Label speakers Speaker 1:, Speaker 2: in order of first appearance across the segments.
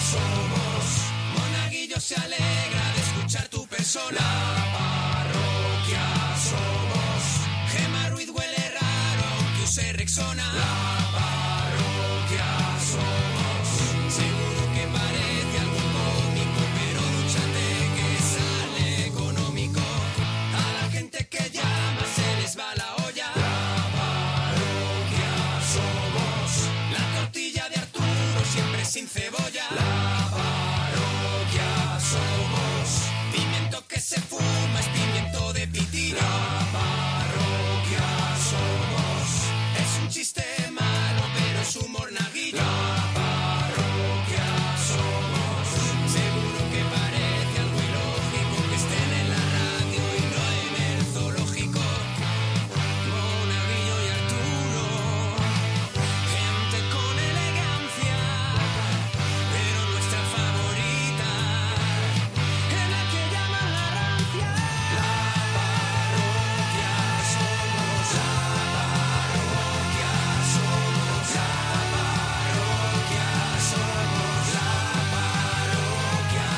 Speaker 1: somos. Monaguillo se alegra de escuchar tu persona. La parroquia somos. Gema Ruiz huele raro, que use Rexona. La parroquia somos. Seguro que parece algo cómico, pero dúchate que sale económico. A la gente que llama se les va la olla. La parroquia somos. La tortilla de Arturo siempre sin cebolla. La parroquia somos. Pimiento que se fuma es pimiento de pitina. La parroquia somos. Es un chiste malo, pero es humor naguillo. La parroquia somos. Seguro que parece algo ilógico que estén en la radio y no en el zoológico. Monaguillo y Arturo, gente con elegancia, pero nuestra favorita es la que llaman la rancia. La parroquia somos, la parroquia somos, la parroquia somos, la parroquia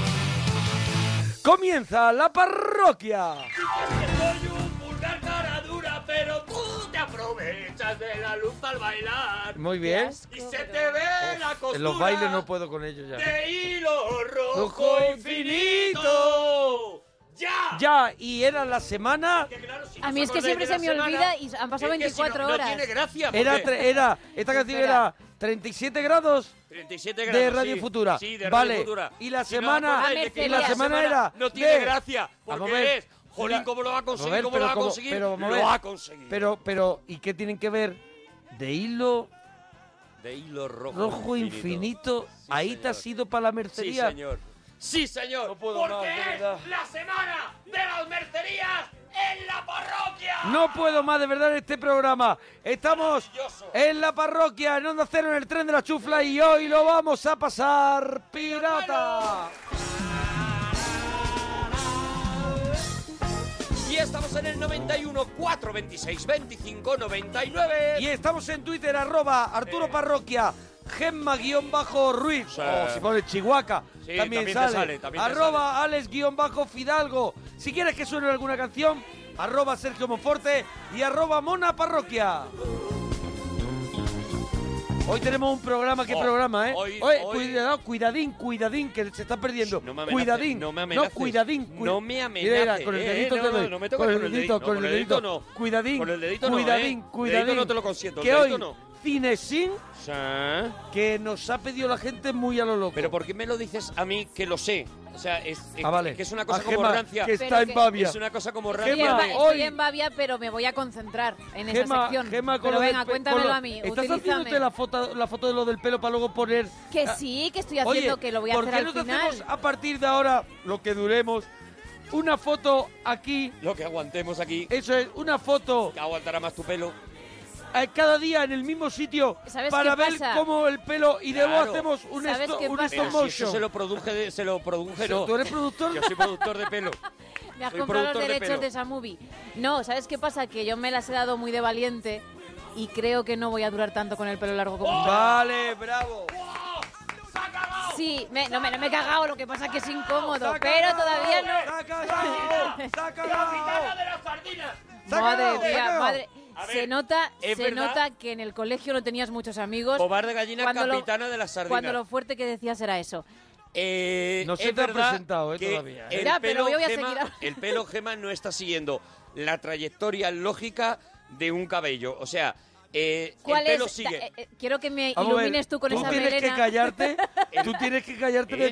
Speaker 1: somos.
Speaker 2: Comienza la parroquia.
Speaker 3: Soy un vulgar cara dura, pero tú te aprovechas de la luz al bailar.
Speaker 2: Muy bien.
Speaker 3: Y se te ve la costura
Speaker 2: En los bailes no puedo con ellos ya.
Speaker 3: de hilo rojo
Speaker 2: Rojo
Speaker 3: infinito. ¡Ya!
Speaker 2: Ya, y era la semana.
Speaker 4: A mí es que siempre se me olvida y han pasado 24 horas.
Speaker 2: Era, tre- era, esta canción era 37 grados.
Speaker 3: 37
Speaker 2: de
Speaker 3: grados,
Speaker 2: Radio
Speaker 3: sí.
Speaker 2: Futura.
Speaker 3: Sí, de Radio
Speaker 2: Vale.
Speaker 3: Futura.
Speaker 2: Y la
Speaker 3: Si no
Speaker 2: semana-
Speaker 3: acordáis
Speaker 2: A
Speaker 3: de que
Speaker 2: mercería. la semana era
Speaker 3: No tiene
Speaker 2: de-
Speaker 3: gracia,
Speaker 2: Vamos
Speaker 3: porque
Speaker 2: a ver.
Speaker 3: es... Jolín,
Speaker 2: Mira,
Speaker 3: ¿cómo lo va a conseguir?
Speaker 2: Robert,
Speaker 3: ¿Cómo lo
Speaker 2: pero
Speaker 3: va a
Speaker 2: cómo-
Speaker 3: conseguir?
Speaker 2: pero vamos a
Speaker 3: lo
Speaker 2: ver.
Speaker 3: ha conseguido.
Speaker 2: Pero, pero, ¿y qué tienen que ver de hilo
Speaker 3: De hilo rojo,
Speaker 2: rojo infinito? Ahí te has ido para la mercería.
Speaker 3: Sí, señor. Sí, señor. porque
Speaker 2: más, de verdad.
Speaker 3: es la semana de las mercerías en la parroquia.
Speaker 2: No puedo más de verdad en este programa. Estamos
Speaker 3: Maravilloso.
Speaker 2: en la parroquia, en Onda Cero, en el tren de la chufla y hoy lo vamos a pasar pirata.
Speaker 3: Y estamos en el 91 426 25 99.
Speaker 2: Y estamos en Twitter, arroba Arturo Parroquia, Gemma guión bajo Ruiz, o si pones Chihuahua,
Speaker 3: Sí, también
Speaker 2: también,
Speaker 3: te
Speaker 2: sale. Ah.
Speaker 3: sale, también te
Speaker 2: arroba Alex guión bajo Fidalgo. Si quieres que suene alguna canción, arroba Sergio Monforte y arroba Mona Parroquia. Hoy tenemos un programa, ¿qué
Speaker 3: Oh,
Speaker 2: programa, eh?
Speaker 3: hoy-
Speaker 2: Oye,
Speaker 3: hoy-
Speaker 2: cuidado, cuidadín, cuidadín, que se está perdiendo.
Speaker 3: No me amenaces,
Speaker 2: cuidadín,
Speaker 3: no me amenaces.
Speaker 2: cuidadín. cuida-
Speaker 3: No me
Speaker 2: Mira, mira,
Speaker 3: amenaces,
Speaker 2: con el
Speaker 3: eh,
Speaker 2: dedito
Speaker 3: no,
Speaker 2: te
Speaker 3: no,
Speaker 2: doy.
Speaker 3: no me toques
Speaker 2: con el
Speaker 3: con el
Speaker 2: dedito,
Speaker 3: dedito,
Speaker 2: con
Speaker 3: con
Speaker 2: el
Speaker 3: el
Speaker 2: dedito.
Speaker 3: dedito no.
Speaker 2: Cuidadín.
Speaker 3: Con el dedito no,
Speaker 2: Cuidadín,
Speaker 3: eh.
Speaker 2: cuidadín.
Speaker 3: Dedito no te lo consiento, el
Speaker 2: Que
Speaker 3: dedito
Speaker 2: hoy,
Speaker 3: no.
Speaker 2: Cinesin,
Speaker 3: Sí.
Speaker 2: que nos ha pedido la gente muy a lo loco.
Speaker 3: Pero ¿por qué me lo dices a mí que lo sé? O sea, es, es-
Speaker 2: Ah, vale.
Speaker 3: que es una
Speaker 2: A
Speaker 3: cosa como
Speaker 2: Gema,
Speaker 3: rancia.
Speaker 2: que está
Speaker 4: Pero
Speaker 2: en
Speaker 4: que-
Speaker 2: Babia.
Speaker 3: Es una cosa como
Speaker 4: Estoy
Speaker 3: rancia.
Speaker 4: en,
Speaker 2: Gema,
Speaker 4: ba-
Speaker 3: de-
Speaker 4: estoy
Speaker 2: hoy-
Speaker 4: en Babia, pero me voy a concentrar en esa
Speaker 2: Gema,
Speaker 4: sección.
Speaker 2: Gema, con
Speaker 4: pero
Speaker 2: lo del
Speaker 4: venga,
Speaker 2: pe-
Speaker 4: cuéntamelo
Speaker 2: con lo-
Speaker 4: a mí,
Speaker 2: ¿Estás haciendo usted
Speaker 4: utilízame.
Speaker 2: la foto, la foto de lo del pelo para luego poner...
Speaker 4: Que
Speaker 2: Ah,
Speaker 4: sí, que estoy haciendo,
Speaker 2: Oye,
Speaker 4: que lo voy a
Speaker 2: ¿por
Speaker 4: hacer
Speaker 2: qué
Speaker 4: al
Speaker 2: no te
Speaker 4: final.
Speaker 2: hacemos a partir de ahora, lo que duremos, una foto aquí?
Speaker 3: Lo que aguantemos aquí,
Speaker 2: Eso es, una foto
Speaker 3: que aguantará más tu pelo.
Speaker 2: eh, cada día en el mismo sitio
Speaker 4: ¿Sabes
Speaker 2: para
Speaker 4: qué
Speaker 2: ver
Speaker 4: pasa?
Speaker 2: cómo el pelo y luego
Speaker 3: Claro.
Speaker 2: hacemos un,
Speaker 4: ¿Sabes
Speaker 2: esto,
Speaker 4: qué
Speaker 2: un
Speaker 4: pasa?
Speaker 2: stop
Speaker 3: Pero si eso
Speaker 2: motion.
Speaker 3: se lo produje, de- se lo produje,
Speaker 2: Pero
Speaker 3: no.
Speaker 2: ¿Tú eres productor?
Speaker 3: Yo soy productor de pelo.
Speaker 4: Me has
Speaker 3: Soy
Speaker 4: comprado los
Speaker 3: productor de
Speaker 4: derechos
Speaker 3: pelo.
Speaker 4: de, esa movie. No, ¿sabes qué pasa? Que yo me las he dado muy de valiente y creo que no voy a durar tanto con el pelo largo como tú.
Speaker 2: ¡Oh! Vale, bravo.
Speaker 4: Sí, me- no, me, no me he cagado, lo que pasa es que es incómodo,
Speaker 2: ¡Sácalo!
Speaker 4: pero todavía no.
Speaker 2: ¡Sácalo! ¡Sácalo!
Speaker 3: de las sardinas!
Speaker 2: ¡Sácalo!
Speaker 4: Madre mía,
Speaker 2: ¡Sácalo!
Speaker 4: madre.
Speaker 3: A ver,
Speaker 4: se nota,
Speaker 3: ¿es
Speaker 4: se
Speaker 3: verdad?
Speaker 4: nota que en el colegio no tenías muchos amigos.
Speaker 3: Cobar de gallina,
Speaker 4: Cuando lo-
Speaker 3: capitana de las sardinas.
Speaker 4: Cuando lo fuerte que decías era eso.
Speaker 3: Eh,
Speaker 2: No se
Speaker 3: es
Speaker 2: te ha
Speaker 3: verdad
Speaker 2: presentado, eh,
Speaker 3: que
Speaker 2: todavía, eh.
Speaker 3: El
Speaker 4: Ya, pero
Speaker 3: pelo
Speaker 4: yo voy a
Speaker 3: Gema-
Speaker 4: seguir hablando.
Speaker 3: El pelo Gema no está siguiendo la trayectoria lógica de un cabello. O sea, eh, el
Speaker 4: ¿Cuál
Speaker 3: pelo
Speaker 4: es?
Speaker 3: sigue.
Speaker 4: Ta- eh, eh, quiero que me
Speaker 2: Vamos a ver,
Speaker 4: ilumines tú con esa
Speaker 2: tienes
Speaker 4: melena.
Speaker 2: que callarte, tú tienes que callarte de
Speaker 3: Eh,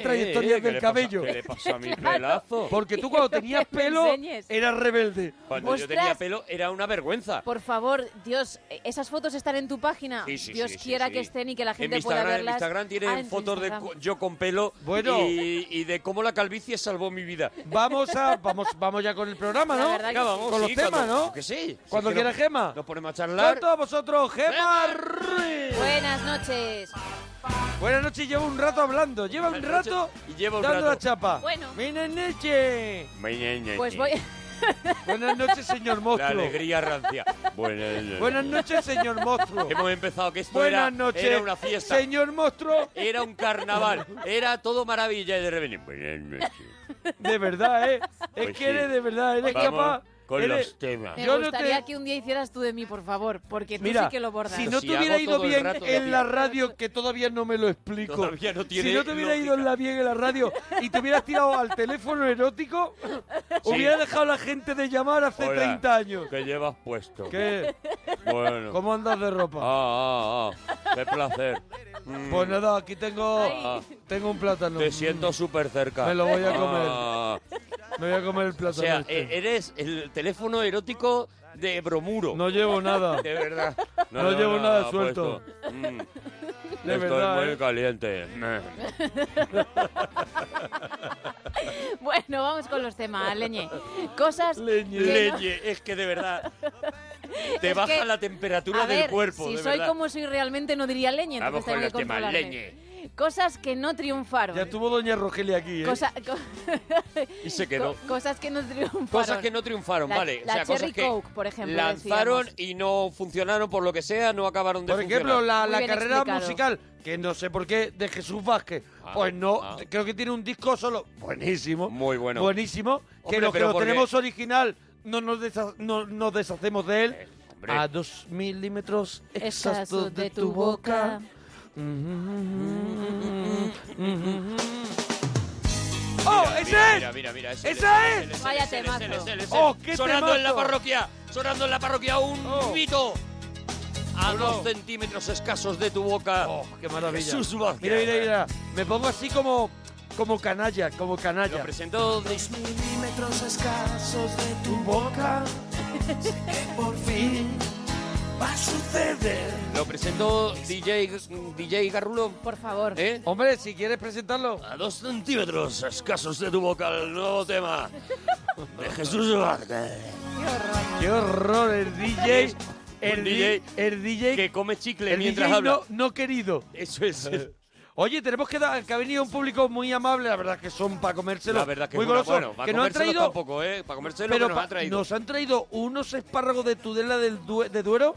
Speaker 3: eh,
Speaker 2: trayectoria
Speaker 3: ¿qué
Speaker 2: del
Speaker 3: le pasa-
Speaker 2: cabello.
Speaker 3: ¿Qué le pasó a mi pelazo?
Speaker 2: Porque tú cuando
Speaker 4: Quiero
Speaker 2: tenías
Speaker 4: que me
Speaker 2: pelo
Speaker 4: enseñes.
Speaker 2: eras rebelde.
Speaker 3: Cuando yo tenía
Speaker 4: Ostras.
Speaker 3: pelo era una vergüenza.
Speaker 4: Por favor, Dios, eh, esas fotos están en tu página.
Speaker 3: Sí, sí,
Speaker 4: Dios
Speaker 3: sí, sí,
Speaker 4: quiera
Speaker 3: sí.
Speaker 4: que estén y que la
Speaker 3: En
Speaker 4: gente
Speaker 3: mi
Speaker 4: pueda
Speaker 3: Instagram, en mi
Speaker 4: verlas.
Speaker 3: Instagram tienen
Speaker 4: Ah, en tu
Speaker 3: fotos de
Speaker 4: Instagram.
Speaker 3: cu- yo con pelo
Speaker 2: Bueno.
Speaker 3: y, y de cómo la calvicie salvó mi vida.
Speaker 2: Vamos a vamos vamos ya con el programa,
Speaker 4: La
Speaker 2: ¿no?
Speaker 4: verdad que
Speaker 3: Venga, vamos,
Speaker 2: con los
Speaker 3: sí,
Speaker 2: temas,
Speaker 3: cuando-
Speaker 2: ¿no?
Speaker 3: Que sí.
Speaker 2: Cuando
Speaker 3: Sí, que
Speaker 2: quiera
Speaker 3: no-
Speaker 2: Gema.
Speaker 3: Nos ponemos a charlar.
Speaker 2: Con todos vosotros, Gema Ruiz.
Speaker 4: Buenas noches.
Speaker 2: Buenas noches, llevo un rato hablando, lleva un
Speaker 3: Buenas noches.
Speaker 2: rato
Speaker 3: Y lleva un
Speaker 2: dando
Speaker 3: rato.
Speaker 2: la chapa.
Speaker 4: Bueno.
Speaker 2: Buenas noches.
Speaker 4: Pues voy,
Speaker 2: Buenas noches, señor monstruo.
Speaker 5: La alegría rancia. Buenas,
Speaker 2: Buenas noches, señor monstruo.
Speaker 5: Hemos empezado que esto
Speaker 2: Buenas
Speaker 5: era,
Speaker 2: noches,
Speaker 5: era una fiesta.
Speaker 2: señor monstruo.
Speaker 5: Era un carnaval. Era todo maravilla y de repente. "Pues, eh, Buenas noches.
Speaker 2: De verdad, ¿eh? Es
Speaker 5: Pues
Speaker 2: que
Speaker 5: sí.
Speaker 2: eres de verdad, eres
Speaker 5: Vamos
Speaker 2: capaz.
Speaker 5: con
Speaker 2: eres-
Speaker 5: los temas.
Speaker 4: Me
Speaker 2: Yo no te-
Speaker 4: gustaría que un día hicieras tú de mí, por favor, porque tú
Speaker 2: Mira,
Speaker 4: sí que lo bordas.
Speaker 2: si no
Speaker 5: Si
Speaker 2: te
Speaker 5: hago
Speaker 2: hubiera ido
Speaker 5: todo el
Speaker 2: bien eh.
Speaker 5: rato lo
Speaker 2: en la
Speaker 5: mismo.
Speaker 2: radio, que todavía no me lo explico.
Speaker 5: Todavía no tiene
Speaker 2: si no te hubiera ido en
Speaker 5: lógica.
Speaker 2: la bien en la radio y te hubieras tirado al teléfono erótico, hubiera dejado a la gente de llamar hace
Speaker 5: Hola.
Speaker 2: 30 años.
Speaker 5: ¿Qué llevas puesto?
Speaker 2: ¿Qué?
Speaker 5: Bueno.
Speaker 2: ¿Cómo andas de ropa?
Speaker 5: Ah, ah, ah. Qué placer. Mm,
Speaker 2: Pues nada, aquí tengo,
Speaker 5: ah,
Speaker 2: tengo un plátano.
Speaker 5: Te
Speaker 2: Mm,
Speaker 5: siento súper cerca.
Speaker 2: Me lo voy a comer.
Speaker 5: Ah.
Speaker 2: Me voy a comer el
Speaker 5: o
Speaker 2: plátano.
Speaker 5: sea,
Speaker 2: este.
Speaker 5: e- eres el teléfono erótico de Bromuro.
Speaker 2: No llevo nada.
Speaker 5: De verdad.
Speaker 2: No llevo nada suelto.
Speaker 5: puesto. Mm.
Speaker 2: De
Speaker 5: Estoy
Speaker 2: verdad,
Speaker 5: muy
Speaker 2: ¿eh?
Speaker 5: caliente.
Speaker 4: Bueno, vamos con los temas, leñe. Cosas
Speaker 2: Leñe.
Speaker 4: que no-
Speaker 5: Leñe, eh, es que de verdad. Te
Speaker 4: Es
Speaker 5: baja
Speaker 4: que,
Speaker 5: la temperatura
Speaker 4: a ver,
Speaker 5: del cuerpo.
Speaker 4: Si
Speaker 5: de
Speaker 4: soy
Speaker 5: verdad.
Speaker 4: como soy realmente, no diría leñe.
Speaker 5: Vamos
Speaker 4: entonces tengo
Speaker 5: con los
Speaker 4: que
Speaker 5: temas,
Speaker 4: controlarme.
Speaker 5: leñe.
Speaker 4: Cosas que no triunfaron.
Speaker 2: Ya estuvo Doña Rogelia aquí, ¿eh?
Speaker 4: Cosa- co-
Speaker 5: Y se quedó.
Speaker 4: co- cosas que no triunfaron.
Speaker 5: Cosas que no triunfaron,
Speaker 4: La-
Speaker 5: vale.
Speaker 4: la
Speaker 5: o sea, cosas
Speaker 4: Cherry
Speaker 5: que
Speaker 4: Coke, por ejemplo,
Speaker 5: lanzaron
Speaker 4: decíamos.
Speaker 5: y no funcionaron por lo que sea, no acabaron de
Speaker 2: Por ejemplo,
Speaker 5: funcionar.
Speaker 2: la,
Speaker 4: Muy
Speaker 2: la
Speaker 4: bien
Speaker 2: carrera
Speaker 4: explicado.
Speaker 2: musical, que no sé por qué, de Jesús Vázquez.
Speaker 5: Ah,
Speaker 2: pues no,
Speaker 5: ah.
Speaker 2: creo que tiene un disco solo. Buenísimo.
Speaker 5: Muy bueno.
Speaker 2: Buenísimo.
Speaker 5: Hombre,
Speaker 2: que los que
Speaker 5: pero
Speaker 2: lo
Speaker 5: porque-
Speaker 2: tenemos original no nos, desha- no nos deshacemos de él.
Speaker 5: Eh, hombre.
Speaker 2: A dos milímetros
Speaker 4: Exacto
Speaker 2: exactos de, tu boca.
Speaker 5: Mm-hmm.
Speaker 2: ¡Oh,
Speaker 5: Mira,
Speaker 2: ese
Speaker 5: mira,
Speaker 2: es!
Speaker 5: Mira, mira, mira. es
Speaker 2: ¡Ese
Speaker 5: él,
Speaker 2: es!
Speaker 5: él, él, él,
Speaker 4: Vaya
Speaker 5: él, él,
Speaker 4: temazo.
Speaker 5: él, él, él, él.
Speaker 2: ¡Oh, qué
Speaker 5: Sonando en la
Speaker 2: temazo!
Speaker 5: parroquia, sonando en la parroquia un
Speaker 2: Oh.
Speaker 5: mito. A
Speaker 2: Pablo.
Speaker 5: dos centímetros escasos de tu boca.
Speaker 2: ¡Oh, qué maravilla!
Speaker 5: Jesús Vázquez.
Speaker 2: Mira, mira, mira. Me pongo así como, como canalla, como
Speaker 5: Lo
Speaker 2: canalla.
Speaker 5: presentó de-
Speaker 1: Dos milímetros escasos de tu
Speaker 2: Tu boca.
Speaker 1: por fin va a suceder.
Speaker 5: Lo presentó DJ, DJ Garrulo.
Speaker 4: Por favor.
Speaker 5: ¿Eh?
Speaker 2: Hombre, si quieres presentarlo.
Speaker 5: A dos centímetros escasos de tu boca, el nuevo tema de Jesús Vázquez.
Speaker 2: ¡Qué horror! El DJ. El
Speaker 5: Un
Speaker 2: di-
Speaker 5: DJ
Speaker 2: el DJ
Speaker 5: Que come chicle
Speaker 2: el
Speaker 5: mientras
Speaker 2: DJ
Speaker 5: habla.
Speaker 2: No, no querido.
Speaker 5: Eso es. el-
Speaker 2: Oye, tenemos que dar que ha venido un público muy amable, la verdad que son para comérselo.
Speaker 5: La verdad que
Speaker 2: muy
Speaker 5: es una-
Speaker 2: goloso,
Speaker 5: bueno, para
Speaker 2: que no han
Speaker 5: comérselo
Speaker 2: traído,
Speaker 5: tampoco, ¿eh? Para comérselo, pero, nos
Speaker 2: pa-
Speaker 5: ha traído.
Speaker 2: nos han traído unos espárragos de Tudela del Due- de Duero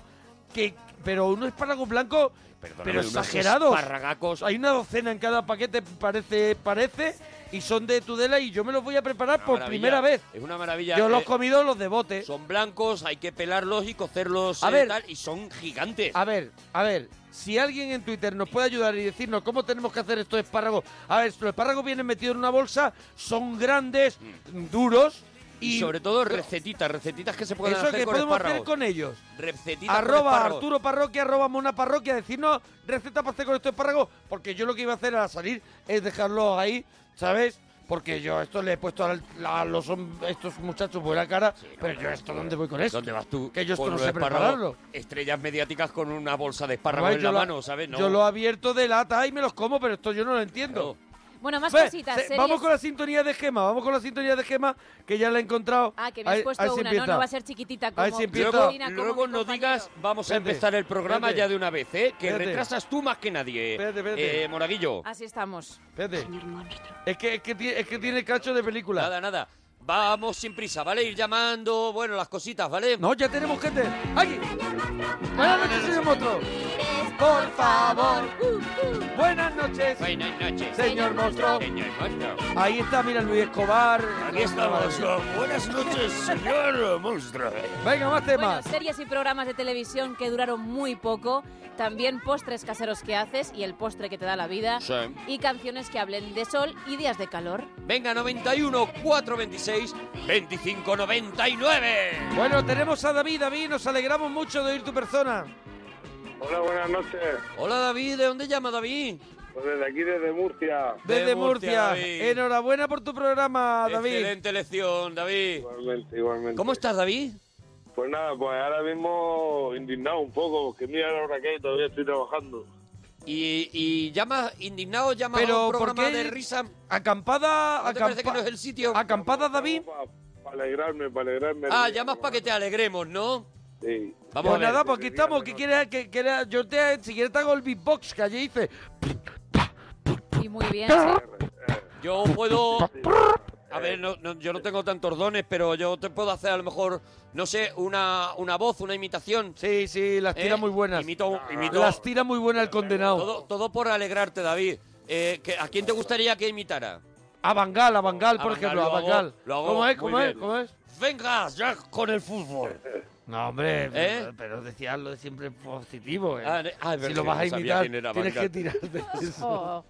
Speaker 2: que pero unos espárragos blancos,
Speaker 5: Perdóname,
Speaker 2: pero
Speaker 5: unos
Speaker 2: exagerados.
Speaker 5: esparragacos.
Speaker 2: Hay una docena en cada paquete, parece parece, y son de Tudela y yo me los voy a preparar
Speaker 5: Una
Speaker 2: por
Speaker 5: maravilla.
Speaker 2: primera vez.
Speaker 5: Es una maravilla.
Speaker 2: yo los
Speaker 5: eh,
Speaker 2: he comido los de bote.
Speaker 5: Son blancos, hay que pelarlos y cocerlos
Speaker 2: A
Speaker 5: eh,
Speaker 2: ver.
Speaker 5: tal, y son gigantes.
Speaker 2: A ver, a ver, si alguien en Twitter nos puede ayudar y decirnos cómo tenemos que hacer estos espárragos. A ver, los espárragos vienen metidos en una bolsa, son grandes, duros y,
Speaker 5: Mm. y, sobre todo recetitas, recetitas que se pueden
Speaker 2: eso
Speaker 5: hacer
Speaker 2: que
Speaker 5: con
Speaker 2: podemos hacer
Speaker 5: espárragos.
Speaker 2: con ellos.
Speaker 5: Recetitas con
Speaker 2: Arroba
Speaker 5: espárragos.
Speaker 2: Arturo Parroquia, arroba Mona Parroquia, decirnos recetas para hacer con estos espárragos, porque yo lo que iba a hacer al salir es dejarlos ahí, ¿sabes? Porque yo esto le he puesto al- a, los hom- a estos muchachos buena cara, pero yo esto, ¿dónde voy con esto?
Speaker 5: ¿Dónde vas tú?
Speaker 2: Que yo esto
Speaker 5: con
Speaker 2: no
Speaker 5: los
Speaker 2: sé
Speaker 5: espárragos?
Speaker 2: prepararlo.
Speaker 5: Estrellas mediáticas con una bolsa de espárragos
Speaker 2: Además,
Speaker 5: en
Speaker 2: yo
Speaker 5: la
Speaker 2: lo-
Speaker 5: mano, ¿sabes? No.
Speaker 2: Yo lo he abierto de lata y me los como, pero esto yo no lo entiendo.
Speaker 5: Claro.
Speaker 4: Bueno, más
Speaker 2: Ve,
Speaker 4: cositas.
Speaker 2: se-
Speaker 4: series.
Speaker 2: vamos con la sintonía de Gema, vamos con la sintonía de Gema, que ya la he encontrado.
Speaker 4: Ah, que me has
Speaker 2: Ahí- ahí
Speaker 4: puesto
Speaker 2: se
Speaker 4: una, ¿no?
Speaker 2: empieza.
Speaker 4: No va a ser chiquitita como...
Speaker 2: Ahí se empieza.
Speaker 5: Luego,
Speaker 4: Cristina, como
Speaker 5: luego
Speaker 4: mi
Speaker 5: no
Speaker 4: compañero.
Speaker 5: digas, vamos a
Speaker 2: Espérate,
Speaker 5: empezar el programa
Speaker 2: espérate.
Speaker 5: ya de una vez, ¿eh? Que
Speaker 2: Espérate.
Speaker 5: retrasas tú más que nadie.
Speaker 2: Espérate, espérate.
Speaker 5: Eh, Monaguillo.
Speaker 2: Ah,
Speaker 4: Así estamos.
Speaker 2: Espérate. Es que, es, que, ti- es que tiene cacho de película.
Speaker 5: Nada, nada. Vamos sin prisa, ¿vale? Ir llamando, bueno, las cositas, ¿vale?
Speaker 2: No, ya tenemos gente. ¡Aquí! Buenas noches, señor monstruo. Por favor. Buenas noches,
Speaker 5: Buenas noches.
Speaker 2: señor monstruo.
Speaker 5: Señor monstruo.
Speaker 2: Ahí está, mira, Luis Escobar.
Speaker 5: Aquí estamos. Buenas noches, señor monstruo.
Speaker 2: Venga, más
Speaker 4: Bueno,
Speaker 2: temas.
Speaker 4: series y programas de televisión que duraron muy poco, también postres caseros que haces y el postre que te da la vida,
Speaker 5: Sí.
Speaker 4: y canciones que hablen de sol y días de calor.
Speaker 5: Venga, 91 426 25 99.
Speaker 2: Bueno, tenemos a David. David, nos alegramos mucho de oír tu persona.
Speaker 6: Hola, buenas noches.
Speaker 5: Hola, David. ¿De dónde llama, David?
Speaker 6: Pues desde aquí, desde Murcia.
Speaker 5: De
Speaker 2: Desde Murcia.
Speaker 5: Murcia, Eh, David.
Speaker 2: Enhorabuena por tu programa, David.
Speaker 5: Excelente elección, David.
Speaker 6: Igualmente, igualmente.
Speaker 5: ¿Cómo estás, David?
Speaker 6: Pues nada, pues ahora mismo indignado un poco, que mira la hora que hay, todavía estoy trabajando.
Speaker 5: Y, y llama, indignado, llama
Speaker 2: Pero,
Speaker 5: a un
Speaker 2: ¿por
Speaker 5: programa
Speaker 2: qué?
Speaker 5: de risa.
Speaker 2: Acampada,
Speaker 5: ¿No te parece que
Speaker 2: acampa-
Speaker 5: no es el sitio?
Speaker 2: acampada, David.
Speaker 6: Para alegrarme, para alegrarme.
Speaker 5: Ah, llamas para que te alegremos, ¿no?
Speaker 6: Sí.
Speaker 5: Vamos
Speaker 2: Pues
Speaker 5: a ver.
Speaker 2: nada, pues aquí estamos. ¿Qué
Speaker 6: Buenas
Speaker 2: quieres? que quieres? Yo te, si quieres te hago el beatbox que allí hice.
Speaker 4: Y muy bien. sí.
Speaker 5: Yo puedo A ver, no- no, yo no tengo tantos dones, pero yo te puedo hacer a lo mejor, no sé, una, una voz, una imitación. ¿Eh?
Speaker 2: Sí, sí, las tira muy buenas.
Speaker 5: Imito, imito-
Speaker 2: Las tira muy buena el condenado.
Speaker 5: todo, todo por alegrarte, David. Eh, ¿que- ¿A quién te gustaría que imitara?
Speaker 2: A Bangal, a Bangal,
Speaker 5: A
Speaker 2: por
Speaker 5: Van Gaal
Speaker 2: ejemplo,
Speaker 5: lo
Speaker 2: a
Speaker 5: hago-
Speaker 2: Bangal.
Speaker 5: lo hago
Speaker 2: ¿Cómo es?
Speaker 5: muy
Speaker 2: ¿Cómo es?
Speaker 5: bien.
Speaker 2: ¿Cómo es?
Speaker 5: Venga, ya con el fútbol.
Speaker 2: No, hombre,
Speaker 5: ¿Eh?
Speaker 2: pero decías lo de siempre positivo. ¿eh?
Speaker 5: Ah, ne- ah, es
Speaker 2: si
Speaker 5: verdad,
Speaker 2: lo vas
Speaker 5: no
Speaker 2: a
Speaker 5: sabía
Speaker 2: imitar,
Speaker 5: quién era
Speaker 2: tienes
Speaker 5: Van
Speaker 2: que
Speaker 5: Gaal.
Speaker 2: tirar de eso.
Speaker 4: Oh,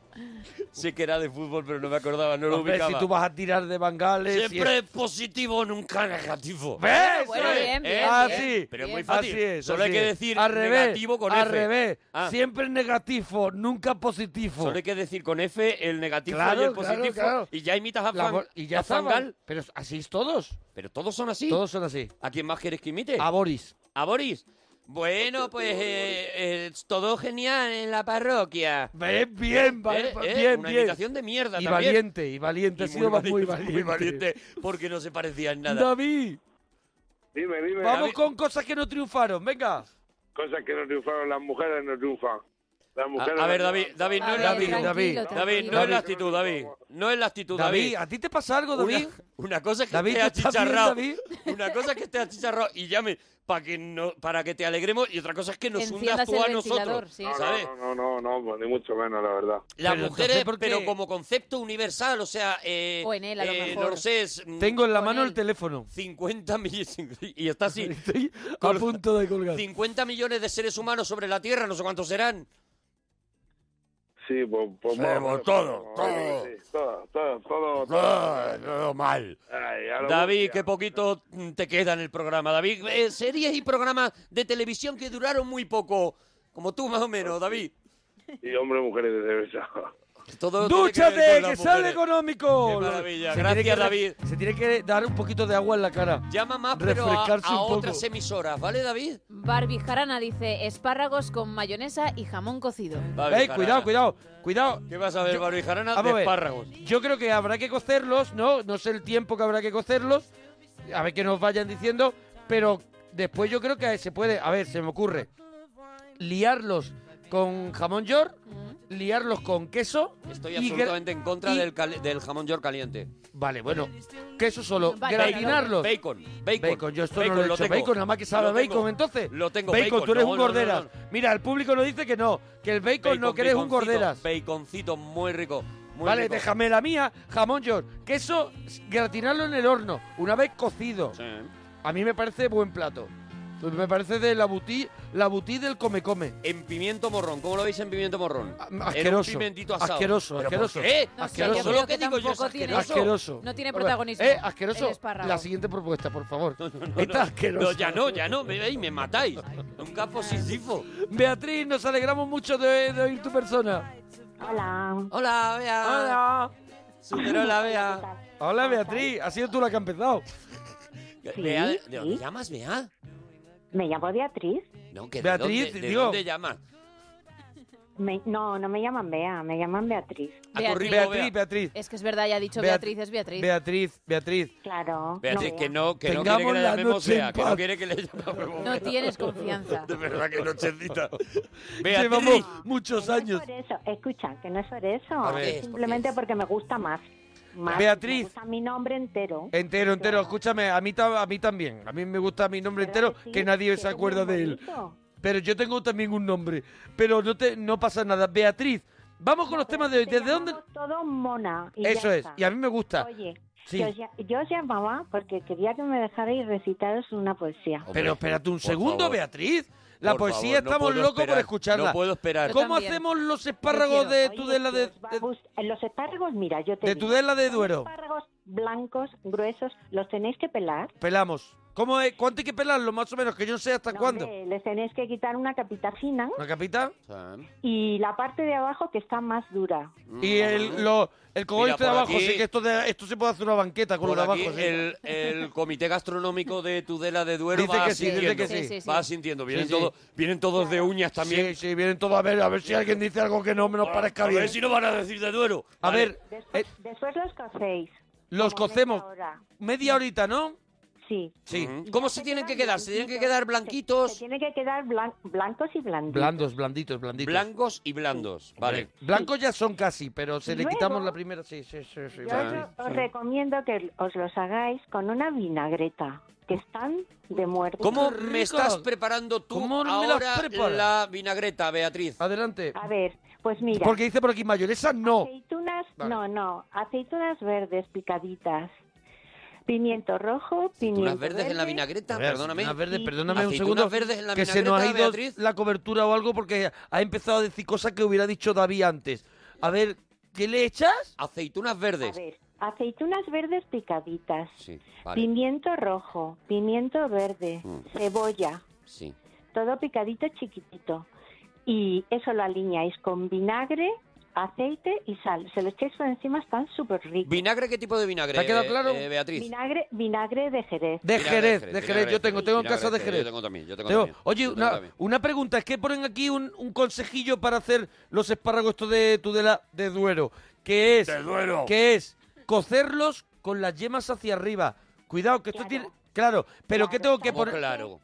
Speaker 5: Sé que era de fútbol, pero no me acordaba, no lo
Speaker 2: Hombre,
Speaker 5: ubicaba.
Speaker 2: si tú vas a tirar de Bangal, es-
Speaker 5: Siempre positivo, nunca negativo.
Speaker 2: ¿Ves?
Speaker 4: Bueno,
Speaker 2: ¿Eh?
Speaker 4: bien, bien,
Speaker 2: ¿Eh? Ah,
Speaker 4: bien.
Speaker 2: sí.
Speaker 5: Pero es muy
Speaker 4: Bien.
Speaker 5: fácil.
Speaker 2: Así es, así
Speaker 5: Solo hay que
Speaker 2: es.
Speaker 5: decir
Speaker 2: al revés,
Speaker 5: negativo con
Speaker 2: al
Speaker 5: F.
Speaker 2: revés.
Speaker 5: Ah.
Speaker 2: Siempre negativo, nunca positivo.
Speaker 5: Solo hay que decir con F el negativo
Speaker 2: Claro,
Speaker 5: y el
Speaker 2: claro,
Speaker 5: positivo.
Speaker 2: claro.
Speaker 5: Y ya imitas a
Speaker 2: La
Speaker 5: Fan,
Speaker 2: bo- y ya
Speaker 5: a Van
Speaker 2: está.
Speaker 5: Gaal.
Speaker 2: Pero así es todos.
Speaker 5: Pero todos son así.
Speaker 2: Todos son así.
Speaker 5: ¿A quién más quieres que imite?
Speaker 2: A Boris.
Speaker 5: ¿A Boris. Bueno, pues eh, eh, todo genial en la parroquia.
Speaker 2: Bien, bien, va-
Speaker 5: Eh, eh,
Speaker 2: bien,
Speaker 5: una
Speaker 2: bien.
Speaker 5: imitación de mierda
Speaker 2: Y
Speaker 5: también.
Speaker 2: valiente, y valiente.
Speaker 5: Y
Speaker 2: ha sido
Speaker 5: muy,
Speaker 2: muy
Speaker 5: valiente,
Speaker 2: valiente.
Speaker 5: muy valiente, porque no se parecía en Pues nada.
Speaker 2: David,
Speaker 1: Dime, dime.
Speaker 2: vamos con cosas que no triunfaron. Venga.
Speaker 1: Cosas que no triunfaron, las mujeres no triunfan. Las
Speaker 5: A,
Speaker 1: mujeres
Speaker 5: a
Speaker 1: no
Speaker 5: ver,
Speaker 1: triunfan.
Speaker 5: David, David, no
Speaker 4: A
Speaker 5: es
Speaker 4: ver,
Speaker 5: la
Speaker 4: tranquilo,
Speaker 5: actitud.
Speaker 2: David,
Speaker 4: tranquilo.
Speaker 5: David, no es la actitud, David. No es la actitud, David.
Speaker 2: David, ¿a ti te pasa algo,
Speaker 5: Una,
Speaker 2: David?
Speaker 5: una cosa es que
Speaker 2: David,
Speaker 5: esté
Speaker 2: ¿tú estás bien,
Speaker 5: achicharrado.
Speaker 2: David?
Speaker 5: Una cosa es que esté achicharrado y llame para que no, para que te alegremos y otra cosa es que nos hundas
Speaker 4: Enciendas
Speaker 5: tú a
Speaker 4: el
Speaker 5: nosotros.
Speaker 4: ventilador, sí.
Speaker 1: No,
Speaker 5: ¿Sabes?
Speaker 1: No, no, no, no, no, ni mucho menos, la verdad.
Speaker 5: Las
Speaker 2: Pero
Speaker 5: mujeres,
Speaker 2: entonces, ¿por qué?
Speaker 5: pero como concepto universal, o sea, eh,
Speaker 4: O en él, a lo
Speaker 5: eh,
Speaker 4: mejor.
Speaker 5: no lo sé, es, mm,
Speaker 2: Tengo en la
Speaker 4: Con
Speaker 2: mano
Speaker 4: él.
Speaker 2: el teléfono.
Speaker 5: 50 millones y está así.
Speaker 2: Estoy a
Speaker 5: Colga.
Speaker 2: punto de colgar.
Speaker 5: 50 millones de seres humanos sobre la Tierra, no sé cuántos serán.
Speaker 1: Sí, pues... pues
Speaker 5: Pero
Speaker 1: más o menos,
Speaker 5: todo,
Speaker 1: más o menos,
Speaker 5: todo.
Speaker 1: sí, todo, todo, todo,
Speaker 5: mal.
Speaker 1: Ay, a lo
Speaker 5: David,
Speaker 1: bestia.
Speaker 5: qué poquito mm, te queda en el programa. David, eh, series y programas de televisión que duraron muy poco. Como tú, más o menos, David.
Speaker 1: Y hombre, mujeres de cerveza.
Speaker 5: Todo tiene que ver
Speaker 2: ¡Dúchate,
Speaker 5: con
Speaker 2: que,
Speaker 5: las
Speaker 2: sale
Speaker 5: mujeres.
Speaker 2: económico!
Speaker 5: Qué maravilla.
Speaker 2: tiene
Speaker 5: Gracias,
Speaker 2: que-
Speaker 5: David.
Speaker 2: Se tiene que dar un poquito de agua en la cara.
Speaker 5: Llama más, pero a,
Speaker 2: Refrescarse
Speaker 5: a
Speaker 2: un poco.
Speaker 5: otras emisoras, ¿vale, David?
Speaker 4: Barbie Jarana dice espárragos con mayonesa y jamón cocido.
Speaker 5: Barbie
Speaker 2: Ey, cuidado,
Speaker 5: Jarana.
Speaker 2: cuidado, cuidado.
Speaker 5: ¿Qué vas a ver,
Speaker 2: Yo-
Speaker 5: Barbie Jarana?
Speaker 2: Vamos a
Speaker 5: De
Speaker 2: ver.
Speaker 5: espárragos.
Speaker 2: Yo creo que habrá que cocerlos, ¿no? No sé el tiempo que habrá que cocerlos. A ver qué nos vayan diciendo. Pero después yo creo que se puede. A ver, se me ocurre. Liarlos con jamón york, liarlos con queso.
Speaker 5: Mm. Estoy
Speaker 2: y
Speaker 5: absolutamente
Speaker 2: gra-
Speaker 5: en contra
Speaker 2: y-
Speaker 5: del, cali- del jamón york caliente.
Speaker 2: Vale, bueno. Queso solo.
Speaker 4: Vale,
Speaker 2: gratinarlos.
Speaker 5: Bacon, bacon.
Speaker 2: Bacon, yo esto no lo he hecho.
Speaker 5: tengo.
Speaker 2: bacon, nada más que sabe
Speaker 5: Lo
Speaker 2: a
Speaker 5: tengo.
Speaker 2: bacon, entonces.
Speaker 5: Lo tengo,
Speaker 2: bacon. tú eres
Speaker 5: No,
Speaker 2: un
Speaker 5: no, no,
Speaker 2: gorderas.
Speaker 5: no.
Speaker 2: Mira, el público nos dice que no, que el bacon, no, que eres un
Speaker 5: baconcito,
Speaker 2: gorderas.
Speaker 5: Baconcito muy rico. Muy
Speaker 2: vale,
Speaker 5: rico.
Speaker 2: déjame la mía, jamón york, queso, s- gratinarlo en el horno, una vez cocido.
Speaker 5: Sí.
Speaker 2: A mí me parece buen plato. Me parece de la butí, la butí del come come.
Speaker 5: En pimiento morrón, ¿cómo lo veis en pimiento morrón?
Speaker 2: A-
Speaker 5: En
Speaker 2: Ah, asqueroso,
Speaker 5: un pimentito asado.
Speaker 2: asqueroso,
Speaker 5: ¿Pero
Speaker 2: asqueroso.
Speaker 5: ¿Por qué?
Speaker 4: No sé,
Speaker 5: Pero
Speaker 2: Asqueroso.
Speaker 4: yo
Speaker 5: eso
Speaker 4: creo
Speaker 5: es lo que
Speaker 4: que
Speaker 5: digo yo es
Speaker 4: tampoco tiene-
Speaker 5: asqueroso.
Speaker 2: Asqueroso.
Speaker 4: No tiene
Speaker 2: Hombre,
Speaker 4: protagonismo.
Speaker 2: Eh, asqueroso.
Speaker 4: El espárrago.
Speaker 2: La siguiente propuesta, por favor.
Speaker 5: No,
Speaker 2: Está
Speaker 5: no,
Speaker 2: asqueroso.
Speaker 5: no, ya no, ya no, me veis, me matáis. Un capo sisifo.
Speaker 2: Beatriz, nos alegramos mucho de, de oír tu persona.
Speaker 7: Hola.
Speaker 5: Hola, Bea. Superó la Bea.
Speaker 2: Hola, Beatriz. Ha sido tú la que ha empezado.
Speaker 5: Bea, ¿de
Speaker 7: sí.
Speaker 5: dónde llamas, Bea?
Speaker 7: Me llamo Beatriz.
Speaker 5: No, que
Speaker 2: Beatriz,
Speaker 5: ¿de dónde,
Speaker 2: digo.
Speaker 5: ¿de dónde llamas?
Speaker 7: Me- no, no me llaman Bea, me llaman Beatriz.
Speaker 5: A tu
Speaker 4: Beatriz.
Speaker 5: ritmo, Bea.
Speaker 2: Beatriz, Beatriz.
Speaker 4: Es que es verdad, ya ha dicho
Speaker 2: Bea-
Speaker 4: Beatriz, es Beatriz.
Speaker 2: Beatriz, Beatriz.
Speaker 7: Claro.
Speaker 5: Beatriz,
Speaker 7: no Bea.
Speaker 5: que no, que no quiere
Speaker 2: Tengamos
Speaker 5: que le
Speaker 2: la
Speaker 5: llamemos
Speaker 2: noche en
Speaker 5: Bea, que no
Speaker 2: paz.
Speaker 5: quiere que le llamemos
Speaker 4: No
Speaker 5: Bea.
Speaker 4: tienes confianza.
Speaker 5: De verdad que nochecita.
Speaker 2: Llevamos
Speaker 5: Beatriz,
Speaker 2: muchos
Speaker 7: Que no
Speaker 2: años.
Speaker 7: es por eso, escucha, que no es por eso.
Speaker 5: ver,
Speaker 7: es
Speaker 5: ¿por qué
Speaker 7: simplemente
Speaker 5: es?
Speaker 7: porque me gusta más. más
Speaker 2: Beatriz.
Speaker 7: Me gusta mi nombre entero.
Speaker 2: Entero, entero. Escúchame, a mí, ta- a mí también. A mí me gusta mi nombre
Speaker 7: ¿Verdad
Speaker 2: entero,
Speaker 7: sí?
Speaker 2: que nadie
Speaker 7: Que
Speaker 2: se
Speaker 7: es muy
Speaker 2: acuerda de él.
Speaker 7: bonito.
Speaker 2: Pero yo tengo también un nombre. Pero no, te, no pasa nada. Beatriz, vamos con los temas de hoy.
Speaker 7: Te
Speaker 2: ¿Desde dónde?
Speaker 7: llamamos Todo mona. y ya
Speaker 2: Eso es.
Speaker 7: está.
Speaker 2: Y a mí me gusta.
Speaker 7: Oye,
Speaker 2: Sí.
Speaker 7: yo, os lla- yo os llamaba porque quería que me dejarais recitaros una poesía.
Speaker 2: Pero espérate un
Speaker 5: por
Speaker 2: segundo,
Speaker 5: favor.
Speaker 2: Beatriz. La
Speaker 5: Por
Speaker 2: poesía
Speaker 5: favor, no
Speaker 2: estamos
Speaker 5: puedo
Speaker 2: locos por
Speaker 5: esperar,
Speaker 2: escucharla.
Speaker 5: No puedo esperar.
Speaker 4: Yo
Speaker 2: ¿Cómo
Speaker 4: también.
Speaker 2: hacemos los espárragos de
Speaker 7: Oye,
Speaker 2: Tudela de,
Speaker 7: que os va a
Speaker 2: de-
Speaker 7: gust- Los espárragos, mira, yo te
Speaker 2: de
Speaker 7: digo,
Speaker 2: Tudela de
Speaker 7: son
Speaker 2: Duero?
Speaker 7: espárragos blancos, gruesos, los tenéis que pelar.
Speaker 2: Pelamos. ¿Cómo es? ¿Cuánto hay que pelarlo? Más o menos, que yo no sé hasta
Speaker 7: No,
Speaker 2: cuándo.
Speaker 7: hombre, les tenéis que quitar una capita fina
Speaker 2: ¿No, capitán?
Speaker 7: y la parte de abajo que está más dura.
Speaker 2: Y el, lo, el cogollo
Speaker 5: Mm, Mira,
Speaker 2: este de
Speaker 5: por
Speaker 2: abajo,
Speaker 5: aquí-
Speaker 2: sí que esto, de- esto se puede hacer una banqueta con
Speaker 5: Por
Speaker 2: lo de
Speaker 5: aquí,
Speaker 2: abajo. sí.
Speaker 5: el, el comité gastronómico de Tudela de Duero
Speaker 2: Dice
Speaker 5: va
Speaker 2: que sí, dice
Speaker 5: sintiendo.
Speaker 2: que sí. Sí,
Speaker 4: sí, sí.
Speaker 5: Va sintiendo. Vienen,
Speaker 2: Sí, sí.
Speaker 5: Todos, vienen todos de uñas también. Ah,
Speaker 2: Sí, sí, vienen todos a ver, a ver si alguien dice algo que no me nos parezca
Speaker 5: a ver
Speaker 2: bien.
Speaker 5: si no van a decir de Duero.
Speaker 2: A
Speaker 5: Vale.
Speaker 2: ver,
Speaker 7: Después,
Speaker 2: eh,
Speaker 7: después los cocéis.
Speaker 2: los
Speaker 7: como
Speaker 2: cocemos
Speaker 7: media hora.
Speaker 2: media horita, ¿no?
Speaker 7: Sí.
Speaker 2: Sí.
Speaker 5: ¿Cómo se tienen que quedar? ¿Se tienen que quedar blanquitos?
Speaker 7: Se tiene que quedar blan- blancos y blanditos.
Speaker 2: Blandos, blanditos, blanditos.
Speaker 5: Blancos y blandos. Vale.
Speaker 2: Blancos ya son casi, pero se le
Speaker 7: Luego-
Speaker 2: quitamos la primera. Sí, sí, sí. sí,
Speaker 7: Yo
Speaker 2: vale.
Speaker 7: os- os recomiendo que os los hagáis con una vinagreta, que están de muerte.
Speaker 5: ¿Cómo
Speaker 2: Qué
Speaker 5: me
Speaker 2: rico.
Speaker 5: estás preparando tú
Speaker 2: ¿Cómo me las
Speaker 5: ahora
Speaker 2: preparas?
Speaker 5: la vinagreta, Beatriz?
Speaker 2: Adelante.
Speaker 7: A ver, pues mira,
Speaker 2: Porque dice por aquí mayonesa, no.
Speaker 7: aceitunas,
Speaker 2: Vale.
Speaker 7: no, no, aceitunas verdes picaditas, pimiento rojo, pimiento
Speaker 5: Unas verdes
Speaker 7: verde,
Speaker 5: en la vinagreta,
Speaker 2: A ver,
Speaker 5: perdóname. Mm.
Speaker 2: aceitunas verdes, perdóname un
Speaker 5: Aceitunas
Speaker 2: segundo.
Speaker 5: verdes en la
Speaker 2: que se nos ha
Speaker 5: vinagreta,
Speaker 2: ido
Speaker 5: Beatriz.
Speaker 2: la cobertura o algo porque ha empezado a decir cosas que hubiera dicho David antes. A ver, ¿qué le echas?
Speaker 5: Aceitunas
Speaker 7: A
Speaker 5: verdes.
Speaker 7: ver, aceitunas verdes picaditas,
Speaker 5: Sí, vale.
Speaker 7: pimiento rojo, pimiento verde,
Speaker 5: Mm.
Speaker 7: cebolla,
Speaker 5: Sí.
Speaker 7: todo picadito chiquitito. Y eso lo alineáis con vinagre, aceite y sal. Se lo echáis por encima, están súper ricos.
Speaker 5: ¿Vinagre qué tipo de vinagre?
Speaker 2: ¿Te ha quedado
Speaker 5: eh,
Speaker 2: claro?
Speaker 5: eh, Beatriz.
Speaker 7: Vinagre, vinagre de Jerez.
Speaker 2: De
Speaker 5: Vinagre
Speaker 2: Jerez, de Jerez.
Speaker 5: vinagre
Speaker 2: Yo tengo, tengo en
Speaker 5: vinagre
Speaker 2: casa de
Speaker 5: Jerez,
Speaker 2: Jerez.
Speaker 5: Yo tengo también, yo tengo
Speaker 2: Tengo-
Speaker 5: también.
Speaker 2: Oye,
Speaker 5: yo tengo
Speaker 2: una,
Speaker 5: también.
Speaker 2: una pregunta, es que ponen aquí un, un consejillo para hacer los espárragos estos de Tudela de Duero, que es, que es cocerlos con las yemas hacia arriba. Cuidado, que esto
Speaker 7: Claro.
Speaker 2: tiene... Claro, pero ¿qué
Speaker 7: Claro,
Speaker 2: tengo que
Speaker 5: ¿Cómo
Speaker 2: poner?
Speaker 5: claro.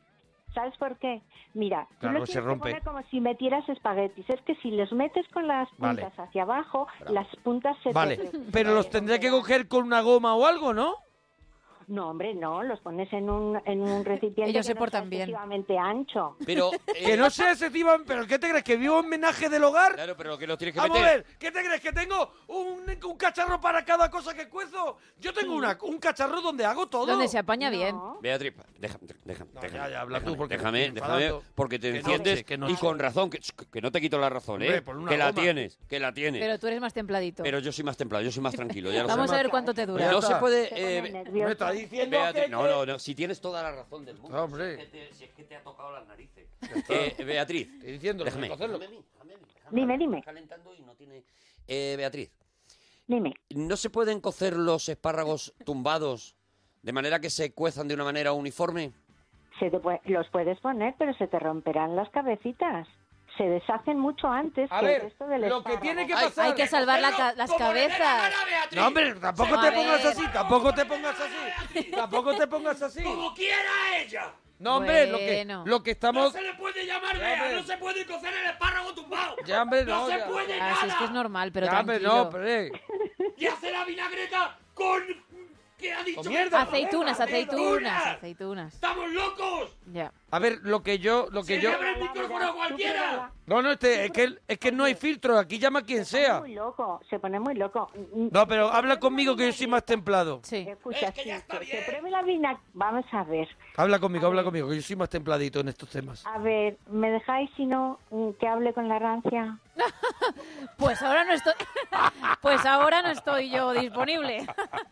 Speaker 7: ¿Sabes por qué? Mira, tú
Speaker 2: Claro,
Speaker 7: los
Speaker 2: se
Speaker 7: tienes que
Speaker 2: rompe.
Speaker 7: poner como si metieras espaguetis. Es que si los metes con las
Speaker 2: Vale.
Speaker 7: puntas hacia abajo, las puntas se te
Speaker 2: Vale,
Speaker 7: re-
Speaker 2: pero los tendría que coger con una goma o algo, ¿no?
Speaker 7: No, hombre, no, los pones en un, en un recipiente
Speaker 4: Ellos
Speaker 7: que
Speaker 4: se
Speaker 7: no
Speaker 4: portan
Speaker 7: sea
Speaker 4: bien.
Speaker 7: excesivamente ancho.
Speaker 5: Pero, eh,
Speaker 2: Que no sea ese tío, pero ¿qué te crees? ¿Que vivo en homenaje del hogar?
Speaker 5: Claro, pero que los tienes que
Speaker 2: Vamos a
Speaker 5: meter.
Speaker 2: ver, ¿qué te crees? ¿Que tengo un, un cacharro para cada cosa que cuezo? Yo tengo una, un cacharro donde hago todo.
Speaker 4: Donde se apaña
Speaker 7: No.
Speaker 4: bien.
Speaker 5: Beatriz, déjame, déjame,
Speaker 2: No,
Speaker 5: déjame,
Speaker 2: ya, ya, habla tú,
Speaker 5: déjame,
Speaker 2: porque me
Speaker 5: déjame,
Speaker 2: estoy
Speaker 5: déjame,
Speaker 2: enfadando.
Speaker 5: porque te
Speaker 2: Que no
Speaker 5: enciendes
Speaker 2: eche, que no
Speaker 5: y
Speaker 2: eche.
Speaker 5: con razón, que, que no te quito la razón,
Speaker 2: Hombre,
Speaker 5: ¿eh?
Speaker 2: por una
Speaker 5: que la
Speaker 2: goma.
Speaker 5: tienes, que la tienes.
Speaker 4: Pero tú eres más templadito.
Speaker 5: Pero yo soy más templado, yo soy más tranquilo. Ya lo
Speaker 4: Vamos
Speaker 5: sé.
Speaker 4: a ver cuánto te
Speaker 2: Ya
Speaker 4: dura.
Speaker 5: No se
Speaker 2: está.
Speaker 5: puede.
Speaker 7: Te
Speaker 5: eh,
Speaker 7: pone
Speaker 2: Me
Speaker 7: nervioso.
Speaker 2: está diciendo
Speaker 5: Beatriz,
Speaker 2: que...
Speaker 5: no, no, no. Si tienes toda la razón del mundo.
Speaker 2: No, hombre.
Speaker 5: Si es que te, si es que te ha tocado la nariz. Eh, Beatriz.
Speaker 2: Estoy diciendo,
Speaker 5: Déjame.
Speaker 2: cocerlo.
Speaker 5: Déjame a mí, déjame a mí.
Speaker 7: Dime, dime.
Speaker 5: Calentando y no tiene. Eh, Beatriz,
Speaker 7: Dime,
Speaker 5: ¿no se pueden cocer los espárragos tumbados de manera que se cuezan de una manera uniforme?
Speaker 7: se te pue- los puedes poner, pero se te romperán las cabecitas. Se deshacen mucho antes
Speaker 2: A
Speaker 7: que el
Speaker 2: ver,
Speaker 7: resto del
Speaker 2: lo que
Speaker 7: espárrago.
Speaker 2: tiene que
Speaker 5: Ay,
Speaker 2: pasar...
Speaker 4: Hay que salvar la ca- las cabezas.
Speaker 2: No, hombre, tampoco
Speaker 4: A
Speaker 2: te
Speaker 4: ver.
Speaker 2: pongas así, tampoco te pongas así, tampoco te pongas así.
Speaker 1: Como quiera ella.
Speaker 2: No, hombre, lo que,
Speaker 4: Bueno.
Speaker 2: lo que
Speaker 1: No
Speaker 2: estamos...
Speaker 1: se le puede llamar
Speaker 2: Ya,
Speaker 1: Bea,
Speaker 2: hombre.
Speaker 1: no se puede cocer el espárrago tumbado.
Speaker 2: Ya, hombre, no,
Speaker 1: se
Speaker 2: ya.
Speaker 1: puede
Speaker 4: Así
Speaker 1: nada.
Speaker 4: Ah, es que es normal, pero
Speaker 2: Ya, hombre,
Speaker 4: tranquilo.
Speaker 2: no, pero... eh,
Speaker 1: Y hace la vinagreta con... ¿Qué ha dicho?
Speaker 2: Con mierda.
Speaker 4: Aceitunas, aceitunas, aceitunas.
Speaker 1: ¡Estamos locos!
Speaker 4: Ya.
Speaker 2: A ver, lo que yo... Lo que
Speaker 1: Sí,
Speaker 2: yo...
Speaker 1: abre el micrófono a cualquiera!
Speaker 2: No, no, este, es, que, es que no hay filtro, aquí llama quien
Speaker 7: Se pone
Speaker 2: sea.
Speaker 7: muy loco, se pone muy loco. Mm,
Speaker 2: No, pero habla conmigo que yo soy más templado.
Speaker 4: Sí.
Speaker 7: Escucha,
Speaker 1: Es que ya
Speaker 7: sí,
Speaker 1: está
Speaker 7: que-
Speaker 1: bien.
Speaker 7: que pruebe la vinagreta. Vamos a ver.
Speaker 2: Habla conmigo, habla conmigo, que yo soy más templadito en estos temas.
Speaker 7: A ver, ¿me dejáis si no mm, que hable con la rancia?
Speaker 4: Pues ahora no estoy. Pues ahora no estoy yo disponible.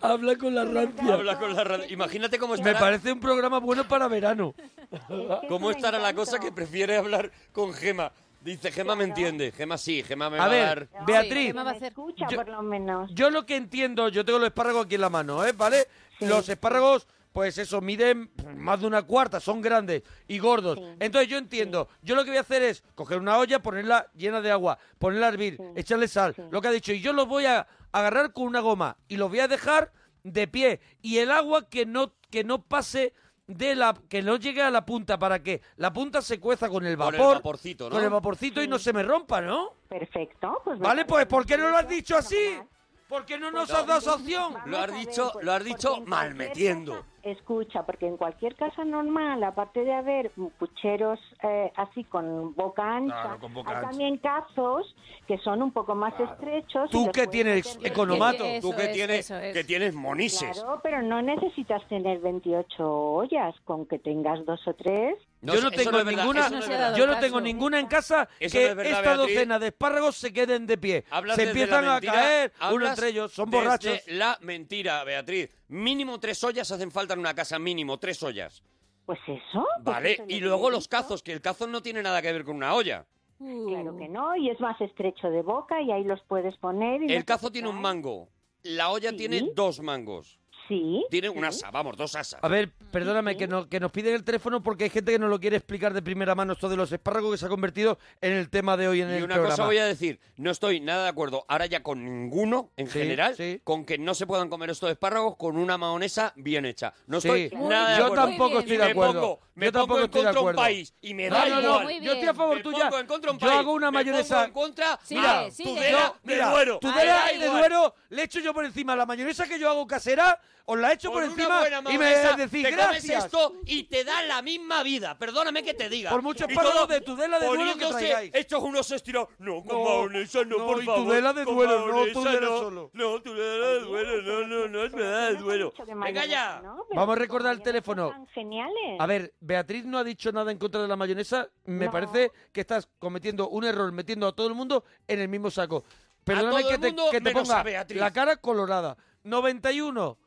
Speaker 2: Habla con la rancia.
Speaker 5: Habla con la radio. Imagínate cómo
Speaker 2: Me
Speaker 5: estará,
Speaker 2: parece un programa bueno para verano.
Speaker 7: Es que es
Speaker 5: Ah, cómo
Speaker 7: un
Speaker 5: estará la cosa que
Speaker 7: encanto.
Speaker 5: prefiere hablar con Gema. Dice, Gema me entiende. Gema sí, Gema me
Speaker 2: A
Speaker 5: va
Speaker 2: ver.
Speaker 5: a dar.
Speaker 7: No,
Speaker 2: Beatriz.
Speaker 7: que me
Speaker 4: va a hacer?
Speaker 7: Escucha,
Speaker 2: Yo-
Speaker 7: por lo menos.
Speaker 2: Yo lo que entiendo, yo tengo los espárragos aquí en la mano, ¿eh? ¿Vale?
Speaker 7: Sí.
Speaker 2: Los espárragos, pues eso, miden más de una cuarta, son grandes y gordos. Entonces yo entiendo, yo lo que voy a hacer es coger una olla, ponerla llena de agua, ponerla a hervir, echarle sal, lo que ha dicho, y yo los voy a agarrar con una goma y los voy a dejar de pie. Y el agua que no, que no pase de la que no llegue a la punta para que la punta se cueza con el
Speaker 5: Con
Speaker 2: vapor
Speaker 5: el vaporcito, ¿no?
Speaker 2: con el vaporcito y no se me rompa no
Speaker 7: Perfecto. Pues me
Speaker 2: Vale, pues
Speaker 7: parece
Speaker 2: ¿por qué no lo has dicho así?
Speaker 7: fenomenal.
Speaker 2: ¿Por qué no nos has dado esa opción?
Speaker 7: Vamos
Speaker 5: Lo has
Speaker 7: a ver,
Speaker 5: dicho- lo has
Speaker 7: porque
Speaker 5: dicho
Speaker 7: en
Speaker 5: mal
Speaker 7: cualquier
Speaker 5: metiendo.
Speaker 7: casa- escucha, porque en cualquier casa normal, aparte de haber pucheros eh, así con boca ancha,
Speaker 2: Claro, con boca
Speaker 7: hay
Speaker 2: ancha.
Speaker 7: también cazos que son son un poco más estrechos. y
Speaker 2: Tú
Speaker 7: los
Speaker 2: que
Speaker 7: puedes
Speaker 2: tienes
Speaker 7: hacer-
Speaker 2: economato.
Speaker 4: Eh, eh,
Speaker 5: Tú
Speaker 4: Eso
Speaker 5: que
Speaker 4: es,
Speaker 5: tienes,
Speaker 4: eso es.
Speaker 5: que tienes monises.
Speaker 7: Claro, pero no necesitas tener 28 ollas, con que tengas dos o tres.
Speaker 2: yo no
Speaker 5: eso
Speaker 2: tengo
Speaker 5: es verdad,
Speaker 2: ninguna,
Speaker 5: eso no es
Speaker 4: No se ha dado
Speaker 2: yo no
Speaker 4: caso.
Speaker 2: tengo ninguna en casa
Speaker 5: Eso
Speaker 2: que
Speaker 5: no es verdad,
Speaker 2: esta
Speaker 5: Beatriz.
Speaker 2: docena de espárragos se queden de pie.
Speaker 5: Hablas
Speaker 2: se
Speaker 5: desde la
Speaker 2: empiezan a
Speaker 5: mentira,
Speaker 2: caer uno
Speaker 5: hablas
Speaker 2: entre ellos, son
Speaker 5: desde
Speaker 2: borrachos.
Speaker 5: La mentira, Beatriz. Mínimo tres ollas hacen falta en una casa, mínimo tres ollas.
Speaker 7: Pues eso. pues eso
Speaker 5: Vale,
Speaker 7: es lo
Speaker 5: y
Speaker 7: que
Speaker 5: luego
Speaker 7: yo
Speaker 5: los
Speaker 7: digo.
Speaker 5: cazos, que el cazo no tiene nada que ver con una olla.
Speaker 7: Claro que no, y es más estrecho de boca y ahí los puedes poner. y no
Speaker 5: El
Speaker 7: te
Speaker 5: cazo tiene un
Speaker 7: caen.
Speaker 5: mango, la olla
Speaker 7: Sí.
Speaker 5: tiene dos mangos.
Speaker 7: Sí.
Speaker 5: Tienen una asa, vamos, dos asas.
Speaker 2: A ver, perdóname, que, nos- que nos piden el teléfono porque hay gente que nos lo quiere explicar de primera mano esto de los espárragos que se ha convertido en el tema de hoy en el
Speaker 5: Y una
Speaker 2: programa.
Speaker 5: cosa voy a decir, no estoy nada de acuerdo ahora ya con ninguno en
Speaker 2: Sí,
Speaker 5: general
Speaker 2: sí.
Speaker 5: con que no se puedan comer estos espárragos con una mahonesa bien hecha. No
Speaker 2: Sí.
Speaker 5: estoy
Speaker 2: Muy
Speaker 5: nada de
Speaker 2: bien.
Speaker 5: acuerdo.
Speaker 2: Yo tampoco
Speaker 5: Y
Speaker 2: estoy
Speaker 5: me
Speaker 2: de acuerdo.
Speaker 5: pongo-
Speaker 2: Yo
Speaker 5: me
Speaker 2: tampoco
Speaker 5: pongo en
Speaker 2: estoy de
Speaker 5: contra un
Speaker 2: acuerdo.
Speaker 5: país y me
Speaker 2: No,
Speaker 5: da
Speaker 2: no, no,
Speaker 5: igual.
Speaker 4: Muy
Speaker 2: Yo estoy a favor
Speaker 5: Me
Speaker 2: tuya.
Speaker 5: pongo en contra un
Speaker 2: Yo
Speaker 5: país,
Speaker 2: hago una
Speaker 5: me
Speaker 2: mayonesa.
Speaker 5: pongo en contra,
Speaker 4: Sigue,
Speaker 5: mira,
Speaker 4: sigue.
Speaker 5: Tudela
Speaker 4: No,
Speaker 5: de Duero.
Speaker 2: Tú
Speaker 5: Me
Speaker 2: de
Speaker 5: da
Speaker 2: la- de
Speaker 5: igual.
Speaker 2: Duero le echo yo por encima. La mayonesa que yo hago casera, os la echo
Speaker 5: Con
Speaker 2: por
Speaker 5: una
Speaker 2: encima
Speaker 5: buena
Speaker 2: y me
Speaker 5: mahonesa
Speaker 2: decís
Speaker 5: te comes
Speaker 2: gracias.
Speaker 5: esto y te da la misma vida. Perdóname que te diga.
Speaker 2: Por muchos
Speaker 5: Y
Speaker 2: palos
Speaker 5: todo
Speaker 2: de Tudela de Duero que
Speaker 5: poniéndose
Speaker 2: traigáis.
Speaker 5: Estos unos estirados. No, con
Speaker 2: No,
Speaker 5: mahonesa no,
Speaker 2: no,
Speaker 5: por
Speaker 2: y
Speaker 5: favor.
Speaker 2: Tudela de
Speaker 5: con
Speaker 2: Duero, no
Speaker 5: mahonesa
Speaker 2: Tudela
Speaker 5: no.
Speaker 2: solo.
Speaker 5: No, Tudela de Duero, no, no, no, es verdad, de Duero. Venga ya.
Speaker 2: Vamos a recordar el teléfono.
Speaker 7: Tan geniales.
Speaker 2: A ver, Beatriz no ha dicho nada en contra de la mayonesa. Me
Speaker 7: No.
Speaker 2: parece que estás cometiendo un error metiendo a todo el mundo en el mismo saco. Perdóname
Speaker 5: todo
Speaker 2: que
Speaker 5: el
Speaker 2: te,
Speaker 5: mundo
Speaker 2: que te
Speaker 5: menos
Speaker 2: ponga
Speaker 5: a Beatriz.
Speaker 2: la cara colorada. 91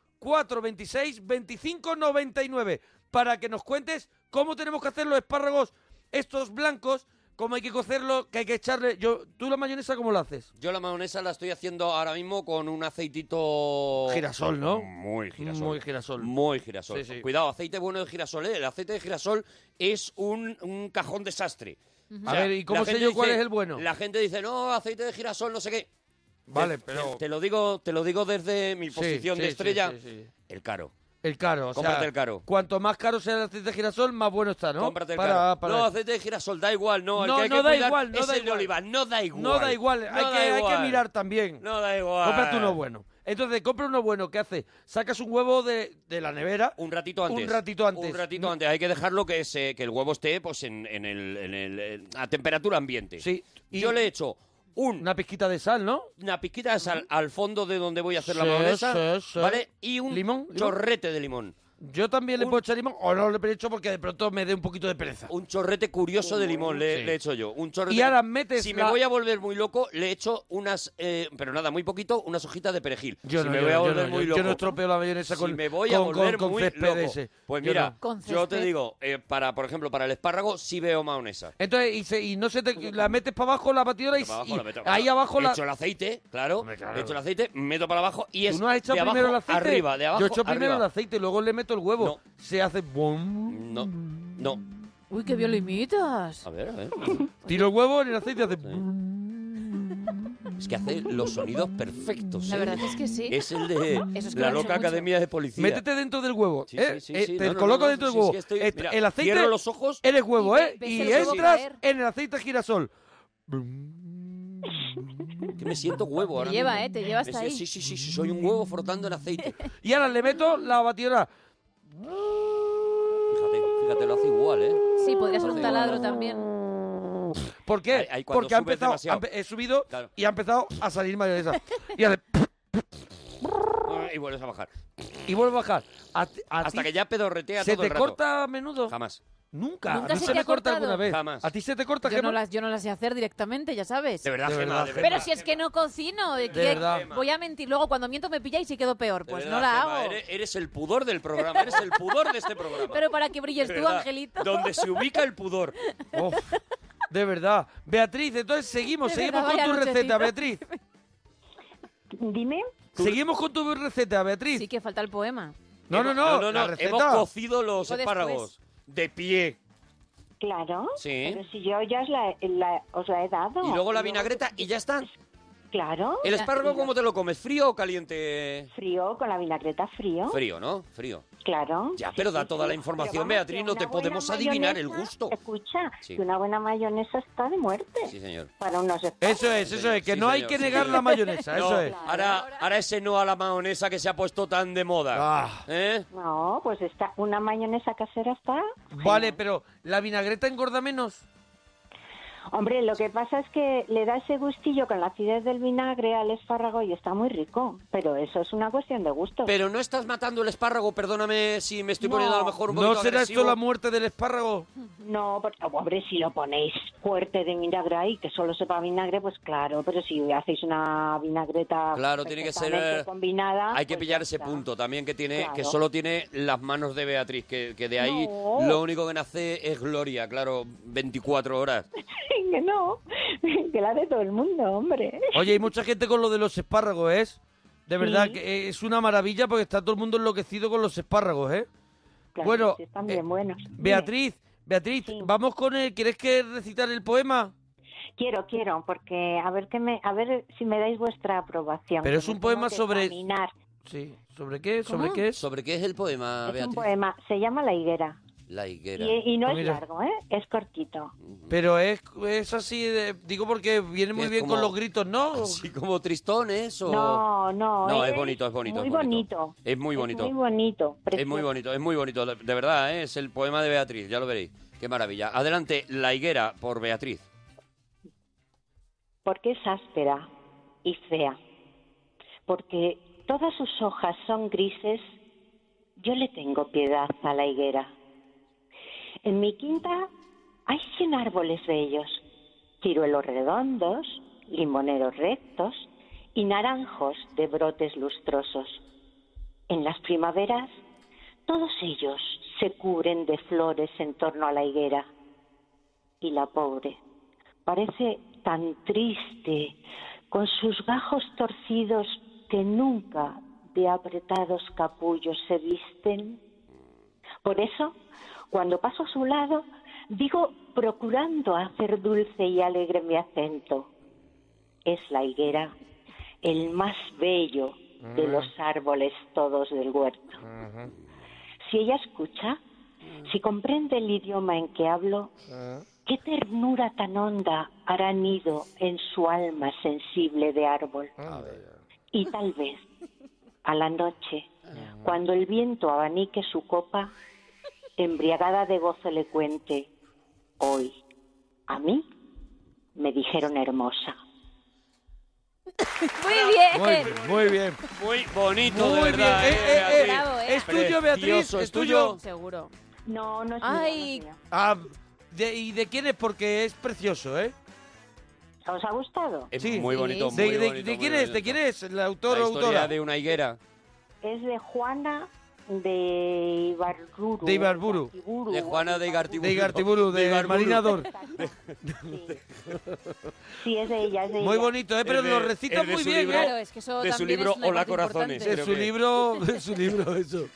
Speaker 2: 426 25 99 para que nos cuentes cómo tenemos que hacer los espárragos estos blancos, cómo hay que cocerlos, que hay que echarle. Yo, tú la mayonesa cómo la haces?
Speaker 5: Yo la mayonesa la estoy haciendo ahora mismo con un aceitito...
Speaker 2: Girasol, ¿no?
Speaker 5: Muy girasol.
Speaker 2: Muy girasol.
Speaker 5: Muy girasol.
Speaker 2: Sí, sí.
Speaker 5: Cuidado, aceite bueno de girasol. ¿eh? El aceite de girasol es un, un cajón desastre.
Speaker 2: A ver, ¿y cómo
Speaker 5: la
Speaker 2: sé
Speaker 5: gente
Speaker 2: yo cuál
Speaker 5: dice-
Speaker 2: es el bueno?
Speaker 5: La gente dice, no, aceite de girasol, no sé qué.
Speaker 2: Vale,
Speaker 5: Te-
Speaker 2: pero-
Speaker 5: Te, lo digo, te lo digo desde mi
Speaker 2: Sí,
Speaker 5: posición
Speaker 2: sí,
Speaker 5: de
Speaker 2: sí,
Speaker 5: estrella.
Speaker 2: sí, sí.
Speaker 5: El caro.
Speaker 2: El caro, o
Speaker 5: Cómprate
Speaker 2: sea,
Speaker 5: el caro.
Speaker 2: Cuanto más caro sea el aceite de girasol, más bueno está, ¿no?
Speaker 5: Cómprate el
Speaker 2: Para-
Speaker 5: caro.
Speaker 2: para-
Speaker 5: No, aceite de girasol, da igual, no. el
Speaker 2: No,
Speaker 5: que hay
Speaker 2: no
Speaker 5: que
Speaker 2: da
Speaker 5: cuidar
Speaker 2: igual, no
Speaker 5: es
Speaker 2: da
Speaker 5: el de
Speaker 2: igual.
Speaker 5: oliva. No da igual.
Speaker 2: No da igual, hay,
Speaker 5: No
Speaker 2: que,
Speaker 5: da
Speaker 2: hay que
Speaker 5: igual.
Speaker 2: mirar también.
Speaker 5: No da igual.
Speaker 2: Cómprate uno bueno. Entonces, compra uno bueno, ¿qué hace? Sacas un huevo de, de la nevera.
Speaker 5: Un ratito antes.
Speaker 2: Un ratito antes.
Speaker 5: Un ratito
Speaker 2: No-
Speaker 5: antes. Hay que dejarlo que, se, que el huevo esté pues, en, en el, en el- en- a temperatura ambiente.
Speaker 2: Sí. Y-
Speaker 5: Yo le echo un, una,
Speaker 2: Una pizquita de sal, ¿no?
Speaker 5: pizquita de sal al fondo de donde voy a hacer la
Speaker 2: Sí,
Speaker 5: mayonesa.
Speaker 2: sí, sí.
Speaker 5: ¿Vale? Y un
Speaker 2: ¿Limón? ¿Limón?
Speaker 5: chorrete de limón.
Speaker 2: Yo también le puedo echar limón, o no le echo porque de pronto me dé un poquito de pereza.
Speaker 5: Un chorrete curioso de limón le,
Speaker 2: Sí.
Speaker 5: le echo yo. Un chorrete.
Speaker 2: Y ahora metes
Speaker 5: Si
Speaker 2: la-
Speaker 5: me voy a volver muy loco, le echo unas. eh, pero nada, muy poquito, unas hojitas de perejil.
Speaker 2: Yo
Speaker 5: si
Speaker 2: no,
Speaker 5: me
Speaker 2: yo
Speaker 5: voy a
Speaker 2: no, yo
Speaker 5: volver
Speaker 2: no, yo-
Speaker 5: muy
Speaker 2: yo
Speaker 5: loco.
Speaker 2: no estropeo la mayonesa con-
Speaker 5: si me voy a
Speaker 2: con- con-
Speaker 5: volver
Speaker 2: con
Speaker 5: muy
Speaker 2: césped
Speaker 5: loco.
Speaker 2: ese.
Speaker 5: Pues
Speaker 2: Yo
Speaker 5: mira,
Speaker 2: no.
Speaker 4: Con
Speaker 5: yo te
Speaker 4: césped.
Speaker 5: digo, eh, para, por ejemplo, para el espárrago sí veo mayonesa.
Speaker 2: Entonces, y, se- y no se te, la metes para abajo la batidora y,
Speaker 5: Para abajo
Speaker 2: y
Speaker 5: la meto.
Speaker 2: ahí abajo la...
Speaker 5: Echo el aceite, claro.
Speaker 2: Hombre, claro.
Speaker 5: Echo el aceite, meto para abajo y es
Speaker 2: ¿Tú no has echado
Speaker 5: de abajo
Speaker 2: primero el aceite?
Speaker 5: arriba, de abajo
Speaker 2: Yo echo primero el
Speaker 5: arriba.
Speaker 2: aceite y luego le meto el huevo.
Speaker 5: No.
Speaker 2: Se hace... bom.
Speaker 5: No, no.
Speaker 4: Uy, qué bien lo imitas.
Speaker 5: A ver, a ver.
Speaker 2: Tiro el huevo en el aceite y hace...
Speaker 5: Es que hace los sonidos perfectos.
Speaker 4: La
Speaker 5: ¿eh?
Speaker 4: verdad es que sí.
Speaker 5: Es el de
Speaker 4: Eso es que lo
Speaker 5: la
Speaker 4: han hecho mucho.
Speaker 5: loca academia de policía.
Speaker 2: Métete dentro del huevo.
Speaker 5: Sí,
Speaker 2: ¿eh?
Speaker 5: sí, sí,
Speaker 2: Eh,
Speaker 5: sí.
Speaker 2: Te
Speaker 5: No, no,
Speaker 2: coloco
Speaker 5: no,
Speaker 2: dentro
Speaker 5: sí,
Speaker 2: del huevo.
Speaker 5: sí, estoy-
Speaker 2: Et-
Speaker 5: mira,
Speaker 2: el aceite.
Speaker 5: cierro los ojos.
Speaker 2: Eres huevo,
Speaker 4: Y
Speaker 2: ¿eh?
Speaker 4: ve- ves
Speaker 2: y
Speaker 4: el huevo
Speaker 2: entras
Speaker 4: caer.
Speaker 2: en el aceite girasol.
Speaker 5: Que me siento huevo ahora.
Speaker 4: lleva,
Speaker 5: mismo.
Speaker 4: ¿eh? Te lleva hasta
Speaker 5: Me-
Speaker 4: ahí.
Speaker 5: Sí, sí, sí, sí, soy un huevo frotando el aceite.
Speaker 2: Y ahora le meto la batidora.
Speaker 5: Fíjate, fíjate, lo hace igual, ¿eh?
Speaker 4: Sí, podría ser un taladro también.
Speaker 2: ¿Por qué?
Speaker 5: Ahí- ahí cuando
Speaker 2: Porque ha
Speaker 5: subes
Speaker 2: empezado,
Speaker 5: demasiado.
Speaker 2: ha empe- he subido
Speaker 5: Claro.
Speaker 2: y ha empezado a salir mayonesa. y, hace-
Speaker 5: Y vuelves a bajar.
Speaker 2: y vuelve a bajar. A ti- a
Speaker 5: Hasta
Speaker 2: ti
Speaker 5: que ya pedorretea
Speaker 2: ¿Se
Speaker 5: todo
Speaker 2: te
Speaker 5: el rato.
Speaker 2: corta a menudo?
Speaker 5: Jamás.
Speaker 2: Nunca. ¿A ti
Speaker 4: Nunca se
Speaker 2: Ah, se
Speaker 4: te
Speaker 2: me
Speaker 4: ha
Speaker 2: corta
Speaker 4: cortado.
Speaker 2: alguna vez?
Speaker 5: Jamás.
Speaker 2: ¿A ti se te corta,
Speaker 4: Yo no
Speaker 2: Gemma?
Speaker 4: las, yo no las sé hacer directamente, ya sabes.
Speaker 5: De verdad,
Speaker 2: De
Speaker 5: Gemma,
Speaker 2: verdad.
Speaker 5: de verdad.
Speaker 4: Pero si es que no cocino, ¿de qué?
Speaker 2: verdad.
Speaker 4: voy a mentir. Luego cuando miento me pilláis y quedo peor.
Speaker 5: De
Speaker 4: Pues
Speaker 5: verdad,
Speaker 4: no la
Speaker 5: Gemma,
Speaker 4: hago.
Speaker 5: Eres, eres el pudor del programa, eres el pudor de este programa.
Speaker 4: Pero para que brilles
Speaker 5: De
Speaker 4: tú,
Speaker 5: verdad,
Speaker 4: Angelito.
Speaker 5: Donde se ubica el pudor.
Speaker 2: Uf, de verdad. Beatriz, entonces seguimos,
Speaker 4: De
Speaker 2: seguimos
Speaker 4: verdad,
Speaker 2: con tu
Speaker 4: vaya
Speaker 2: receta,
Speaker 4: nochecita.
Speaker 2: Beatriz.
Speaker 7: Dime.
Speaker 2: Seguimos con tu receta, Beatriz.
Speaker 4: Sí que falta el poema.
Speaker 2: No, no,
Speaker 5: Hemos-
Speaker 2: no,
Speaker 5: no,
Speaker 2: la
Speaker 5: no,
Speaker 2: receta.
Speaker 5: Hemos cocido los
Speaker 4: Digo
Speaker 5: espárragos de pie.
Speaker 7: Claro.
Speaker 5: Sí.
Speaker 7: Pero si yo ya os la, la- os la he dado.
Speaker 5: ¿Eh? Y luego la vinagreta y ya está.
Speaker 7: Claro.
Speaker 5: ¿El espárrago cómo te lo comes? ¿Frío o caliente?
Speaker 7: Frío, con la vinagreta frío.
Speaker 5: Frío, ¿no? Frío.
Speaker 7: Claro.
Speaker 5: Ya,
Speaker 7: Sí,
Speaker 5: pero
Speaker 7: sí,
Speaker 5: da
Speaker 7: sí.
Speaker 5: toda la información,
Speaker 7: Pero vamos,
Speaker 5: Beatriz,
Speaker 7: que
Speaker 5: no te
Speaker 7: una buena
Speaker 5: podemos adivinar el
Speaker 7: mayonesa-
Speaker 5: gusto.
Speaker 7: Escucha,
Speaker 5: Sí.
Speaker 7: que una buena mayonesa está de muerte.
Speaker 5: Sí, señor.
Speaker 7: Para unos espárragos.
Speaker 2: Eso es, eso es, que
Speaker 5: Sí,
Speaker 2: no hay
Speaker 5: señor,
Speaker 2: que
Speaker 5: sí,
Speaker 2: negar
Speaker 5: señor.
Speaker 2: la mayonesa,
Speaker 5: No,
Speaker 2: eso es.
Speaker 5: ahora, ahora ese no a la mahonesa que se ha puesto tan de moda.
Speaker 2: Ah.
Speaker 5: ¿Eh?
Speaker 7: No, pues está, una mayonesa casera está.
Speaker 2: Vale, pero ¿la vinagreta engorda menos?
Speaker 7: Hombre, lo que pasa es que le da ese gustillo con la acidez del vinagre al espárrago y está muy rico. Pero eso es una cuestión de gusto.
Speaker 5: Pero no estás matando el espárrago, perdóname si me estoy
Speaker 7: No.
Speaker 5: poniendo a lo mejor un
Speaker 2: ¿No
Speaker 5: poquito
Speaker 2: será
Speaker 5: agresivo.
Speaker 2: esto la muerte del espárrago?
Speaker 7: No, porque, oh, hombre, si lo ponéis fuerte de vinagre ahí, que solo sepa vinagre, pues claro. Pero si hacéis una vinagreta
Speaker 5: Claro, tiene que ser,
Speaker 7: perfectamente
Speaker 5: eh,
Speaker 7: combinada.
Speaker 5: Hay que
Speaker 7: pues
Speaker 5: pillar
Speaker 7: ya
Speaker 5: ese
Speaker 7: está.
Speaker 5: punto también que tiene, que
Speaker 7: Claro.
Speaker 5: solo tiene las manos de Beatriz, que, que de ahí
Speaker 7: No.
Speaker 5: lo único que nace es gloria, claro, 24 horas.
Speaker 7: que no, que la de todo el mundo, hombre.
Speaker 2: Oye, hay mucha gente con lo de los espárragos, ¿es? De verdad
Speaker 4: Mm.
Speaker 7: Sí.
Speaker 2: que eh, es una maravilla porque está todo el mundo enloquecido con los espárragos, ¿eh?
Speaker 7: Claro,
Speaker 2: bueno, eh,
Speaker 7: sí, están bien buenos. Dime.
Speaker 2: Beatriz, Beatriz, vamos con el. ¿Quieres que recitar el poema?
Speaker 7: Quiero, quiero, porque a ver que me, a ver si me dais vuestra aprobación.
Speaker 2: Pero
Speaker 7: que
Speaker 2: es
Speaker 7: me
Speaker 2: un
Speaker 7: tengo
Speaker 2: poema
Speaker 7: que
Speaker 2: sobre-
Speaker 7: examinar.
Speaker 2: Sí. ¿Sobre qué?
Speaker 7: ¿Cómo?
Speaker 2: ¿Sobre qué es?
Speaker 5: ¿Sobre qué es el poema,
Speaker 7: Ah, Es un
Speaker 5: Ah, Beatriz?
Speaker 7: poema, se llama La Higuera.
Speaker 5: La higuera.
Speaker 7: Y, y no
Speaker 2: Ah,
Speaker 7: es
Speaker 2: mira.
Speaker 7: largo, ¿eh? Es cortito.
Speaker 2: Pero es, es así, de- digo porque viene muy
Speaker 5: Es
Speaker 2: bien con
Speaker 5: como-
Speaker 2: los gritos, ¿no?
Speaker 5: Así como tristones o...
Speaker 7: No, no.
Speaker 5: No, es bonito, es bonito,
Speaker 7: ¿eh? Muy
Speaker 5: es bonito.
Speaker 7: bonito.
Speaker 5: Es muy bonito.
Speaker 7: muy bonito.
Speaker 5: Es muy
Speaker 7: precioso.
Speaker 5: bonito, es muy bonito. De verdad, ¿eh? es el poema de Beatriz, ya lo veréis. Qué maravilla. Adelante, La higuera por Beatriz.
Speaker 7: porque es áspera y fea, porque todas sus hojas son grises, yo le tengo piedad a la higuera. En mi quinta hay cien árboles bellos, ciruelos redondos, limoneros rectos y naranjos de brotes lustrosos. En las primaveras, todos ellos se cubren de flores en torno a la higuera. Y la pobre, parece tan triste, con sus gajos torcidos que nunca de apretados capullos se visten. Por eso, cuando paso a su lado, digo procurando hacer dulce y alegre mi acento. Es la higuera, el más bello de los árboles todos del huerto. Si ella escucha, si comprende el idioma en que hablo,
Speaker 8: 嗯
Speaker 7: ¿Qué ternura tan honda hará nido en su alma sensible de árbol? Y tal vez, a la noche, cuando el viento abanique su copa, embriagada de gozo le cuente, hoy, a mí, me dijeron hermosa.
Speaker 4: Muy bien.
Speaker 2: Muy, muy bien.
Speaker 5: Muy bonito,
Speaker 2: Muy
Speaker 5: de
Speaker 2: bien.
Speaker 5: verdad.
Speaker 2: Eh, eh, eh.
Speaker 5: Beatriz?
Speaker 4: Bravo, eh.
Speaker 2: Es tuyo, Beatriz.
Speaker 5: Precioso,
Speaker 2: Es
Speaker 5: es tuyo.
Speaker 2: tuyo.
Speaker 4: Seguro.
Speaker 7: No, no es
Speaker 4: Ay.
Speaker 7: mío, no es mío.
Speaker 2: Ah, de- ¿Y de quién es? Porque es precioso, ¿eh?
Speaker 7: ¿Os ha gustado?
Speaker 5: Es
Speaker 2: Sí.
Speaker 5: muy bonito,
Speaker 4: Sí.
Speaker 2: ¿De,
Speaker 5: muy
Speaker 2: de-
Speaker 5: bonito.
Speaker 2: de
Speaker 5: muy
Speaker 2: quién es? ¿De
Speaker 5: bonito.
Speaker 2: quién es? ¿El autor
Speaker 5: La
Speaker 2: o
Speaker 5: historia
Speaker 2: autora?
Speaker 5: de una higuera.
Speaker 7: Es de Juana de Ibarburu.
Speaker 2: De Ibarburu.
Speaker 7: Igartiburu,
Speaker 5: De Juana de Igartiburu.
Speaker 2: De Igartiburu, de,
Speaker 5: De Ibarburu.
Speaker 2: Marinador.
Speaker 7: Sí. Sí, es de ella, es de
Speaker 2: Muy
Speaker 7: ella.
Speaker 2: bonito, ¿eh? Pero
Speaker 5: Es de-
Speaker 2: lo
Speaker 5: es
Speaker 2: recita
Speaker 5: de
Speaker 2: muy
Speaker 5: su
Speaker 2: bien,
Speaker 5: libro.
Speaker 2: ¿eh?
Speaker 4: Claro, es que eso
Speaker 5: de su
Speaker 4: también
Speaker 5: libro
Speaker 4: es una
Speaker 5: Hola,
Speaker 4: cosa importante.
Speaker 5: corazones.
Speaker 2: De
Speaker 5: Creo
Speaker 2: su
Speaker 5: que-
Speaker 2: libro, de su libro, eso.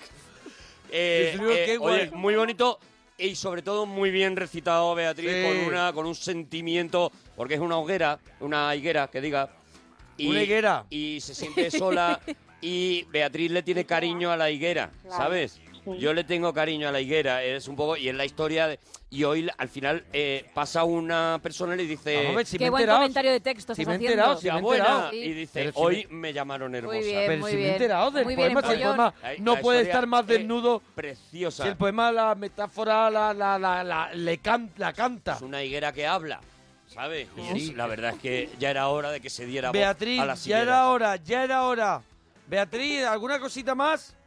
Speaker 5: Eh,
Speaker 2: Es un libro
Speaker 5: eh,
Speaker 2: que
Speaker 5: oye,
Speaker 2: guay.
Speaker 5: muy bonito y sobre todo muy bien recitado, Beatriz,
Speaker 2: Sí.
Speaker 5: con una con un sentimiento, porque es una hoguera, una higuera, que diga.
Speaker 2: Una higuera.
Speaker 5: Y se siente sola y Beatriz le tiene cariño a la higuera,
Speaker 7: Claro,
Speaker 5: ¿sabes?
Speaker 7: sí.
Speaker 5: Yo le tengo cariño a la higuera, es un poco, y es la historia, de- y hoy al final eh, pasa una persona y le dice...
Speaker 2: Vamos a ver si me
Speaker 4: Qué
Speaker 2: he
Speaker 4: buen
Speaker 2: enterado.
Speaker 4: comentario de texto
Speaker 2: Si
Speaker 4: estás
Speaker 2: me he
Speaker 4: haciendo.
Speaker 2: enterado, si
Speaker 5: "Tía
Speaker 2: me he
Speaker 5: buena",
Speaker 2: enterado.
Speaker 4: Sí.
Speaker 5: y dice,
Speaker 2: Pero si
Speaker 5: hoy me llamaron hermosa.
Speaker 4: Muy bien,
Speaker 2: Pero
Speaker 4: muy
Speaker 2: si me he
Speaker 4: bien.
Speaker 2: enterado del
Speaker 4: Muy bien,
Speaker 2: poema, si el
Speaker 4: Pollón.
Speaker 2: poema
Speaker 5: Ahí-
Speaker 2: no
Speaker 5: la
Speaker 2: puede
Speaker 5: historia
Speaker 2: estar más
Speaker 5: es
Speaker 2: desnudo.
Speaker 5: Preciosa.
Speaker 2: Si el poema, la metáfora, la, la, la, la- le can- la canta.
Speaker 5: Es una higuera que habla, ¿sabes? Y es- la verdad es que ya era hora de que se diera voz
Speaker 2: Beatriz,
Speaker 5: a la
Speaker 2: ya era hora, ya era hora. Beatriz, ¿alguna cosita más?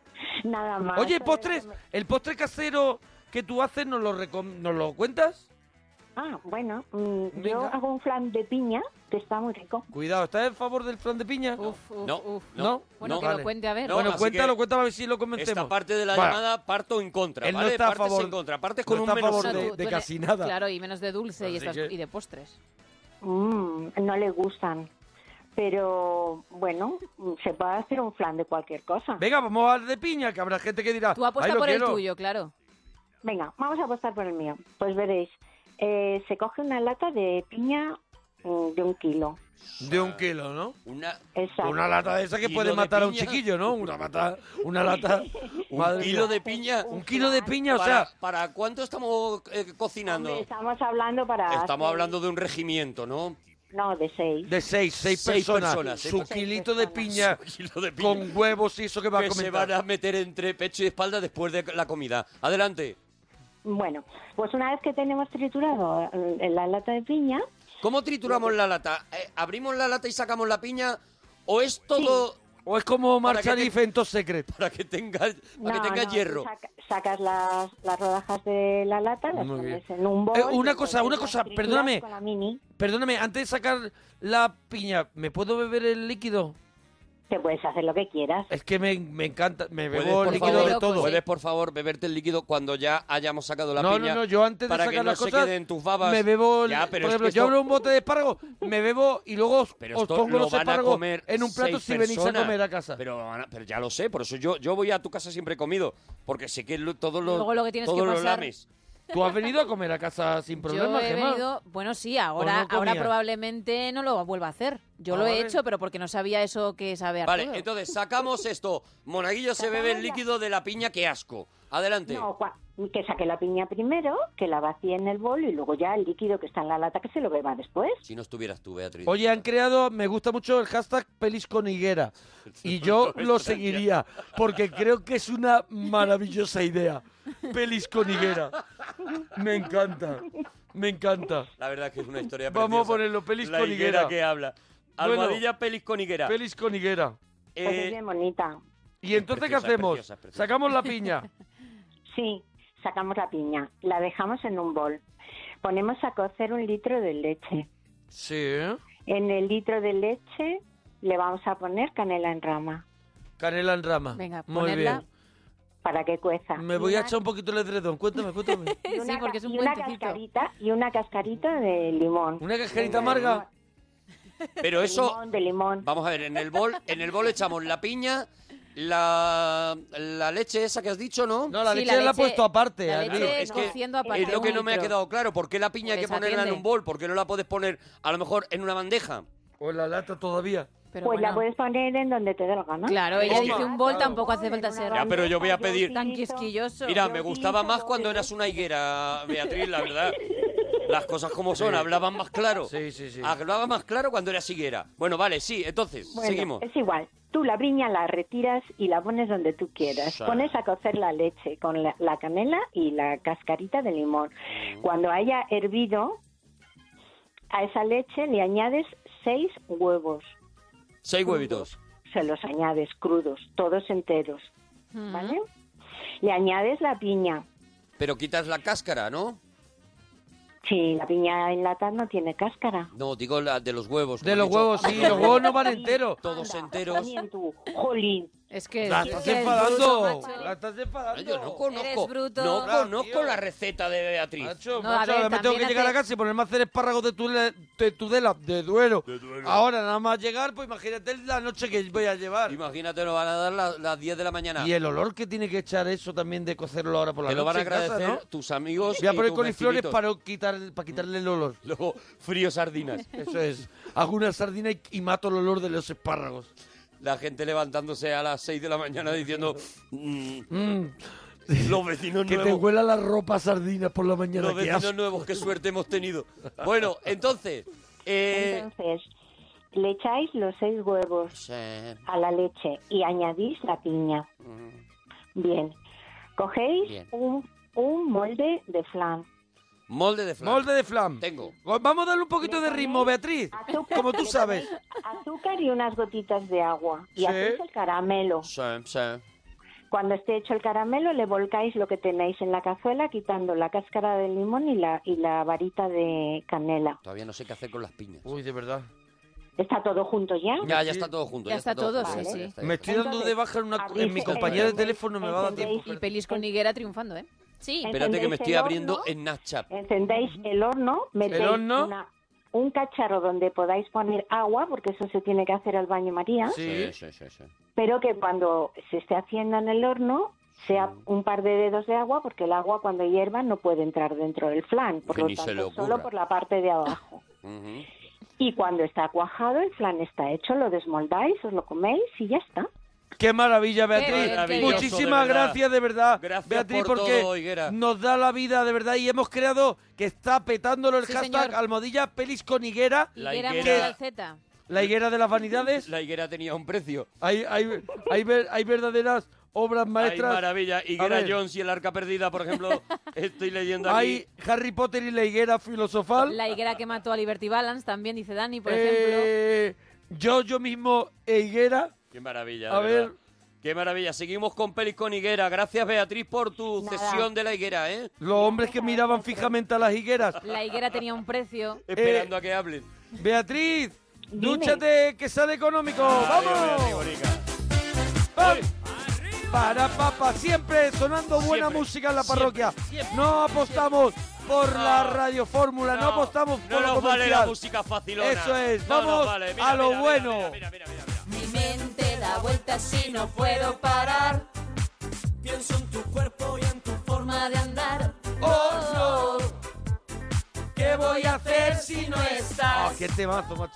Speaker 7: Nada más.
Speaker 2: Oye,
Speaker 7: Eso
Speaker 2: postres,
Speaker 7: es-
Speaker 2: el postre casero que tú haces, ¿nos lo, recom- nos lo cuentas?
Speaker 7: Ah, bueno, mm, yo
Speaker 2: Venga.
Speaker 7: hago un flan de piña que está muy rico.
Speaker 2: Cuidado, ¿estás en favor del flan de piña?
Speaker 4: Uf, uf,
Speaker 5: No,
Speaker 4: uf.
Speaker 5: no,
Speaker 2: No.
Speaker 4: Bueno,
Speaker 5: no.
Speaker 4: que
Speaker 2: Vale.
Speaker 4: lo cuente a ver.
Speaker 5: No,
Speaker 2: bueno,
Speaker 5: así
Speaker 2: cuéntalo,
Speaker 5: que
Speaker 2: cuéntalo a ver si lo convencemos.
Speaker 5: Esta parte de la
Speaker 2: Vale.
Speaker 5: llamada parto en contra,
Speaker 2: Él no
Speaker 5: ¿vale?
Speaker 2: está a
Speaker 5: Partes
Speaker 2: favor-
Speaker 5: en contra, partes con
Speaker 2: no
Speaker 5: un
Speaker 2: está a
Speaker 5: menos
Speaker 2: favor
Speaker 5: uno.
Speaker 2: de-
Speaker 4: tú- tú le-
Speaker 2: casi nada.
Speaker 4: Claro, y menos de dulce
Speaker 2: Así
Speaker 4: y, estas-
Speaker 2: que-
Speaker 4: y de postres.
Speaker 7: Mm, no le gustan. Pero bueno, mm, se puede hacer un flan de cualquier cosa.
Speaker 2: Venga, vamos al de piña, que habrá gente que dirá.
Speaker 4: Tú apuesta
Speaker 2: "Ay, lo
Speaker 4: por
Speaker 2: quiero".
Speaker 4: el tuyo, claro.
Speaker 7: Venga, vamos a apostar por el mío. Pues veréis, eh, se coge una lata de piña mm, de un kilo.
Speaker 2: De un kilo, ¿no?
Speaker 5: Una,
Speaker 7: Exacto.
Speaker 2: Una lata de esa que
Speaker 5: Kilo
Speaker 2: puede
Speaker 5: de
Speaker 2: matar a un
Speaker 5: piña.
Speaker 2: chiquillo, ¿no? Una mata, una lata.
Speaker 5: un
Speaker 2: madre
Speaker 5: kilo
Speaker 2: mía.
Speaker 5: de piña.
Speaker 2: un kilo de piña, o
Speaker 5: para,
Speaker 2: sea,
Speaker 5: ¿Para cuánto estamos eh, cocinando?
Speaker 7: Hombre, estamos hablando para...
Speaker 5: Estamos
Speaker 7: hacer-
Speaker 5: hablando de un regimiento, ¿no?
Speaker 7: No, de seis.
Speaker 2: de seis, seis,
Speaker 5: Seis
Speaker 2: personas.
Speaker 5: personas, ¿eh? seis
Speaker 2: Su
Speaker 5: personas.
Speaker 2: kilito de piña
Speaker 5: Un kilo de piña
Speaker 2: con huevos y eso que va a
Speaker 5: que se van
Speaker 2: comentar.
Speaker 5: a meter entre pecho y espalda después de la comida. Adelante.
Speaker 7: Bueno, pues una vez que tenemos triturado eh, la lata de piña,
Speaker 5: ¿Cómo trituramos la lata? Eh, ¿Abrimos la lata y sacamos la piña? ¿O es todo
Speaker 2: O es como
Speaker 5: Para
Speaker 2: marchar
Speaker 5: que te-
Speaker 2: y Fentos Secret.
Speaker 5: para que tenga, para que tenga
Speaker 7: tú
Speaker 5: hierro?
Speaker 7: saca- sacas las, las rodajas de la lata, las
Speaker 2: Muy
Speaker 7: pones
Speaker 2: bien.
Speaker 7: en un bol.
Speaker 2: Eh, una
Speaker 7: y
Speaker 2: cosa, una
Speaker 7: las
Speaker 2: cosa,
Speaker 7: trituras
Speaker 2: perdóname.
Speaker 7: con la mini.
Speaker 2: Perdóname, antes de sacar la piña, ¿me puedo beber el líquido?
Speaker 7: Te puedes hacer lo que quieras.
Speaker 2: Es que me, me encanta, me
Speaker 5: ¿Puedes,
Speaker 2: bebo
Speaker 5: por
Speaker 2: líquido
Speaker 5: favor,
Speaker 2: de todo.
Speaker 5: ¿Puedes, por favor, beberte el líquido cuando ya hayamos sacado la
Speaker 2: no,
Speaker 5: piña?
Speaker 2: no, no, yo antes de
Speaker 5: para
Speaker 2: sacar
Speaker 5: que no
Speaker 2: las
Speaker 5: se
Speaker 2: cosas,
Speaker 5: queden tus babas.
Speaker 2: me bebo, el-
Speaker 5: Ya, pero
Speaker 2: por
Speaker 5: es
Speaker 2: ejemplo,
Speaker 5: que
Speaker 2: yo
Speaker 5: esto-
Speaker 2: abro un bote de espárragos, me bebo y luego os,
Speaker 5: pero
Speaker 2: os
Speaker 5: esto
Speaker 2: pongo
Speaker 5: lo
Speaker 2: los
Speaker 5: van a
Speaker 2: espárragos
Speaker 5: comer
Speaker 2: en un plato
Speaker 5: seis
Speaker 2: si venís a
Speaker 5: personas.
Speaker 2: comer a casa.
Speaker 5: Pero, van a- pero ya lo sé, por eso yo, yo voy a tu casa siempre he comido, porque sé que lo- todos los
Speaker 4: Luego lo que tienes
Speaker 5: todos
Speaker 4: que
Speaker 5: los
Speaker 4: pasar-
Speaker 5: lames.
Speaker 2: ¿Tú has venido a comer a casa sin problema,
Speaker 4: yo he
Speaker 2: Gemma?
Speaker 4: venido, bueno, sí, ahora,
Speaker 2: no
Speaker 4: ahora
Speaker 2: comías?
Speaker 4: probablemente no lo vuelva a hacer. Yo
Speaker 2: Ah,
Speaker 4: lo he
Speaker 2: vale.
Speaker 4: hecho, pero porque no sabía eso que sabe
Speaker 5: Vale,
Speaker 4: Arturo.
Speaker 5: entonces sacamos esto. Monaguillo se bebe el líquido de la piña, qué asco. Adelante.
Speaker 7: No, cua- que saque la piña primero, que la vacíe en el bol y luego ya el líquido que está en la lata que se lo beba después.
Speaker 5: Si no estuvieras tú, Beatriz.
Speaker 2: Oye, han creado, me gusta mucho el hashtag pelis con higuera. Y yo lo seguiría, porque creo que es una maravillosa idea. Pelis con higuera. Me encanta, me encanta.
Speaker 5: La verdad es que es una historia
Speaker 2: Vamos a
Speaker 5: preciosa.
Speaker 2: ponerlo, pelis
Speaker 5: La
Speaker 2: con
Speaker 5: higuera
Speaker 2: higuera.
Speaker 5: que habla.
Speaker 2: Bueno.
Speaker 5: Almohadilla pelis con higuera.
Speaker 2: Pelis con higuera.
Speaker 5: Eh,
Speaker 7: Pues es bien bonita.
Speaker 2: ¿Y entonces
Speaker 5: preciosa,
Speaker 2: qué
Speaker 5: es
Speaker 2: hacemos?
Speaker 5: preciosa, es preciosa.
Speaker 2: Sacamos la piña.
Speaker 7: Sí, sacamos la piña, la dejamos en un bol, ponemos a cocer un litro de leche.
Speaker 2: Sí, ¿eh?
Speaker 7: En el litro de leche le vamos a poner canela en rama
Speaker 2: Canela en rama.
Speaker 4: Venga,
Speaker 2: Muy
Speaker 4: ponerla.
Speaker 7: para que cueza.
Speaker 2: bien. Me voy a echar un poquito el edredón. Cuéntame, cuéntame.
Speaker 7: Y
Speaker 4: sí,
Speaker 7: una
Speaker 4: porque
Speaker 7: ca-
Speaker 4: es un
Speaker 7: y una
Speaker 4: puentecito.
Speaker 7: cascarita y una cascarita de limón.
Speaker 2: ¿Una cascarita
Speaker 7: De limón,
Speaker 2: amarga?
Speaker 5: pero
Speaker 7: De
Speaker 5: eso
Speaker 7: limón, de limón.
Speaker 5: Vamos a ver, en el bol, en el bol echamos la piña, la, la leche esa que has dicho, ¿no?
Speaker 2: No, la
Speaker 4: Sí,
Speaker 2: leche la, he puesto aparte.
Speaker 4: La
Speaker 2: Adri.
Speaker 4: leche
Speaker 5: es que
Speaker 4: cociendo aparte.
Speaker 5: es lo que
Speaker 4: un
Speaker 5: no me ha
Speaker 4: litro.
Speaker 5: quedado claro. ¿Por qué la piña hay que
Speaker 4: Pues
Speaker 5: ponerla en
Speaker 4: atiende.
Speaker 5: un bol? ¿Por qué no la puedes poner, a lo mejor, en una bandeja?
Speaker 2: O la lata todavía.
Speaker 4: Pero
Speaker 7: Pues la puedes
Speaker 4: bueno.
Speaker 7: poner en donde te dé la gana.
Speaker 4: Claro, y
Speaker 5: Es
Speaker 4: dice
Speaker 5: que-
Speaker 4: un bol tampoco hace falta ser
Speaker 5: Ya, pero yo voy a pedir-
Speaker 4: tan quisquilloso.
Speaker 5: Mira,
Speaker 7: yo
Speaker 5: me gustaba
Speaker 7: utilizo
Speaker 5: más cuando
Speaker 7: botes.
Speaker 5: eras una higuera, Beatriz, la verdad. Las cosas como son, hablaban más claro.
Speaker 2: Sí, sí, sí.
Speaker 5: Hablabas más claro cuando eras higuera. Bueno, vale, sí, entonces,
Speaker 7: Bueno,
Speaker 5: seguimos.
Speaker 7: Es igual. Tú la briña la retiras y la pones donde tú quieras.
Speaker 5: Sí.
Speaker 7: Pones a cocer la leche con la, la canela y la cascarita de limón.
Speaker 2: Mm.
Speaker 7: Cuando haya hervido, a esa leche le añades seis huevos.
Speaker 5: Seis huevitos.
Speaker 7: Se los añades crudos, todos enteros.
Speaker 4: Mm.
Speaker 7: ¿Vale? Le añades la piña.
Speaker 5: Pero quitas la cáscara, ¿no?
Speaker 7: Sí, la piña en lata no tiene cáscara.
Speaker 5: No, digo la de los huevos. como
Speaker 2: De
Speaker 5: has
Speaker 2: los
Speaker 5: dicho.
Speaker 2: huevos, sí. Los huevos no van enteros.
Speaker 5: Todos
Speaker 7: Anda,
Speaker 5: enteros.
Speaker 7: también tú, jolín.
Speaker 4: Es que
Speaker 2: La
Speaker 4: es
Speaker 2: estás
Speaker 4: que eres
Speaker 2: enfadando.
Speaker 4: bruto, macho. ¿eh?
Speaker 2: La estás
Speaker 5: Ay,
Speaker 2: enfadando.
Speaker 5: Yo no conozco,
Speaker 4: Eres bruto.
Speaker 5: no
Speaker 2: Claro,
Speaker 5: conozco
Speaker 2: tío.
Speaker 5: la receta de Beatriz.
Speaker 2: Macho,
Speaker 4: No, a
Speaker 2: macho,
Speaker 4: ver,
Speaker 2: ahora me tengo que
Speaker 4: también
Speaker 2: llegar a
Speaker 4: hace-
Speaker 2: casa y ponerme a hacer espárragos de, Tudela- de Tudela, de duelo. Ahora nada más llegar, pues imagínate la noche que voy a llevar.
Speaker 5: Imagínate, nos van a dar la- las 10 de la mañana.
Speaker 2: Y el olor que tiene que echar eso también de cocerlo ahora por la
Speaker 5: Te lo van a
Speaker 2: noche en casa,
Speaker 5: agradecer
Speaker 2: ¿no?
Speaker 5: tus amigos.
Speaker 2: Voy a
Speaker 5: y
Speaker 2: poner
Speaker 5: tus
Speaker 2: coliflores
Speaker 5: vecinitos.
Speaker 2: para quitar, para quitarle el olor.
Speaker 5: Luego, frío sardinas.
Speaker 2: Eso es. Hago una sardina y, y mato el olor de los espárragos.
Speaker 5: La gente levantándose a las 6 de la mañana diciendo. "Mm,
Speaker 2: Mm,
Speaker 5: los vecinos
Speaker 2: que te
Speaker 5: nuevos.
Speaker 2: huela la ropa a sardinas por la mañana.
Speaker 5: los
Speaker 2: qué
Speaker 5: vecinos
Speaker 2: asco.
Speaker 5: nuevos, qué suerte hemos tenido. Bueno, entonces. eh,
Speaker 7: Entonces, le echáis los seis huevos.
Speaker 5: eh,
Speaker 7: a la leche y añadís la piña. Bien. Cogéis
Speaker 5: Bien.
Speaker 7: Un, un molde de flan.
Speaker 5: molde de flan.
Speaker 2: Molde de flan.
Speaker 5: Tengo.
Speaker 2: Vamos a darle un poquito
Speaker 7: Le
Speaker 2: de ritmo,
Speaker 7: ponéis
Speaker 2: Beatriz.
Speaker 7: azúcar-
Speaker 2: Como tú
Speaker 7: le
Speaker 2: sabes.
Speaker 7: ponéis Azúcar y unas gotitas de agua. Y
Speaker 2: Sí.
Speaker 7: hacéis el caramelo.
Speaker 5: Sí, sí.
Speaker 7: Cuando esté hecho el caramelo, le volcáis lo que tenéis en la cazuela, quitando la cáscara de limón y la, y la varita de canela.
Speaker 5: Todavía no sé qué hacer con las piñas.
Speaker 2: Uy, de verdad.
Speaker 7: ¿Está todo junto ya?
Speaker 5: Ya, ya está todo junto.
Speaker 4: Ya está todo,
Speaker 5: junto,
Speaker 4: sí,
Speaker 5: ya
Speaker 4: sí.
Speaker 5: está, ya
Speaker 2: Me
Speaker 5: está.
Speaker 2: estoy dando de baja en, una-
Speaker 7: Entonces,
Speaker 2: en mi compañía de
Speaker 7: encendéis-
Speaker 2: teléfono, me va a dar tiempo.
Speaker 4: Y pelis con higuera triunfando, ¿eh? Sí.
Speaker 7: Ay,
Speaker 5: Espérate que me estoy
Speaker 7: Encendéis el
Speaker 5: abriendo
Speaker 7: horno.
Speaker 5: en Snapchat.
Speaker 7: Encendéis el horno, metéis
Speaker 2: El horno.
Speaker 7: una- un cacharro donde podáis poner agua, porque eso se tiene que hacer al baño María,
Speaker 2: Sí.
Speaker 5: sí, sí, sí.
Speaker 7: pero que cuando se esté haciendo en el horno sea un par de dedos de agua, porque el agua cuando hierva no puede entrar dentro del flan, por
Speaker 5: Que
Speaker 7: lo
Speaker 5: ni se
Speaker 7: tanto,
Speaker 5: le ocurra.
Speaker 7: solo por la parte de abajo.
Speaker 5: Ujú.
Speaker 7: Y cuando está cuajado, el flan está hecho, lo desmoldáis, os lo coméis y ya está.
Speaker 2: Qué maravilla,
Speaker 4: Qué
Speaker 2: Beatriz.
Speaker 4: maravilloso,
Speaker 2: Muchísimas
Speaker 5: de verdad.
Speaker 2: gracias, de verdad.
Speaker 5: Gracias
Speaker 2: Beatriz,
Speaker 5: por
Speaker 2: porque
Speaker 5: todo, Higuera.
Speaker 2: nos da la vida, de verdad. Y hemos creado que está petándolo el
Speaker 4: Sí,
Speaker 2: hashtag
Speaker 4: señor.
Speaker 2: almohadilla pelis con higuera.
Speaker 5: La
Speaker 4: higuera
Speaker 5: higuera-
Speaker 4: mundial Z.
Speaker 2: La higuera de las vanidades.
Speaker 5: La higuera tenía un precio.
Speaker 2: Hay, hay, hay, ver- hay verdaderas obras
Speaker 5: Hay
Speaker 2: maestras.
Speaker 5: maravilla.
Speaker 2: A
Speaker 5: Higuera
Speaker 2: ver.
Speaker 5: Jones y el arca perdida, por ejemplo. Estoy leyendo aquí.
Speaker 2: Hay Harry Potter y la higuera filosofal.
Speaker 4: La higuera que mató a Liberty Balance, también dice Dani, por ejemplo.
Speaker 2: Eh, yo, yo mismo e higuera.
Speaker 5: Qué maravilla.
Speaker 2: A
Speaker 5: de verdad.
Speaker 2: ver.
Speaker 5: Qué maravilla. Seguimos con Pelis con Higuera. Gracias, Beatriz, por tu
Speaker 7: Nada.
Speaker 5: cesión de la higuera, ¿eh?
Speaker 2: Los hombres que miraban fijamente a las higueras. Eh,
Speaker 4: La higuera tenía un precio.
Speaker 5: Esperando a que hables.
Speaker 2: Beatriz, Dúchate que sale económico. ¡Vamos! ¡Pam! Para papá, siempre sonando buena
Speaker 5: Siempre,
Speaker 2: música en la
Speaker 5: siempre,
Speaker 2: parroquia.
Speaker 5: siempre,
Speaker 2: no apostamos por
Speaker 5: No,
Speaker 2: la radio fórmula, no,
Speaker 5: no,
Speaker 2: apostamos por
Speaker 5: No
Speaker 2: la
Speaker 5: nos vale la
Speaker 2: publicidad.
Speaker 5: música facilona.
Speaker 2: Eso es,
Speaker 5: No nos
Speaker 2: vamos
Speaker 5: vale. Mira,
Speaker 2: a lo
Speaker 5: mira, mira,
Speaker 2: bueno.
Speaker 5: mira, mira, mira, mira.
Speaker 1: Mi mente da vueltas y no puedo parar. Pienso en tu cuerpo y en tu forma de andar.
Speaker 2: ¡Oh, no!
Speaker 1: ¿Qué voy a hacer si no estás?
Speaker 2: Ah, ¡Qué temazo, macho!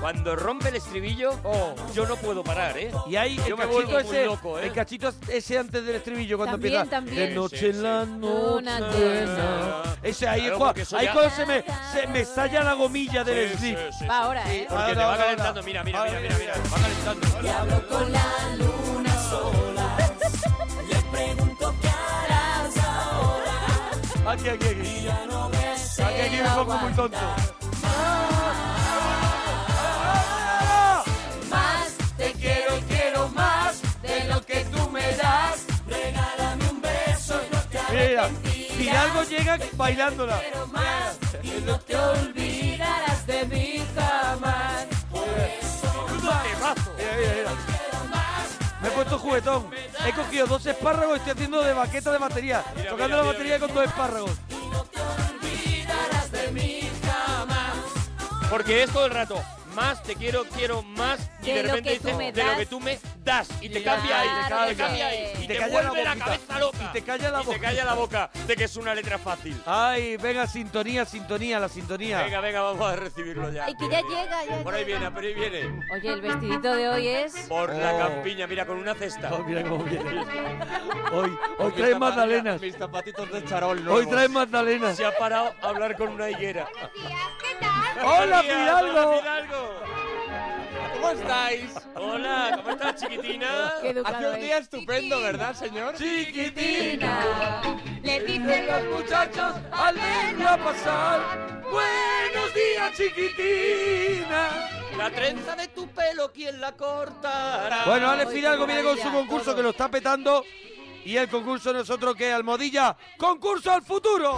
Speaker 5: Cuando rompe el estribillo,
Speaker 2: Oh.
Speaker 5: yo no puedo parar, ¿eh?
Speaker 2: Y ahí el
Speaker 5: Yo me
Speaker 2: cachito,
Speaker 5: vuelvo muy
Speaker 2: ese,
Speaker 5: loco, ¿eh?
Speaker 2: el cachito ese antes del estribillo cuando
Speaker 4: También,
Speaker 2: empieza
Speaker 4: también.
Speaker 2: de
Speaker 5: Sí,
Speaker 2: noche
Speaker 5: sí,
Speaker 2: en la
Speaker 5: sí.
Speaker 4: Una
Speaker 2: noche
Speaker 4: tierna.
Speaker 2: ese ahí
Speaker 5: Claro,
Speaker 2: es cua-
Speaker 5: porque eso
Speaker 2: ahí
Speaker 5: ya-
Speaker 2: cuando se me se me estalla la gomilla del
Speaker 5: Sí,
Speaker 2: slip
Speaker 5: sí, sí, sí.
Speaker 4: Va ahora, ¿eh?
Speaker 5: Porque te
Speaker 2: Ahora,
Speaker 5: va
Speaker 2: ahora,
Speaker 5: calentando,
Speaker 2: ahora.
Speaker 5: mira, mira,
Speaker 2: Ahora,
Speaker 5: mira, mira,
Speaker 2: mira,
Speaker 5: mira, va calentando.
Speaker 1: con la luna sola. Le pregunto qué harás ahora.
Speaker 2: aquí aquí aquí
Speaker 1: Ya no me sé
Speaker 2: aquí aquí me pongo muy tonto ¡Ah!
Speaker 1: más. Te quiero y quiero más de lo que tú me das. Regálame un beso y no te
Speaker 2: mira Fidalgo llega bailándola
Speaker 1: quiero más. Y no te olvidarás de mí jamás.
Speaker 2: Mira, mira, mira. me he puesto juguetón he cogido dos espárragos y estoy haciendo de baqueta de batería tocando la batería con dos espárragos
Speaker 5: Porque es todo el rato. Más te quiero, quiero más. Y
Speaker 4: De
Speaker 5: de,
Speaker 4: lo
Speaker 5: repente
Speaker 4: que tú
Speaker 5: dices,
Speaker 4: me
Speaker 5: de
Speaker 4: das".
Speaker 5: lo que tú me das. Y te
Speaker 2: Y
Speaker 5: cambia ahí, te
Speaker 4: claro,
Speaker 5: cambia, ahí.
Speaker 4: y
Speaker 5: Y
Speaker 2: te
Speaker 5: te,
Speaker 2: calla la
Speaker 5: vuelve la,
Speaker 2: boquita.
Speaker 5: cabeza loca.
Speaker 2: Y te calla la
Speaker 5: Y te calla la boca de que es una letra fácil.
Speaker 2: Ay, venga, sintonía, sintonía, la sintonía.
Speaker 5: Venga, venga, vamos a recibirlo ya.
Speaker 4: Ay, que ya llega, ya
Speaker 5: Por ahí
Speaker 4: llega.
Speaker 5: viene, por ahí viene.
Speaker 4: Oye, el vestidito de hoy es...
Speaker 5: Por la
Speaker 2: Oh.
Speaker 5: campiña, mira, con una cesta.
Speaker 2: Oh, mira cómo viene. Hoy, hoy trae magdalenas.
Speaker 5: Mis zapatitos de charol,
Speaker 2: Hoy trae magdalenas.
Speaker 5: Se ha parado a hablar con una higuera.
Speaker 2: ¡Hola,
Speaker 5: Buenos días, hola,
Speaker 2: Fidalgo!
Speaker 5: Fidalgo!
Speaker 9: ¿Cómo estáis?
Speaker 5: Hola, ¿cómo estás, chiquitina?
Speaker 4: Qué
Speaker 9: Hace
Speaker 4: educado
Speaker 9: un día
Speaker 4: es.
Speaker 9: estupendo, ¿verdad, señor?
Speaker 2: Chiquitina, le dicen los muchachos al verla pasar. Buenos días, chiquitina.
Speaker 5: La trenza de tu pelo, ¿quién la cortará?
Speaker 2: Bueno,
Speaker 4: Ale
Speaker 2: Alex Fidalgo viene con su concurso que lo está petando. Y el concurso nosotros que Almodilla, concurso al futuro.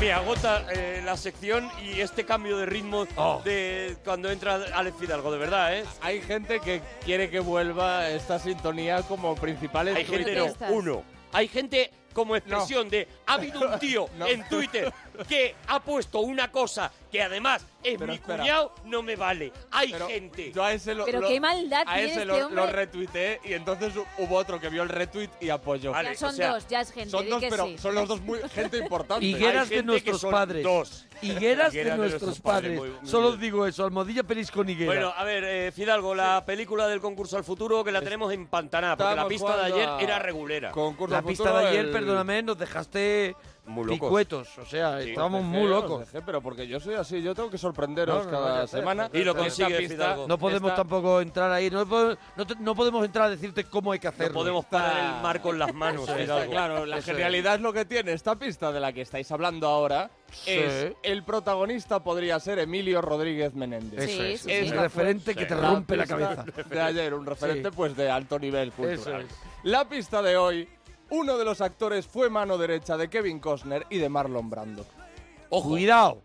Speaker 5: Me agota eh, la sección y este cambio de ritmo
Speaker 2: Oh.
Speaker 5: de cuando entra Alex Fidalgo, de verdad, ¿eh?
Speaker 9: Hay gente que quiere que vuelva esta sintonía como principal en
Speaker 5: Hay gente,
Speaker 9: Twitter.
Speaker 5: no, uno. Hay gente como expresión de ha habido un tío
Speaker 9: No.
Speaker 5: en Twitter que ha puesto una cosa que además es
Speaker 9: Pero
Speaker 5: mi
Speaker 9: espera.
Speaker 5: cuñado, no me vale. Hay
Speaker 9: Pero
Speaker 5: gente.
Speaker 9: Yo a ese lo,
Speaker 4: Pero
Speaker 9: lo-
Speaker 4: qué maldad
Speaker 9: a
Speaker 4: tiene
Speaker 9: ese
Speaker 4: este
Speaker 9: lo, lo
Speaker 4: hombre.
Speaker 9: retuiteé y entonces hu- hubo otro que vio el retweet y apoyó.
Speaker 5: Vale,
Speaker 4: Ya son
Speaker 5: o sea,
Speaker 4: dos, ya es gente,
Speaker 9: son
Speaker 4: di
Speaker 9: dos,
Speaker 4: que
Speaker 9: pero
Speaker 4: sí.
Speaker 9: son los dos muy gente importante.
Speaker 2: Higueras
Speaker 5: Hay
Speaker 2: de
Speaker 5: gente
Speaker 2: nuestros
Speaker 5: que son
Speaker 2: padres.
Speaker 5: dos.
Speaker 2: Higueras de
Speaker 5: Higueras de
Speaker 2: nuestros
Speaker 5: nuestros padres,
Speaker 2: padres.
Speaker 5: muy- muy
Speaker 2: Solo
Speaker 5: bien.
Speaker 2: digo eso, Almodilla Peris con higuera.
Speaker 5: Bueno, a ver, eh, Fidalgo, la película del concurso al futuro que la tenemos empantanada, porque la
Speaker 9: Estamos
Speaker 5: pista de
Speaker 9: jugando
Speaker 5: ayer
Speaker 9: a-
Speaker 5: era regulera.
Speaker 9: Concurso
Speaker 2: La
Speaker 9: al
Speaker 2: pista
Speaker 9: futuro,
Speaker 2: de ayer,
Speaker 9: el-
Speaker 2: perdóname, nos dejaste
Speaker 5: Muy locos.
Speaker 2: picuetos. O sea,
Speaker 5: Sí,
Speaker 2: estábamos
Speaker 9: Dejé,
Speaker 2: muy
Speaker 9: os
Speaker 2: locos.
Speaker 9: dejé, pero porque yo soy así, yo tengo que sorprenderos
Speaker 2: No, no, no,
Speaker 9: cada
Speaker 2: ya sé,
Speaker 9: semana.
Speaker 5: Y lo
Speaker 9: Esta
Speaker 5: consigue,
Speaker 9: pista-
Speaker 5: Fidalgo.
Speaker 2: No podemos
Speaker 9: esta-
Speaker 2: tampoco entrar ahí. No, po- no te- no podemos entrar a decirte cómo hay que hacerlo.
Speaker 5: No podemos parar el mar con las manos,
Speaker 9: Está
Speaker 5: Fidalgo.
Speaker 9: claro, la genialidad es lo que tiene esta pista de la que estáis hablando ahora es el protagonista podría ser Emilio Rodríguez Menéndez.
Speaker 2: Eso
Speaker 4: Sí,
Speaker 2: es.
Speaker 4: sí,
Speaker 2: el
Speaker 4: sí.
Speaker 2: referente que te rompe la
Speaker 9: pista
Speaker 2: cabeza.
Speaker 9: De ayer, un referente
Speaker 2: Sí.
Speaker 9: pues de alto nivel cultural.
Speaker 2: Eso
Speaker 9: La pista de hoy, uno de los actores fue mano derecha de Kevin Costner y de Marlon Brando.
Speaker 5: Ojo,
Speaker 2: Cuidado.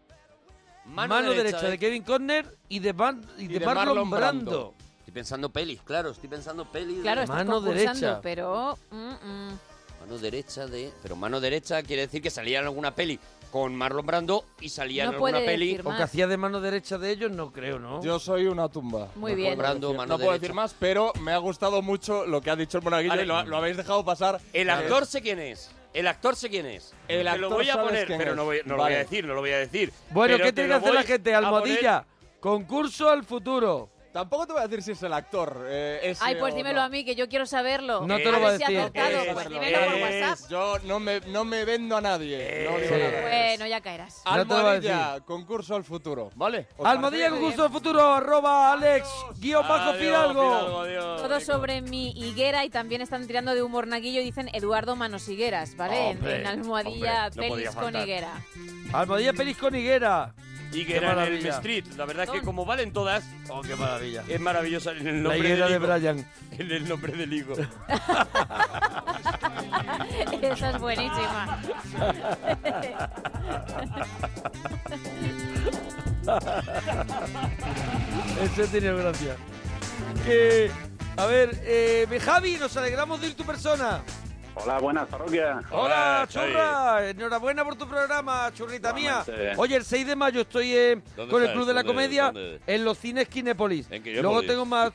Speaker 5: mano,
Speaker 2: Mano, derecha, de Kevin Conner y de, Van- y de Marlon, Brando.
Speaker 5: Estoy pensando pelis, claro, estoy pensando pelis. de-
Speaker 4: Claro, estás
Speaker 2: Mano
Speaker 4: concursando,
Speaker 2: derecha.
Speaker 4: pero... mm, mm.
Speaker 5: Mano derecha de... Pero mano derecha quiere decir que salía en alguna peli con Marlon Brando y salía
Speaker 4: No
Speaker 5: en
Speaker 4: puede
Speaker 5: alguna peli
Speaker 4: decir
Speaker 5: con
Speaker 2: O que
Speaker 4: Más.
Speaker 2: hacía de mano derecha de ellos, no creo, ¿no?
Speaker 9: Yo soy una tumba.
Speaker 4: Muy bien.
Speaker 5: Brando, mano
Speaker 9: no puedo
Speaker 5: derecha.
Speaker 9: decir más, pero me ha gustado mucho lo que ha dicho el monaguillo
Speaker 5: Vale.
Speaker 9: y lo, ha- lo habéis dejado pasar.
Speaker 5: El
Speaker 9: Eh,
Speaker 5: actor sé quién es. El actor sé quién es.
Speaker 9: El
Speaker 5: Te lo
Speaker 9: actor
Speaker 5: voy a
Speaker 9: sabes
Speaker 5: poner,
Speaker 9: quién
Speaker 5: pero
Speaker 9: es.
Speaker 5: no, voy, no lo voy
Speaker 9: Vale.
Speaker 5: a decir, no lo voy a decir.
Speaker 2: bueno,
Speaker 5: Pero
Speaker 2: ¿qué
Speaker 5: te
Speaker 2: tiene que
Speaker 5: lo
Speaker 2: hacer la
Speaker 5: voy
Speaker 2: gente?
Speaker 5: a poner-
Speaker 2: Almodilla, concurso al futuro.
Speaker 9: Tampoco te voy a decir si es el actor. eh, ese
Speaker 4: Ay, pues
Speaker 9: o
Speaker 4: dímelo
Speaker 9: no.
Speaker 4: a mí, que yo quiero saberlo.
Speaker 2: No
Speaker 5: te lo
Speaker 4: ver
Speaker 5: va a
Speaker 4: si
Speaker 2: decir.
Speaker 4: ha acertado,
Speaker 5: Es,
Speaker 4: pues dímelo por
Speaker 5: es.
Speaker 4: WhatsApp.
Speaker 9: Yo no me, no me vendo a nadie. No
Speaker 5: Eh,
Speaker 9: digo nada.
Speaker 4: Bueno, ya caerás.
Speaker 2: No te lo voy a
Speaker 9: Almohadilla, concurso al futuro, ¿vale? ¿Os
Speaker 2: Almodilla,
Speaker 9: parece?
Speaker 2: concurso al futuro, arroba Alex, guión bajo
Speaker 5: Adiós,
Speaker 2: Fidalgo.
Speaker 5: adiós.
Speaker 4: Todo sobre mi higuera y también están tirando de humor naguillo y dicen Eduardo Manos Higueras, ¿vale? En-
Speaker 5: Hombre,
Speaker 4: en almohadilla
Speaker 5: hombre, no podía
Speaker 4: pelis con
Speaker 5: faltar.
Speaker 4: higuera.
Speaker 2: Almodilla Pelis con higuera.
Speaker 5: Y que
Speaker 2: Qué
Speaker 5: era en el
Speaker 2: maravilla.
Speaker 5: Street. La verdad es que como valen todas,
Speaker 2: Oh, qué maravilla.
Speaker 5: es maravillosa en el
Speaker 2: La
Speaker 5: nombre
Speaker 2: higuera
Speaker 5: del
Speaker 2: de
Speaker 5: higo.
Speaker 2: Brian.
Speaker 5: En el nombre del higo.
Speaker 4: Esa es buenísima.
Speaker 2: Eso tiene gracia. Que, a ver, eh, Javi, nos alegramos de ir tu persona.
Speaker 9: Hola, buenas parroquias.
Speaker 10: Ah,
Speaker 2: Hola, churra. Enhorabuena por tu programa, churrita mía.
Speaker 9: Igualmente.
Speaker 2: Oye, el 6 de mayo estoy eh, con
Speaker 9: ¿Dónde
Speaker 2: el
Speaker 9: estás?
Speaker 2: Club de la
Speaker 9: ¿Dónde-
Speaker 2: Comedia
Speaker 9: dónde?
Speaker 2: en los cines Kinépolis.
Speaker 9: Kinépolis.
Speaker 2: Luego tengo más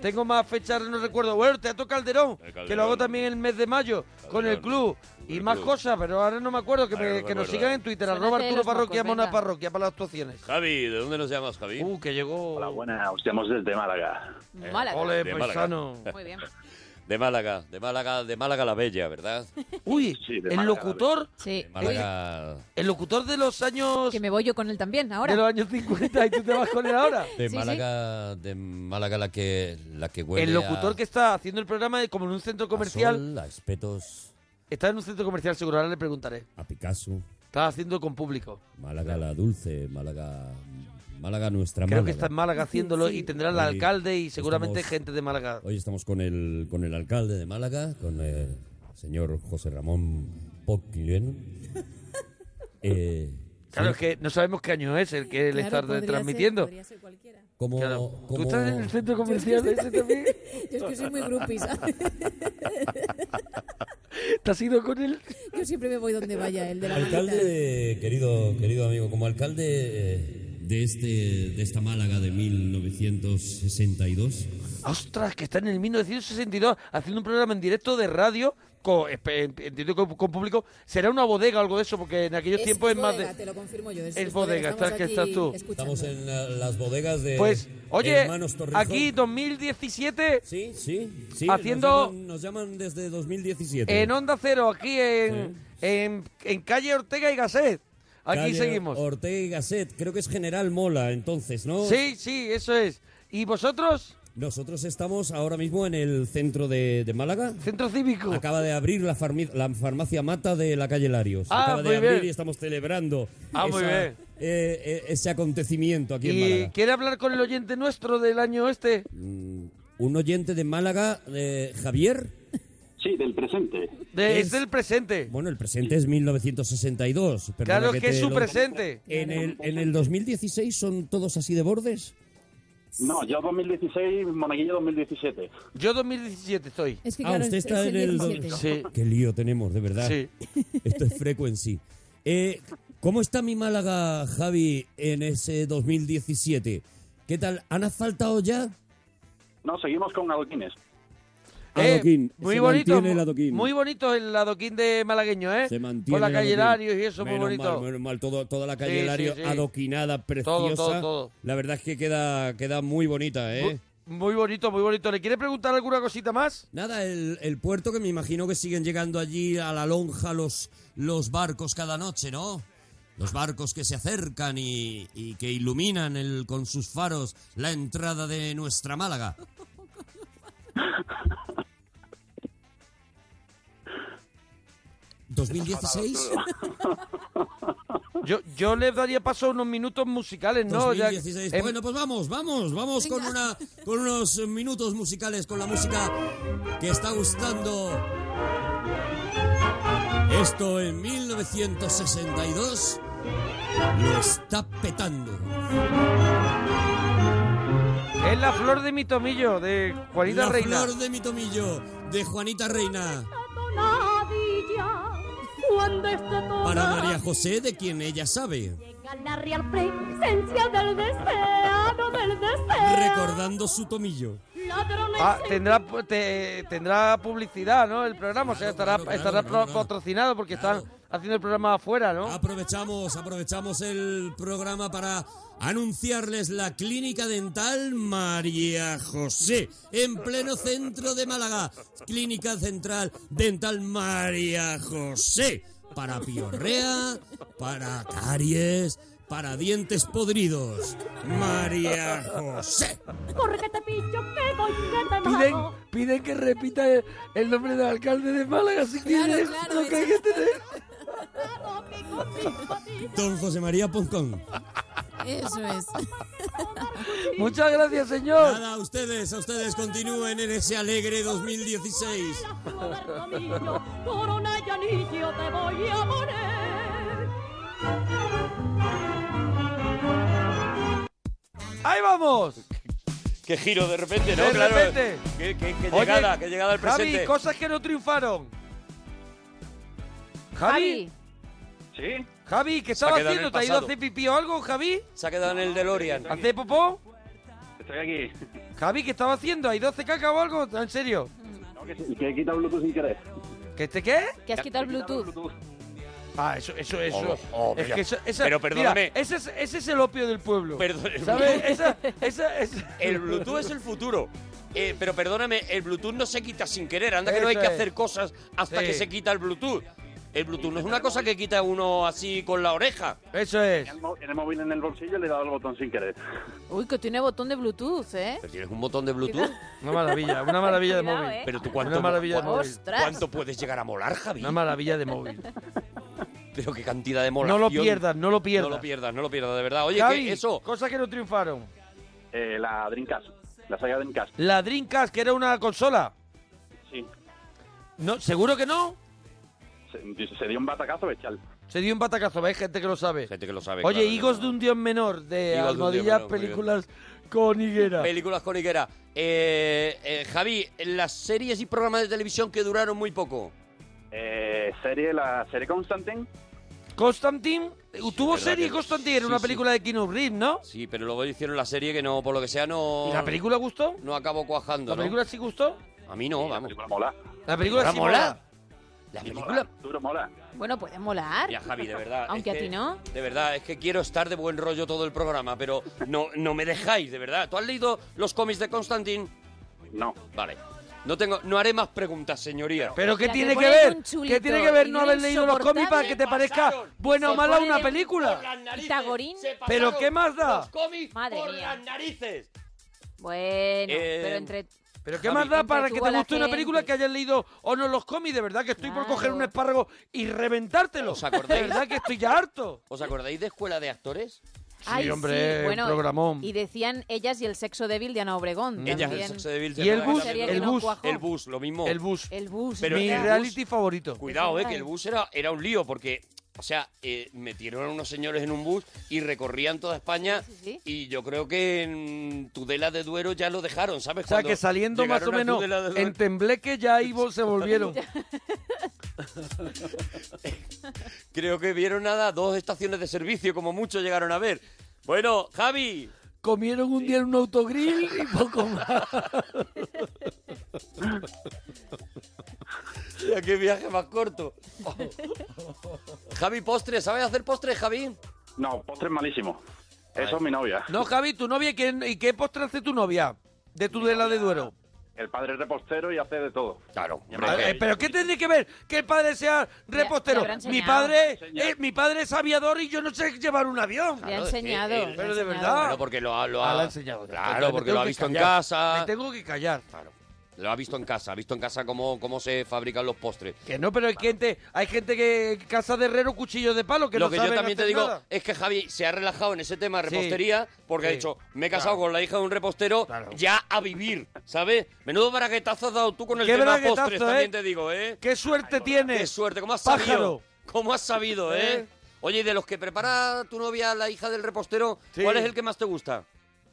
Speaker 2: tengo más fechas, no recuerdo. Bueno, el Teatro Calderón,
Speaker 9: Calderón.
Speaker 2: que lo hago también el mes de mayo con el club. Y más cosas, pero ahora no me acuerdo. Que, me-
Speaker 5: no
Speaker 2: que nos
Speaker 5: recuerdo.
Speaker 2: sigan en Twitter,
Speaker 5: Suénate
Speaker 2: arroba
Speaker 5: los
Speaker 2: Arturo
Speaker 5: mocos,
Speaker 2: Parroquia,
Speaker 5: venga.
Speaker 2: Mona Parroquia, para las actuaciones.
Speaker 5: Javi, ¿de dónde nos llamas, Javi?
Speaker 2: Uh, que llegó.
Speaker 5: Hola,
Speaker 9: buenas, os llamo desde Málaga.
Speaker 11: Eh, Málaga.
Speaker 5: Ole,
Speaker 9: De Málaga.
Speaker 5: paisano.
Speaker 11: Muy bien.
Speaker 5: De Málaga, de Málaga, de Málaga la Bella, ¿verdad?
Speaker 2: Uy, el locutor. Eh,
Speaker 11: Sí.
Speaker 5: Málaga.
Speaker 2: El
Speaker 4: Eh,
Speaker 2: locutor de los años.
Speaker 11: Que me voy yo con él también ahora.
Speaker 2: De los años 50 y tú te vas con él ahora.
Speaker 5: De Málaga, de Málaga la que la que huele
Speaker 2: El locutor
Speaker 5: a
Speaker 2: que está haciendo el programa como en un centro comercial.
Speaker 5: sol, a espetos,
Speaker 2: Está en un centro comercial, seguro, ahora le preguntaré.
Speaker 5: a Picasso,
Speaker 2: Está haciendo con público.
Speaker 5: Málaga la dulce, Málaga Málaga nuestra
Speaker 2: Creo que
Speaker 5: Málaga.
Speaker 2: está en Málaga haciéndolo y tendrá el
Speaker 5: Hoy
Speaker 2: alcalde y seguramente
Speaker 5: estamos-
Speaker 2: gente de Málaga.
Speaker 5: Hoy estamos con el con el alcalde de Málaga, con el señor José Ramón Poquileno. Eh,
Speaker 2: Claro,
Speaker 5: sí.
Speaker 2: es que no sabemos qué año es el que le
Speaker 4: Claro,
Speaker 2: está
Speaker 4: podría ser-
Speaker 2: transmitiendo.
Speaker 4: podría ser cualquiera.
Speaker 5: como,
Speaker 2: ¿Tú
Speaker 5: como-
Speaker 2: estás en el centro comercial ese también?
Speaker 4: Yo es que soy muy groupie, ¿sabes?
Speaker 2: ¿Te has ido con él?
Speaker 4: Yo siempre me voy donde vaya el de la manita.
Speaker 5: Alcalde, querido, querido amigo, como alcalde eh, de, este, de esta Málaga de 1962.
Speaker 2: Ostras, que está en el 1962 haciendo un programa en directo de radio. Con, espe- entiendo que con público será una bodega o algo de eso, porque en aquellos
Speaker 4: Es-
Speaker 2: tiempos
Speaker 4: es
Speaker 2: es más
Speaker 4: bodega,
Speaker 2: de.
Speaker 4: te lo confirmo yo, es-
Speaker 2: es
Speaker 4: es
Speaker 2: bodega,
Speaker 4: bodega,
Speaker 2: estás, que
Speaker 4: estamos
Speaker 2: estás tú.
Speaker 4: aquí
Speaker 5: Estamos en la- las bodegas de
Speaker 2: Pues, oye,
Speaker 5: Hermanos Torrijos.
Speaker 2: aquí 2017.
Speaker 5: Sí, sí, sí, nos
Speaker 2: Haciendo Eh,
Speaker 5: llaman- nos llaman, desde 2017.
Speaker 2: en Onda Cero, aquí en, en, en calle Ortega y Gasset. Aquí
Speaker 5: Calle
Speaker 2: seguimos.
Speaker 5: Ortega y Gasset, creo que es General Mola, entonces, ¿no?
Speaker 2: Sí, sí, eso es. ¿Y vosotros?
Speaker 5: Nosotros estamos ahora mismo en el centro de, de Málaga.
Speaker 2: Centro cívico.
Speaker 5: Acaba de abrir la, farmi- la farmacia Mata de la calle Larios.
Speaker 2: Ah,
Speaker 5: Acaba
Speaker 2: muy
Speaker 5: de abrir
Speaker 2: bien.
Speaker 5: y estamos celebrando
Speaker 2: Ah, muy
Speaker 5: esa-
Speaker 2: bien.
Speaker 5: eh, eh, ese acontecimiento aquí en
Speaker 2: ¿Y
Speaker 5: Málaga.
Speaker 2: quiere hablar con el oyente nuestro del año este?
Speaker 5: Un oyente de Málaga, eh, Javier.
Speaker 9: Sí, del presente.
Speaker 2: De- es del presente.
Speaker 5: Bueno, el presente es 1962. perdona
Speaker 2: Claro, es que
Speaker 5: te
Speaker 2: es su
Speaker 5: lo-
Speaker 2: presente.
Speaker 5: En el, en el 2016 son todos así de bordes.
Speaker 9: No, yo 2016, Monaguillo 2017.
Speaker 2: Yo 2017 estoy.
Speaker 4: Es que
Speaker 5: ah, usted está en el. do-
Speaker 2: Sí.
Speaker 5: Qué lío tenemos, de verdad.
Speaker 2: Sí.
Speaker 5: Esto es frequency. Eh, ¿Cómo está mi Málaga, Javi, en ese 2017? ¿Qué tal? ¿Han asfaltado ya?
Speaker 9: No, seguimos con adoquines.
Speaker 2: Eh,
Speaker 5: Adoquín,
Speaker 2: muy
Speaker 5: se
Speaker 2: bonito,
Speaker 5: mantiene el adoquín.
Speaker 2: muy bonito el adoquín de malagueño, ¿eh?
Speaker 5: Se mantiene
Speaker 2: Por la
Speaker 5: el
Speaker 2: calle
Speaker 5: adoquín.
Speaker 2: Larios y eso,
Speaker 5: Menos
Speaker 2: muy bonito.
Speaker 5: Mal, menos mal, todo- toda la calle
Speaker 2: Sí, sí,
Speaker 5: Lario
Speaker 2: sí.
Speaker 5: adoquinada, preciosa.
Speaker 2: Todo, todo, todo.
Speaker 5: La verdad es que queda, queda muy bonita, ¿eh?
Speaker 2: Muy, muy bonito, muy bonito. ¿Le quiere preguntar alguna cosita más?
Speaker 5: Nada, el, el puerto que me imagino que siguen llegando allí a la lonja los, los barcos cada noche, ¿no? Los barcos que se acercan y, y que iluminan el, con sus faros la entrada de nuestra Málaga. ¿2016?
Speaker 2: Yo, yo le daría paso a unos minutos musicales, ¿no? Ya-
Speaker 5: 2016.
Speaker 2: em,
Speaker 5: Bueno, pues vamos, vamos, vamos con, una, con unos minutos musicales, con la música que está gustando. Esto en 1962 lo está petando.
Speaker 2: Es la flor de mi tomillo, de Juanita
Speaker 5: la
Speaker 2: Reina.
Speaker 5: flor de mi tomillo, de Juanita Reina,
Speaker 1: tonadilla, cuando esta
Speaker 5: para María
Speaker 1: tonadilla
Speaker 5: José, de quien ella sabe.
Speaker 1: llega la real presencia del deseado, del deseo.
Speaker 5: Recordando su tomillo.
Speaker 1: Ladrones
Speaker 2: Ah, tendrá, pu- te- tendrá publicidad, ¿no? El programa, o sea, estará, estará pro- patrocinado porque están haciendo el programa afuera, ¿no?
Speaker 5: Aprovechamos, aprovechamos el programa para anunciarles la clínica dental María José, en pleno centro de Málaga. Clínica Central Dental María José, para piorrea, para caries, para dientes podridos. María José.
Speaker 1: porque te pillo que voy que te
Speaker 2: Piden,
Speaker 1: mato.
Speaker 2: piden que repita el, el nombre del alcalde de Málaga si quiere,
Speaker 1: claro,
Speaker 2: lo que hay que tener.
Speaker 5: Don José María Poncón.
Speaker 4: Eso es.
Speaker 2: Muchas gracias, señor.
Speaker 5: Nada, a ustedes, a ustedes continúen en ese alegre 2016.
Speaker 1: Tomillo, corona y anillo te voy a poner.
Speaker 2: ¡Ahí vamos!
Speaker 5: Qué giro de repente, ¿no?
Speaker 2: De
Speaker 5: Claro.
Speaker 2: repente.
Speaker 5: Qué, qué- qué llegada,
Speaker 2: Oye,
Speaker 5: qué llegada al
Speaker 2: Javi,
Speaker 5: presente.
Speaker 2: cosas que no triunfaron. Javi.
Speaker 12: ¿Sí?
Speaker 2: Javi, ¿qué
Speaker 5: Se ha
Speaker 2: estabas
Speaker 5: quedado en
Speaker 2: haciendo?
Speaker 5: el
Speaker 2: ¿Te ha ido a
Speaker 5: pasado.
Speaker 2: hacer pipí o algo, Javi?
Speaker 5: Se ha quedado en el DeLorean.
Speaker 2: ¿Hace popó?
Speaker 12: Estoy aquí.
Speaker 2: Javi, ¿qué estaba haciendo? ¿Ha ido a hacer caca o algo? ¿En serio?
Speaker 12: Y que he quitado Bluetooth sin querer.
Speaker 2: ¿Que te qué?
Speaker 4: Que has quitado el Bluetooth.
Speaker 2: Ah, eso, eso, eso.
Speaker 5: Oh, oh,
Speaker 2: es
Speaker 5: mira.
Speaker 2: que esa- esa-
Speaker 5: Pero
Speaker 2: mira,
Speaker 5: perdóname.
Speaker 2: ese, es, ese es el opio del pueblo.
Speaker 5: Perdón, el
Speaker 2: ¿Sabes?
Speaker 5: Bluetooth.
Speaker 2: Esa- esa- esa-
Speaker 5: El Bluetooth es el futuro. Eh, pero perdóname, el Bluetooth no se quita sin querer. Anda que no hay
Speaker 2: Eso
Speaker 5: que
Speaker 2: es.
Speaker 5: hacer cosas hasta
Speaker 2: Sí.
Speaker 5: que se quita el Bluetooth. El Bluetooth no es una cosa que quita uno así con la oreja.
Speaker 2: Eso es.
Speaker 12: En el, mo- en el móvil en el bolsillo le he dado el botón sin querer.
Speaker 4: Uy, que tiene botón de Bluetooth, ¿eh?
Speaker 5: Pero tienes un botón de Bluetooth.
Speaker 2: Una maravilla, una maravilla de
Speaker 4: Cuidado,
Speaker 2: móvil.
Speaker 4: ¿eh?
Speaker 5: Pero tú cuánto,
Speaker 2: Una maravilla de
Speaker 5: cuánto-
Speaker 2: móvil.
Speaker 4: Ostras.
Speaker 5: ¿Cuánto puedes llegar a molar, Javi?
Speaker 2: Una maravilla de móvil.
Speaker 5: Pero qué cantidad de
Speaker 2: No
Speaker 5: molación.
Speaker 2: lo pierdas, no lo pierdas.
Speaker 5: No lo pierdas, no lo pierdas, de verdad. Oye,
Speaker 2: Javi,
Speaker 5: que eso.
Speaker 2: Cosas que no triunfaron.
Speaker 12: Eh, la Dreamcast. La saga Dreamcast.
Speaker 2: La Dreamcast, que era una consola.
Speaker 12: Sí.
Speaker 2: No, ¿Seguro que no?
Speaker 12: Se, se dio un batacazo de chal.
Speaker 2: Se dio un batacazo, hay gente que lo sabe.
Speaker 5: Gente que lo sabe.
Speaker 2: Oye,
Speaker 5: claro, no,
Speaker 2: Higos
Speaker 5: no.
Speaker 2: de un Dios Menor, de
Speaker 5: Higos de un Dios
Speaker 2: Almohadilla,
Speaker 5: Menor, muy bien.
Speaker 2: películas con Higuera.
Speaker 5: Películas con Higuera. Eh, eh, Javi, las series y programas de televisión que duraron muy poco.
Speaker 12: Eh, serie, la serie Constantine.
Speaker 2: Constantine, tuvo
Speaker 5: verdad
Speaker 2: serie
Speaker 5: que-
Speaker 2: Constantine, era
Speaker 5: sí,
Speaker 2: una
Speaker 5: sí.
Speaker 2: película de Keanu Reeves, ¿no?
Speaker 5: Sí, pero luego hicieron la serie que no, por lo que sea, no.
Speaker 2: ¿Y la película gustó?
Speaker 5: No acabó cuajando.
Speaker 2: ¿La
Speaker 5: ¿no?
Speaker 2: película sí gustó?
Speaker 5: A mí no, vamos.
Speaker 12: mola.
Speaker 2: La película sí mola.
Speaker 5: La película.
Speaker 12: Duro mola.
Speaker 4: Bueno, puede molar.
Speaker 5: Ya, Javi, de verdad.
Speaker 4: Aunque
Speaker 5: es
Speaker 4: a
Speaker 5: que-
Speaker 4: ti no.
Speaker 5: De verdad, es que quiero estar de buen rollo todo el programa, pero no, no me dejáis, de verdad. ¿Tú has leído los cómics de Constantine?
Speaker 12: No.
Speaker 5: Vale. No tengo, no haré más preguntas, señoría.
Speaker 2: ¿Pero qué
Speaker 5: Ya,
Speaker 2: tiene
Speaker 5: te
Speaker 2: que
Speaker 5: pones
Speaker 2: ver?
Speaker 5: un chulito
Speaker 2: ¿Qué tiene que ver
Speaker 5: y
Speaker 2: no
Speaker 5: una
Speaker 2: haber leído los cómics para
Speaker 5: insoportable?
Speaker 2: que te parezca
Speaker 5: Pasaron,
Speaker 2: buena o
Speaker 5: se
Speaker 2: mala
Speaker 5: ponen
Speaker 2: una
Speaker 5: por
Speaker 2: película?
Speaker 4: ¿Y Tagorín?
Speaker 2: ¿Pero qué más da?
Speaker 5: cómics
Speaker 4: Madre
Speaker 5: por
Speaker 4: mía.
Speaker 5: las narices.
Speaker 4: Bueno,
Speaker 5: Eh,
Speaker 4: pero entre...
Speaker 2: ¿Pero qué
Speaker 5: Javi,
Speaker 2: más da
Speaker 4: entre
Speaker 2: para
Speaker 4: tú
Speaker 2: que
Speaker 4: a
Speaker 2: te
Speaker 4: la
Speaker 2: guste una
Speaker 4: gente?
Speaker 2: película que hayas leído o no los cómics? De verdad que estoy por coger un espárrago y reventártelo.
Speaker 5: ¿Os acordáis?
Speaker 2: De verdad que estoy ya harto.
Speaker 5: ¿Os acordáis de Escuela de Actores?
Speaker 4: Ay, sí,
Speaker 2: hombre,
Speaker 4: bueno,
Speaker 2: programón.
Speaker 4: Y decían ellas y el sexo débil de Ana Obregón.
Speaker 5: Ella es el
Speaker 4: también.
Speaker 5: sexo de Bill,
Speaker 2: Y el bus,
Speaker 4: Sería que
Speaker 2: el
Speaker 4: no
Speaker 2: bus,
Speaker 4: cuajó.
Speaker 5: El bus, lo mismo.
Speaker 2: El bus.
Speaker 4: El bus.
Speaker 5: Pero
Speaker 2: Mi
Speaker 5: el bus-
Speaker 2: reality favorito.
Speaker 5: Cuidado, eh,
Speaker 4: verdad.
Speaker 5: que el bus era, era un lío porque, o sea, eh, metieron a unos señores en un bus y recorrían toda España y yo creo que en Tudela de Duero ya lo dejaron, ¿sabes?
Speaker 2: O sea, que saliendo más o menos en tembleque ya ahí vo- se volvieron.
Speaker 5: Creo que vieron nada, dos estaciones de servicio como mucho llegaron a ver. Bueno, Javi,
Speaker 2: Comieron un día en un autogrill y poco más.
Speaker 5: ya qué viaje más corto.
Speaker 12: eh,
Speaker 5: Javi, postre, ¿sabes hacer postre, Javi?
Speaker 12: No, postre es malísimo. Eso es mi novia.
Speaker 2: No, Javi, tu novia, ¿quién- ¿y qué postre hace tu novia? De Tudela de Duero.
Speaker 12: El padre es repostero y hace de todo.
Speaker 5: Claro.
Speaker 2: A ver, ¿Pero qué tendría que ver que el padre sea repostero?
Speaker 4: le habrá
Speaker 2: Mi
Speaker 4: enseñado.
Speaker 2: padre, eh, mi padre es aviador y yo no sé llevar un avión.
Speaker 4: Le ha enseñado.
Speaker 5: eh,
Speaker 4: le ha
Speaker 2: Pero de
Speaker 4: enseñado.
Speaker 2: verdad.
Speaker 5: Bueno, porque lo ha, lo
Speaker 2: Ah,
Speaker 5: ha-
Speaker 2: la ha enseñado.
Speaker 5: Claro,
Speaker 2: Me
Speaker 5: porque
Speaker 2: tengo
Speaker 5: lo ha
Speaker 2: que
Speaker 5: visto en
Speaker 2: callar.
Speaker 5: casa.
Speaker 2: Me tengo que callar.
Speaker 5: Lo ha visto en casa, ha visto en casa cómo, cómo se fabrican los postres.
Speaker 2: Que no, pero hay gente, hay gente que casa de herrero, cuchillo de palo, que
Speaker 5: lo
Speaker 2: no
Speaker 5: que
Speaker 2: saben
Speaker 5: yo también te
Speaker 2: hacer
Speaker 5: digo
Speaker 2: nada.
Speaker 5: es que Javi se ha relajado en ese tema de
Speaker 2: Sí,
Speaker 5: repostería porque ha
Speaker 2: sí,
Speaker 5: dicho, me he casado con la hija de un repostero ya a vivir, ¿sabes? Menudo braguetazo has dado tú con el
Speaker 2: Qué
Speaker 5: tema
Speaker 2: braguetazo,
Speaker 5: postres,
Speaker 2: ¿eh?
Speaker 5: también te digo, ¿eh?
Speaker 2: Qué suerte tienes.
Speaker 5: Qué suerte, ¿cómo has
Speaker 2: Pájaro.
Speaker 5: sabido? ¿Cómo has sabido, eh? Oye, y de los que prepara tu novia la hija del repostero,
Speaker 2: Sí.
Speaker 5: ¿cuál es el que más te gusta?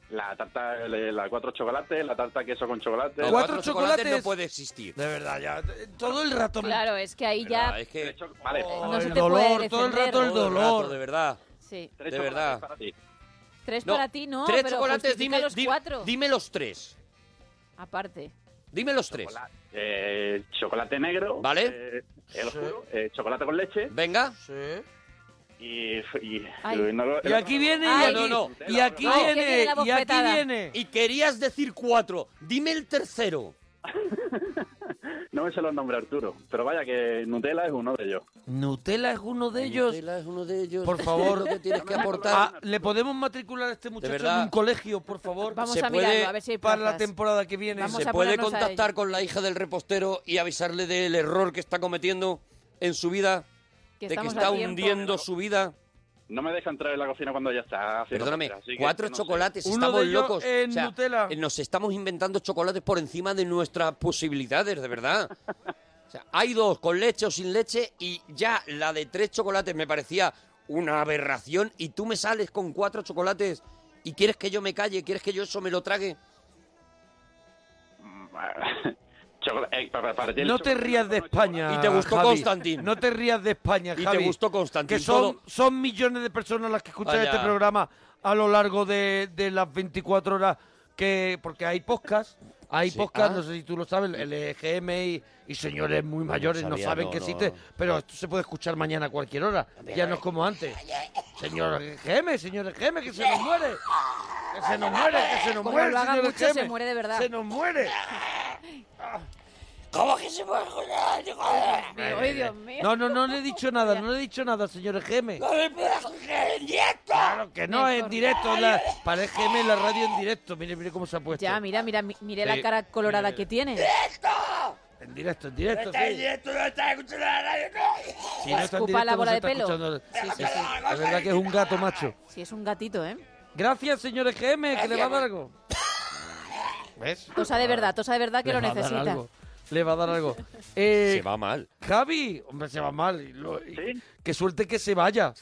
Speaker 12: La tarta, eh, la cuatro chocolates, la tarta queso con chocolate.
Speaker 5: No,
Speaker 2: Cuatro
Speaker 5: no
Speaker 2: chocolates.
Speaker 5: puede existir. Ah,
Speaker 2: De verdad, ya. Todo el rato.
Speaker 4: Claro, es que ahí ya...
Speaker 5: es que
Speaker 12: Vale.
Speaker 5: Oh,
Speaker 4: Ah, No se
Speaker 2: el
Speaker 4: te puede
Speaker 2: dolor, todo el
Speaker 4: defender.
Speaker 2: rato el
Speaker 5: todo el rato,
Speaker 2: dolor.
Speaker 5: de verdad.
Speaker 4: Sí.
Speaker 12: Tres
Speaker 5: de
Speaker 12: chocolates
Speaker 5: verdad.
Speaker 12: para ti.
Speaker 4: Tres
Speaker 5: No,
Speaker 4: para ti, ¿no?
Speaker 5: tres
Speaker 4: pero
Speaker 5: chocolates,
Speaker 4: justifica
Speaker 5: dime,
Speaker 4: los
Speaker 5: di-
Speaker 4: cuatro.
Speaker 5: dime los tres.
Speaker 4: Aparte.
Speaker 5: Dime los tres.
Speaker 12: Eh, chocolate negro.
Speaker 5: Vale.
Speaker 12: eh, el oscuro, eh, chocolate con leche.
Speaker 5: Venga.
Speaker 12: Y. y-
Speaker 5: Ay.
Speaker 12: y no-
Speaker 2: Y aquí viene, y
Speaker 5: Ay,
Speaker 2: aquí,
Speaker 5: no, no.
Speaker 2: y aquí
Speaker 5: No,
Speaker 2: viene,
Speaker 5: que viene la
Speaker 2: y aquí
Speaker 5: bofetada.
Speaker 2: viene.
Speaker 5: Y querías decir cuatro. Dime el tercero.
Speaker 12: No me sé los nombres, Arturo. Pero vaya que Nutella es uno de ellos.
Speaker 2: Nutella es uno de ellos.
Speaker 5: es uno de ellos.
Speaker 2: Por favor,
Speaker 5: que tienes que
Speaker 2: Ah,
Speaker 5: aportar.
Speaker 2: ¿le podemos matricular a este muchacho
Speaker 5: verdad.
Speaker 2: en un colegio, por favor?
Speaker 4: Vamos
Speaker 5: Se
Speaker 4: a
Speaker 5: puede-
Speaker 4: mirarlo, a ver si hay
Speaker 2: para la
Speaker 4: plazas.
Speaker 2: temporada que viene.
Speaker 4: Vamos
Speaker 5: ¿Se
Speaker 4: a
Speaker 5: puede
Speaker 4: ponernos a
Speaker 5: contactar
Speaker 4: ello.
Speaker 5: con la hija del repostero y avisarle del error que está cometiendo en su vida?
Speaker 4: Que
Speaker 5: de que
Speaker 4: estamos
Speaker 5: está
Speaker 4: a tiempo.
Speaker 5: hundiendo su vida.
Speaker 12: No me deja entrar en la cocina cuando ya está. haciendo
Speaker 5: Perdóname,
Speaker 12: cosas, así que
Speaker 5: cuatro
Speaker 12: no sé.
Speaker 5: chocolates,
Speaker 2: Uno
Speaker 5: estamos
Speaker 2: de ellos
Speaker 5: locos.
Speaker 2: en
Speaker 5: Nutella. Nos estamos inventando chocolates por encima de nuestras posibilidades, de verdad. O sea, hay dos, con leche o sin leche, y ya la de tres chocolates me parecía una aberración, y tú me sales con cuatro chocolates ¿Y quieres que yo me calle? ¿Quieres que yo eso me lo trague?
Speaker 12: Chocolate- eh, para- para ti el
Speaker 2: No te
Speaker 12: chocolate-
Speaker 2: rías de España.
Speaker 5: Y te gustó
Speaker 2: Javi.
Speaker 5: Constantín.
Speaker 2: No te rías de España,
Speaker 5: Y te
Speaker 2: Javi.
Speaker 5: gustó Constantín,
Speaker 2: Que son,
Speaker 5: todo.
Speaker 2: son millones de personas las que escuchan
Speaker 5: Vaya.
Speaker 2: este programa a lo largo de, de las 24 horas. que Porque hay podcast. Hay
Speaker 5: Sí,
Speaker 2: podcast,
Speaker 5: ah.
Speaker 2: no sé si tú lo sabes, el EGM y, y señores muy
Speaker 5: No
Speaker 2: mayores no,
Speaker 5: sabía,
Speaker 2: saben
Speaker 5: no,
Speaker 2: que
Speaker 5: no.
Speaker 2: existe, pero esto se puede escuchar mañana a cualquier hora. ya no es como antes. Señor EGM, señor EGM, que se nos muere. Que se nos muere, que se nos
Speaker 4: Como
Speaker 2: muere.
Speaker 4: lo hagan
Speaker 2: señor
Speaker 4: mucho, se
Speaker 2: EGM.
Speaker 4: muere de verdad.
Speaker 2: Se nos muere.
Speaker 12: Ah.
Speaker 5: ¿Cómo que se puede joder?
Speaker 4: mío, ay, Dios mío.
Speaker 2: No, no, no le he dicho nada, no le he dicho nada, señor EGM. Claro que no, en directo, la, para EGM la radio en directo. Mire, mire cómo se ha puesto.
Speaker 4: Ya, mira, mira, mi- mire
Speaker 2: Sí.
Speaker 4: la cara colorada que tiene.
Speaker 2: En directo, en directo.
Speaker 5: está en
Speaker 2: sí.
Speaker 5: directo, no está escuchando la radio, no.
Speaker 2: Si no está en
Speaker 4: Escupa la
Speaker 2: directo,
Speaker 4: bola
Speaker 2: no se
Speaker 4: de
Speaker 2: está
Speaker 4: pelo.
Speaker 2: escuchando.
Speaker 4: Sí, sí,
Speaker 2: Es-
Speaker 4: sí.
Speaker 2: La verdad que es un gato macho.
Speaker 4: Sí, es un gatito, ¿eh?
Speaker 2: Gracias, señor EGM, que le va a dar algo. ¿Ves?
Speaker 4: Tosa de verdad, tosa de verdad que
Speaker 2: Le
Speaker 4: lo
Speaker 2: va a dar
Speaker 4: necesita.
Speaker 2: algo, Le va a dar algo. se va
Speaker 5: mal.
Speaker 2: Javi, hombre, se va mal. y lo- y- Qué suerte que se vaya.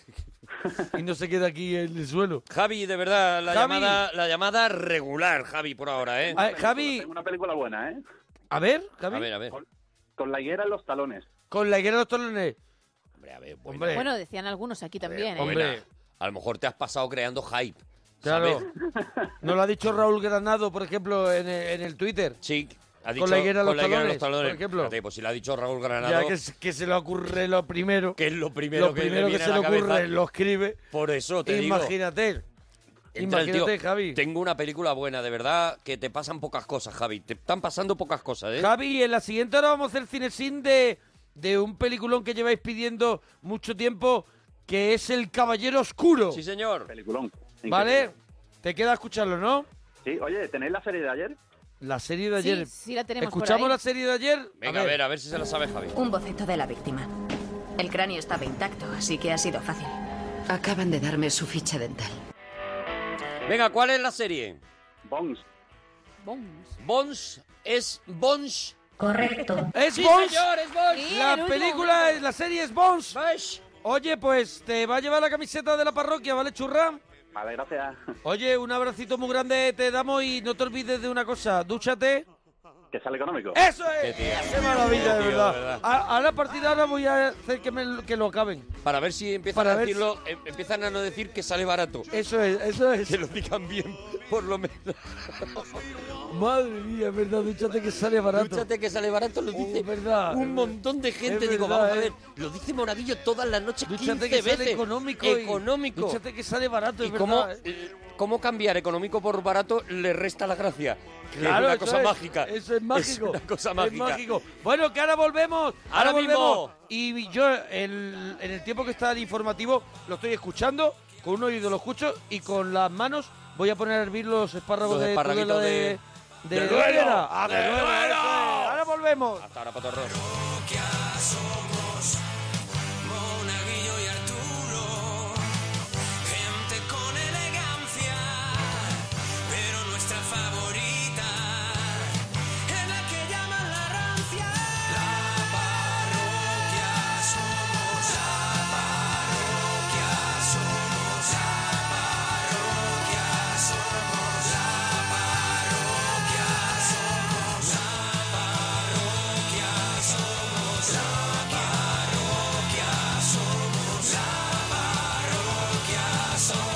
Speaker 2: y no se quede aquí en el suelo.
Speaker 5: Javi, de verdad, la
Speaker 2: Javi.
Speaker 5: llamada, la llamada regular, Javi, por ahora, ¿eh?
Speaker 2: A ver, Javi.
Speaker 12: Una película buena, ¿eh?
Speaker 2: A ver, Javi.
Speaker 5: A ver, a ver.
Speaker 12: Con la higuera en los talones.
Speaker 2: Con la higuera de los tolones.
Speaker 5: Hombre, a ver, Eh, buena.
Speaker 2: Hombre.
Speaker 4: Bueno, decían algunos aquí también, ¿eh?
Speaker 5: Buena. A lo mejor te has pasado creando hype.
Speaker 2: Claro.
Speaker 5: ¿sabes?
Speaker 2: Nos lo ha dicho Raúl Granado, por ejemplo, en el, en el Twitter.
Speaker 5: Sí, Ha dicho,
Speaker 2: Con la higuera de los,
Speaker 5: con la higuera de
Speaker 2: talones,
Speaker 5: talones.
Speaker 2: por ejemplo.
Speaker 5: Fíjate, pues si lo ha dicho Raúl Granado,
Speaker 2: Ya que, se- que se le ocurre lo primero.
Speaker 5: Que es lo primero que le viene a
Speaker 2: se
Speaker 5: la
Speaker 2: le ocurre,
Speaker 5: cabeza.
Speaker 2: lo escribe.
Speaker 5: por eso te digo.
Speaker 2: Imagínate.
Speaker 5: Entra el tío.
Speaker 2: Imagínate, Javi.
Speaker 5: Tengo una película buena, de verdad, que te pasan pocas cosas, Javi. Te están pasando pocas cosas, ¿eh?
Speaker 2: Javi, en la siguiente hora vamos a hacer cinesín de, de un peliculón que lleváis pidiendo mucho tiempo, que es El Caballero Oscuro.
Speaker 5: Sí, señor.
Speaker 12: Peliculón.
Speaker 2: ¿Vale? Te queda escucharlo, ¿no?
Speaker 12: Sí, oye, ¿tenéis la serie de ayer?
Speaker 2: La serie de
Speaker 4: Sí,
Speaker 2: ayer.
Speaker 4: sí la tenemos por
Speaker 2: ¿Escuchamos
Speaker 4: ahí.
Speaker 2: la serie de ayer?
Speaker 5: Venga, a ver, a ver si se la sabe Javi.
Speaker 13: Un boceto de la víctima. El cráneo estaba intacto, así que ha sido fácil. Acaban de darme su ficha dental.
Speaker 5: Venga, ¿cuál es la serie?
Speaker 12: Bones.
Speaker 4: Bones.
Speaker 5: Bones es Bones.
Speaker 2: Correcto. Eh, Es
Speaker 5: Sí,
Speaker 2: Bones.
Speaker 5: señor, es Bones. Sí, el
Speaker 2: la
Speaker 5: último
Speaker 2: película, es- la serie es Bones. Oye, pues te va a llevar la camiseta de la parroquia, ¿vale, churra?
Speaker 12: Vale, gracias.
Speaker 2: Oye, un abracito muy grande te damos y no te olvides de una cosa, dúchate.
Speaker 12: Que sale económico.
Speaker 2: ¡Eso es! ¡Qué maravilla,
Speaker 5: Qué
Speaker 2: de
Speaker 5: tío,
Speaker 2: verdad!
Speaker 5: de verdad.
Speaker 2: A- Ahora a partir de ahora voy a hacer que, me- que lo acaben.
Speaker 5: Para ver si empiezan
Speaker 2: Para
Speaker 5: a
Speaker 2: ver
Speaker 5: decirlo, em- empiezan a no decir que sale barato.
Speaker 2: Eso es, eso es.
Speaker 5: Que lo digan bien, por lo menos.
Speaker 2: Madre mía, es verdad, dúchate que sale barato. Oh,
Speaker 5: Dúchate que sale barato, lo dice
Speaker 2: verdad.
Speaker 5: un montón de gente.
Speaker 2: Es
Speaker 5: Digo,
Speaker 2: verdad,
Speaker 5: vamos
Speaker 2: eh.
Speaker 5: a ver, lo dice Monaguillo todas las noches, 15
Speaker 2: Dúchate que
Speaker 5: veces.
Speaker 2: sale económico. y-
Speaker 5: Económico.
Speaker 2: Dúchate que sale barato,
Speaker 5: y
Speaker 2: es
Speaker 5: cómo,
Speaker 2: verdad.
Speaker 5: eh, cómo cambiar económico por barato le resta la gracia. Que
Speaker 2: Claro,
Speaker 5: es una
Speaker 2: eso
Speaker 5: cosa
Speaker 2: es,
Speaker 5: mágica.
Speaker 2: Eso es mágico.
Speaker 5: una cosa
Speaker 2: Es
Speaker 5: mágica.
Speaker 2: mágico. Bueno, que ahora volvemos.
Speaker 5: Ahora
Speaker 2: volvemos. Y yo, el- en el tiempo que está el informativo, lo estoy escuchando. Con un oído lo escucho y con las manos voy a poner a hervir los espárragos
Speaker 5: Los
Speaker 2: de
Speaker 5: espárraguitos
Speaker 2: Tudela de,
Speaker 5: de-
Speaker 2: de,
Speaker 5: ¡De duelo!
Speaker 2: Tudela. Ah, de
Speaker 5: ¡De
Speaker 2: duelo,
Speaker 5: duelo!
Speaker 2: eso es. Ahora volvemos.
Speaker 5: Hasta ahora, Patorros.
Speaker 1: Parroquia somos Monaguillo y Arturo, gente con elegancia, pero nuestra favorita es la que llaman la rancia. La parroquia somos, la parroquia somos, la parroquia somos, la parroquia somos, la parroquia somos, la parroquia somos, la parroquia somos, la parroquia somos.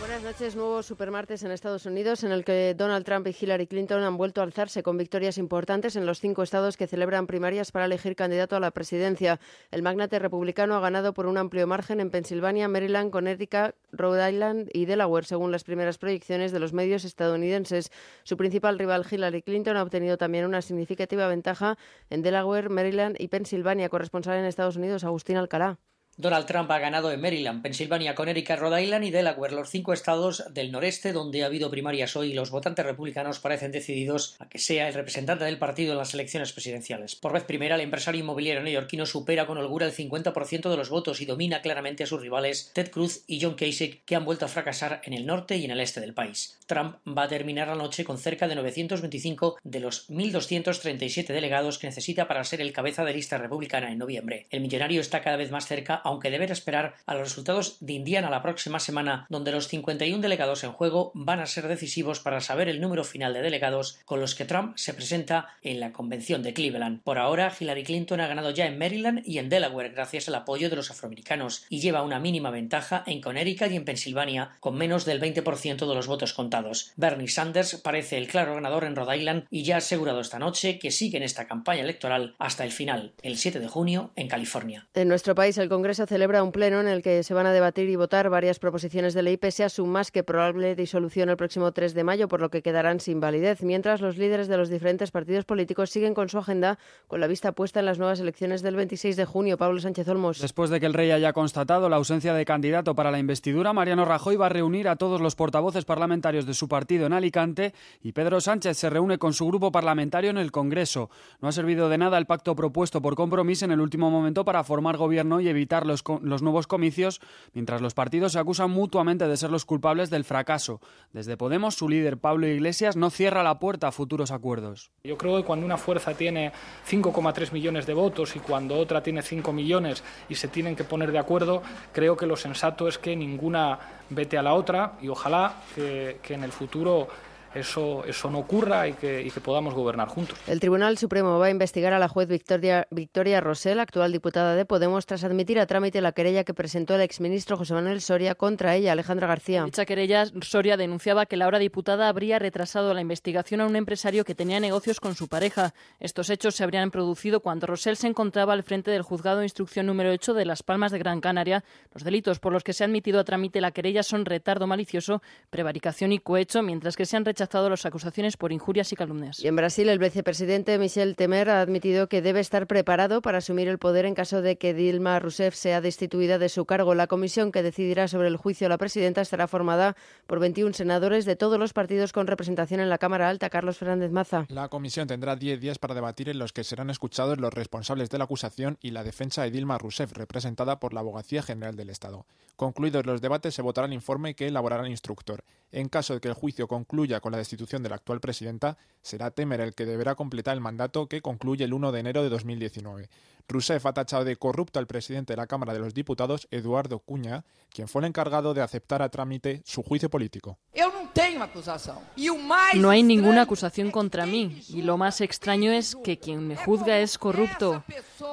Speaker 14: Buenas noches, nuevo supermartes en Estados Unidos en el que Donald Trump y Hillary Clinton han vuelto a alzarse con victorias importantes en los cinco estados que celebran primarias para elegir candidato a la presidencia. El magnate republicano ha ganado por un amplio margen en Pensilvania, Maryland, Connecticut, Rhode Island y Delaware, según las primeras proyecciones de los medios estadounidenses. Su principal rival Hillary Clinton ha obtenido también una significativa ventaja en Delaware, Maryland y Pensilvania. Corresponsal en Estados Unidos, Agustín Alcalá.
Speaker 8: Donald Trump ha ganado en Maryland, Pensilvania, Connecticut, Rhode Island y Delaware, los cinco estados del noreste donde ha habido primarias hoy y los votantes republicanos parecen decididos a que sea el representante del partido en las elecciones presidenciales. Por vez primera, el empresario inmobiliario neoyorquino supera con holgura el 50% de los votos y domina claramente a sus rivales Ted Cruz y John Kasich, que han vuelto a fracasar en el norte y en el este del país. Trump va a terminar la noche con cerca de 925 de los 1.237 delegados que necesita para ser el cabeza de lista republicana en noviembre. El millonario está cada vez más cerca, aunque deberá esperar a los resultados de Indiana la próxima semana, donde los 51 delegados en juego van a ser decisivos para saber el número final de delegados con los que Trump se presenta en la convención de Cleveland. Por ahora, Hillary Clinton ha ganado ya en Maryland y en Delaware gracias al apoyo de los afroamericanos y lleva una mínima ventaja en Connecticut y en Pensilvania con menos del 20% de los votos contados. Bernie Sanders parece el claro ganador en Rhode Island y ya ha asegurado esta noche que sigue en esta campaña electoral hasta el final, el 7 de junio, en California.
Speaker 14: En nuestro país, el Congreso celebra un pleno en el que se van a debatir y votar varias proposiciones de ley, pese a su más que probable disolución el próximo 3 de mayo, por lo que quedarán sin validez, mientras los líderes de los diferentes partidos políticos siguen con su agenda con la vista puesta en las nuevas elecciones del 26 de junio. Pablo Sánchez Olmos.
Speaker 10: Después de que el rey haya constatado la ausencia de candidato para la investidura, Mariano Rajoy va a reunir a todos los portavoces parlamentarios de su partido en Alicante y Pedro Sánchez se reúne con su grupo parlamentario en el Congreso. No ha servido de nada el pacto propuesto por compromiso en el último momento para formar gobierno y evitar los, co- los nuevos comicios, mientras los partidos se acusan mutuamente de ser los culpables del fracaso. Desde Podemos, su líder Pablo Iglesias no cierra la puerta a futuros acuerdos.
Speaker 15: Yo creo que cuando una fuerza tiene 5,3 millones de votos y cuando otra tiene 5 millones y se tienen que poner de acuerdo, creo que lo sensato es que ninguna vete a la otra y ojalá que, que en el futuro eso, eso no ocurra y que- y que podamos gobernar juntos.
Speaker 14: El Tribunal Supremo va a investigar a la juez Victoria, Victoria Rosell, actual diputada de Podemos, tras admitir a trámite la querella que presentó el exministro José Manuel Soria contra ella, Alejandra García.
Speaker 16: Dicha querella, Soria denunciaba que la ahora diputada habría retrasado la investigación a un empresario que tenía negocios con su pareja. Estos hechos se habrían producido cuando Rosell se encontraba al frente del juzgado de instrucción número 8 de Las Palmas de Gran Canaria. Los delitos por los que se ha admitido a trámite la querella son retardo malicioso, prevaricación y cohecho, mientras que se han rechazado las acusaciones por injurias y calumnias.
Speaker 14: Y en Brasil, el vicepresidente Michel Temer ha admitido que debe estar preparado para asumir el poder en caso de que Dilma Rousseff sea destituida de su cargo. La comisión que decidirá sobre el juicio a la presidenta estará formada por 21 senadores de todos los partidos con representación en la Cámara Alta. Carlos Fernández Maza.
Speaker 17: La comisión tendrá 10 días para debatir en los que serán escuchados los responsables de la acusación y la defensa de Dilma Rousseff, representada por la Abogacía General del Estado. Concluidos los debates, se votará el informe que elaborará el instructor. En caso de que el juicio concluya con la destitución de la actual presidenta, será Temer el que deberá completar el mandato que concluye el 1 de enero de 2019. Rousseff ha tachado de corrupto al presidente de la Cámara de los Diputados, Eduardo Cunha, quien fue el encargado de aceptar a trámite su juicio político.
Speaker 18: Eu não tenho acusação. E o mais
Speaker 16: No hay ninguna acusación contra mí y lo más extraño es que quien me juzga es corrupto.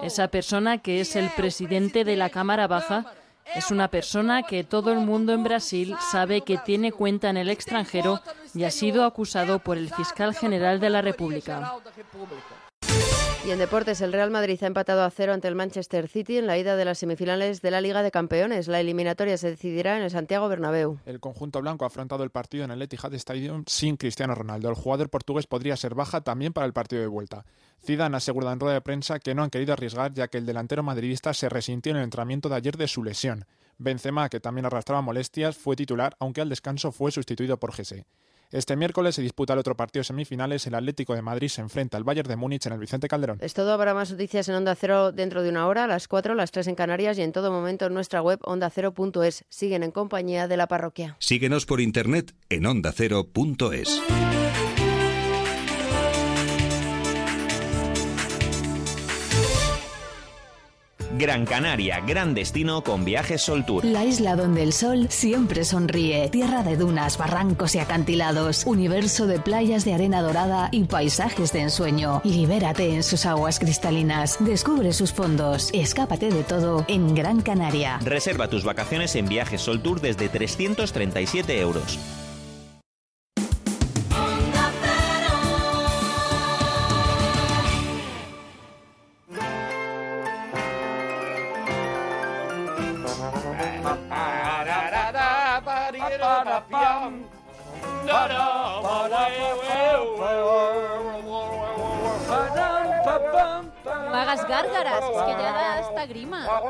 Speaker 16: Esa persona que es el presidente de la Cámara Baja es una persona que todo el mundo en Brasil sabe que tiene cuenta en el extranjero y ha sido acusado por el fiscal general de la República.
Speaker 14: Y en deportes, el Real Madrid ha empatado a cero ante el Manchester City en la ida de las semifinales de la Liga de Campeones. La eliminatoria se decidirá en el Santiago Bernabéu.
Speaker 17: El conjunto blanco ha afrontado el partido en el Etihad Stadium sin Cristiano Ronaldo. El jugador portugués podría ser baja también para el partido de vuelta. Zidane asegura en rueda de prensa que no han querido arriesgar ya que el delantero madridista se resintió en el entrenamiento de ayer de su lesión. Benzema, que también arrastraba molestias, fue titular, aunque al descanso fue sustituido por Gese. Este miércoles se disputa el otro partido de semifinales. El Atlético de Madrid se enfrenta al Bayern de Múnich en el Vicente Calderón.
Speaker 14: Es todo, habrá más noticias en Onda Cero dentro de una hora, a las 4, las 3 en Canarias y en todo momento en nuestra web ondacero.es. Siguen en compañía de la parroquia.
Speaker 19: Síguenos por internet en ondacero.es.
Speaker 20: Gran Canaria, gran destino con viajes Sol Tour.
Speaker 21: La isla donde el sol siempre sonríe, tierra de dunas, barrancos y acantilados, universo de playas de arena dorada y paisajes de ensueño. Libérate en sus aguas cristalinas, descubre sus fondos, escápate de todo en Gran Canaria.
Speaker 20: Reserva tus vacaciones en viajes Sol Tour desde 337 euros.
Speaker 4: Me ha hagas gárgaras, es que ya da hasta grima.
Speaker 2: Ah.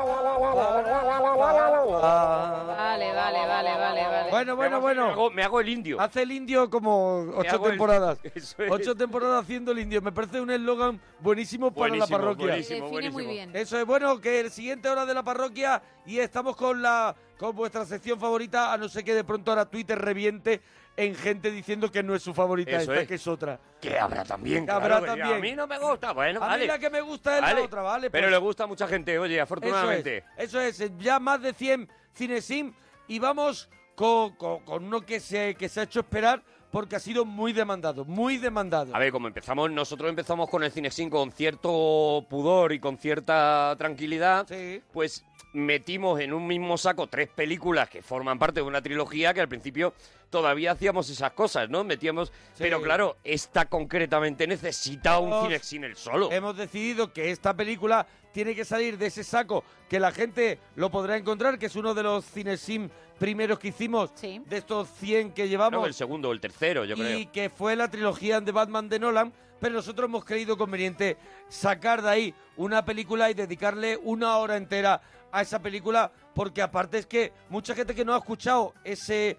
Speaker 4: Vale, vale, vale, vale, vale.
Speaker 2: Bueno, bueno, bueno. Me hago,
Speaker 5: el indio.
Speaker 2: Hace el indio como ocho
Speaker 5: hago el-
Speaker 2: temporadas.
Speaker 5: Eso es.
Speaker 2: Ocho temporadas haciendo el indio. Me parece un eslogan buenísimo para
Speaker 5: Buenísimo,
Speaker 2: la parroquia.
Speaker 5: buenísimo, Define muy buenísimo. bien.
Speaker 2: Eso es bueno, que el siguiente hora de la parroquia y estamos con la con vuestra sección favorita, a no ser que de pronto ahora Twitter reviente en gente diciendo que no es su favorita
Speaker 5: Eso
Speaker 2: esta,
Speaker 5: es.
Speaker 2: que es otra.
Speaker 5: Que habrá también.
Speaker 2: Que habrá
Speaker 5: claro, que
Speaker 2: también.
Speaker 5: A mí no me gusta. Bueno,
Speaker 2: A mí
Speaker 5: vale.
Speaker 2: la que me gusta es la
Speaker 5: Vale.
Speaker 2: otra, ¿vale?
Speaker 5: Pero
Speaker 2: Pues-
Speaker 5: le gusta a mucha gente, oye, afortunadamente.
Speaker 2: Eso es, eso es, ya más de 100 Cinesim y vamos con, con- con uno que se, que se ha hecho esperar porque ha sido muy demandado, muy demandado.
Speaker 5: A ver, como empezamos, nosotros empezamos con el Cinexin con cierto pudor y con cierta tranquilidad, pues metimos en un mismo saco tres películas que forman parte de una trilogía que al principio todavía hacíamos esas cosas, ¿no? Metíamos, pero claro, esta concretamente necesita un
Speaker 2: Hemos-
Speaker 5: Cinexin el solo.
Speaker 2: Hemos decidido que esta película tiene que salir de ese saco que la gente lo podrá encontrar, que es uno de los Cinesim primeros que hicimos, de estos 100 que llevamos.
Speaker 5: No, el segundo, o el tercero, yo creo.
Speaker 2: y que fue la trilogía de Batman de Nolan, pero nosotros hemos creído conveniente sacar de ahí una película y dedicarle una hora entera a esa película, porque aparte es que mucha gente que no ha escuchado ese,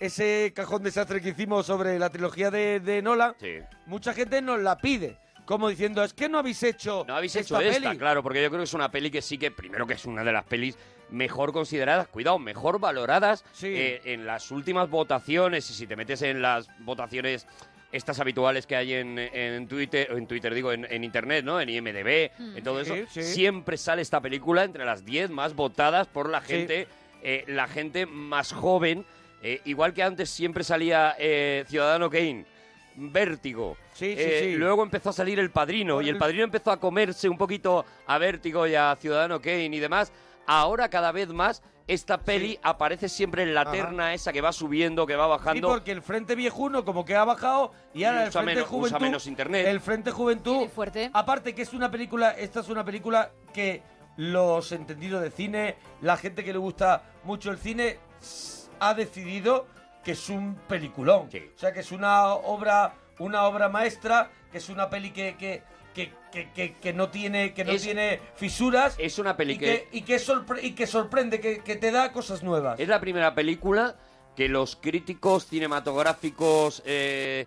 Speaker 2: ese cajón desastre que hicimos sobre la trilogía de, de Nolan, mucha gente nos la pide, como diciendo, es que no habéis hecho,
Speaker 5: No habéis
Speaker 2: esta
Speaker 5: hecho esta,
Speaker 2: peli".
Speaker 5: claro, porque yo creo que es una peli que sí que, primero que es una de las pelis mejor consideradas, cuidado, mejor valoradas eh, en las últimas votaciones y si te metes en las votaciones estas habituales que hay en, en Twitter, en Twitter digo, en, en Internet, ¿no? En IMDB,
Speaker 2: Mm.
Speaker 5: en todo eso,
Speaker 2: Sí, sí.
Speaker 5: siempre sale esta película entre las 10 más votadas por la
Speaker 2: Sí.
Speaker 5: gente, eh, la gente más joven, eh, igual que antes siempre salía eh, Ciudadano Kane, Vértigo,
Speaker 2: Sí, sí,
Speaker 5: eh,
Speaker 2: sí.
Speaker 5: luego empezó a salir El Padrino y El Padrino empezó a comerse un poquito a Vértigo y a Ciudadano Kane y demás. Ahora cada vez más esta peli aparece siempre en la
Speaker 2: Ajá.
Speaker 5: terna esa que va subiendo, que va
Speaker 2: Y
Speaker 5: bajando.
Speaker 2: porque el Frente Viejuno como que ha bajado y ahora el
Speaker 5: Usa
Speaker 2: Frente
Speaker 5: menos- usa
Speaker 2: Juventud...
Speaker 5: menos internet.
Speaker 2: El Frente Juventud... Aparte que es una película, esta es una película que los entendidos de cine, la gente que le gusta mucho el cine, s- ha decidido que es un peliculón. O sea, que es una obra, una obra maestra, que es una peli que... que que, que- que- que no tiene que no
Speaker 5: Es-
Speaker 2: tiene fisuras
Speaker 5: es una peli
Speaker 2: y
Speaker 5: que-
Speaker 2: que, y que, sorpre- y que sorprende que, que te da cosas nuevas
Speaker 5: Es la primera película que los críticos cinematográficos, eh,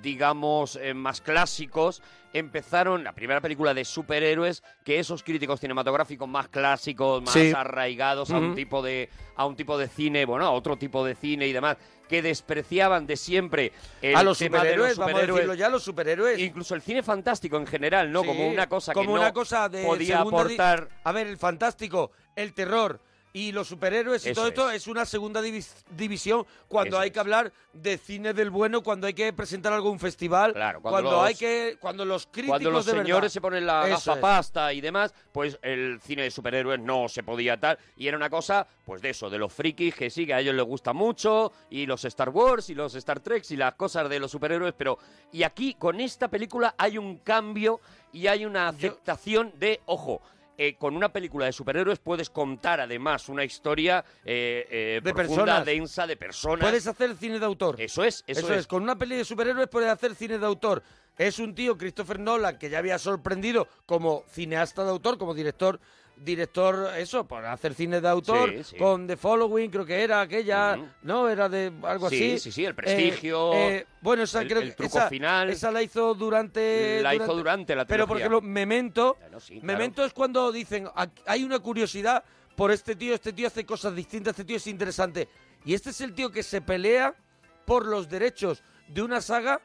Speaker 5: digamos, eh, más clásicos, empezaron, la primera película de superhéroes, que esos críticos cinematográficos más clásicos, más
Speaker 2: Sí.
Speaker 5: arraigados a, un
Speaker 2: Ujú.
Speaker 5: tipo de, a un tipo de cine, bueno, a otro tipo de cine y demás, que despreciaban de siempre el
Speaker 2: a los
Speaker 5: tema de los
Speaker 2: superhéroes, vamos a
Speaker 5: superhéroes.
Speaker 2: decirlo ya, los superhéroes.
Speaker 5: Incluso el cine fantástico en general, ¿no? Como una cosa que
Speaker 2: como
Speaker 5: no
Speaker 2: una cosa de
Speaker 5: podía
Speaker 2: segunda di-
Speaker 5: aportar
Speaker 2: A ver, el fantástico, el terror y los superhéroes y
Speaker 5: Eso
Speaker 2: todo esto es una segunda divis- división cuando
Speaker 5: Eso
Speaker 2: hay que hablar de cine del bueno, cuando hay que presentar algún festival,
Speaker 5: cuando
Speaker 2: cuando,
Speaker 5: los-
Speaker 2: hay que cuando los críticos
Speaker 5: Cuando los
Speaker 2: de
Speaker 5: señores
Speaker 2: verdad.
Speaker 5: se ponen la
Speaker 2: Eso
Speaker 5: gafa
Speaker 2: es.
Speaker 5: pasta y demás, pues el cine de superhéroes no se podía tal. Y era una cosa, pues de eso, de los frikis, que sí, que a ellos les gusta mucho, y los Star Wars, y los Star Trek, y las cosas de los superhéroes, pero... Y aquí, con esta película, hay un cambio y hay una aceptación de, ojo... eh, con una película de superhéroes puedes contar además una historia eh, eh,
Speaker 2: De
Speaker 5: profunda,
Speaker 2: personas.
Speaker 5: densa, de personas.
Speaker 2: Puedes hacer cine de autor.
Speaker 5: Eso es, eso,
Speaker 2: Eso, es. con una peli de superhéroes puedes hacer cine de autor. Es un tío, Christopher Nolan, que ya había sorprendido como cineasta de autor, como director, director, eso, por hacer cine de autor,
Speaker 5: Sí, sí.
Speaker 2: con The Following, creo que era aquella, ¿no? Era de algo
Speaker 5: Sí,
Speaker 2: así.
Speaker 5: sí, sí, El
Speaker 2: Eh,
Speaker 5: Prestigio,
Speaker 2: bueno, esa
Speaker 5: el-
Speaker 2: creo
Speaker 5: el
Speaker 2: que
Speaker 5: truco
Speaker 2: esa-
Speaker 5: final.
Speaker 2: Esa la hizo durante.
Speaker 5: La hizo durante la
Speaker 2: Pero
Speaker 5: trilogía.
Speaker 2: porque lo, Memento.
Speaker 5: claro.
Speaker 2: Memento es cuando dicen, "Aquí hay una curiosidad por este tío, este tío hace cosas distintas, este tío es interesante. Y este es el tío que se pelea por los derechos de una saga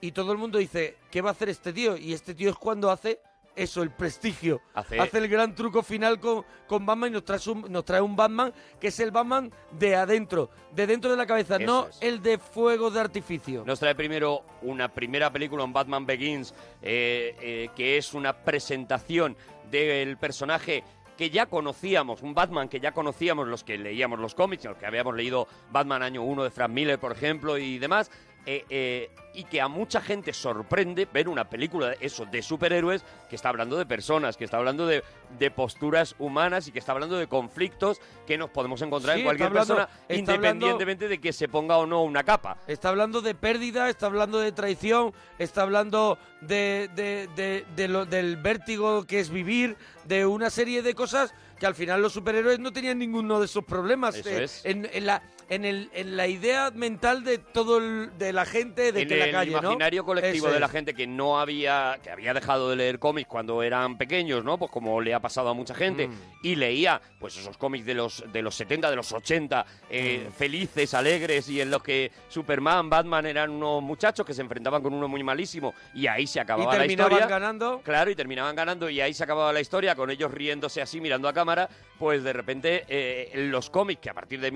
Speaker 2: y todo el mundo dice, ¿qué va a hacer este tío? Y este tío es cuando hace eso, el prestigio.
Speaker 5: Hace-
Speaker 2: el gran truco final con, con Batman y nos trae, un, nos trae un Batman que es el Batman de adentro, de dentro de la cabeza,
Speaker 5: Eso
Speaker 2: no
Speaker 5: es.
Speaker 2: el de fuego de artificio.
Speaker 5: Nos trae primero una primera película en Batman Begins, eh, eh, que es una presentación del personaje que ya conocíamos, un Batman que ya conocíamos los que leíamos los cómics, los que habíamos leído Batman año 1 de Frank Miller, por ejemplo, y demás, eh, eh, y que a mucha gente sorprende ver una película de eso de superhéroes que está hablando de personas, que está hablando de, de posturas humanas y que está hablando de conflictos que nos podemos encontrar
Speaker 2: Sí,
Speaker 5: en
Speaker 2: está
Speaker 5: cualquier
Speaker 2: hablando-
Speaker 5: persona,
Speaker 2: está
Speaker 5: independientemente de que se ponga o no una capa.
Speaker 2: Está hablando de pérdida, está hablando de traición, está hablando de, de- de- de lo- del vértigo que es vivir, de una serie de cosas que al final los superhéroes no tenían ninguno de esos problemas.
Speaker 5: Eso
Speaker 2: eh,
Speaker 5: es.
Speaker 2: En, en la, en, el, en la idea mental de todo el- de la gente de
Speaker 5: en
Speaker 2: que la
Speaker 5: el
Speaker 2: calle, ¿no?
Speaker 5: imaginario colectivo
Speaker 2: Eso
Speaker 5: de la
Speaker 2: es.
Speaker 5: gente que no había que había dejado de leer cómics cuando eran pequeños, ¿no? Pues como le ha pasado a mucha gente
Speaker 2: Mm.
Speaker 5: y leía pues esos cómics de los de los 70, de los 80, eh,
Speaker 2: Mm.
Speaker 5: felices, alegres y en los que Superman, Batman eran unos muchachos que se enfrentaban con uno muy malísimo y ahí se
Speaker 2: Y
Speaker 5: acababa la
Speaker 2: terminaban
Speaker 5: historia.
Speaker 2: ganando.
Speaker 5: Claro, y terminaban ganando y ahí se acababa la historia con ellos riéndose así, mirando a cámara, pues de repente eh, los cómics, que a partir de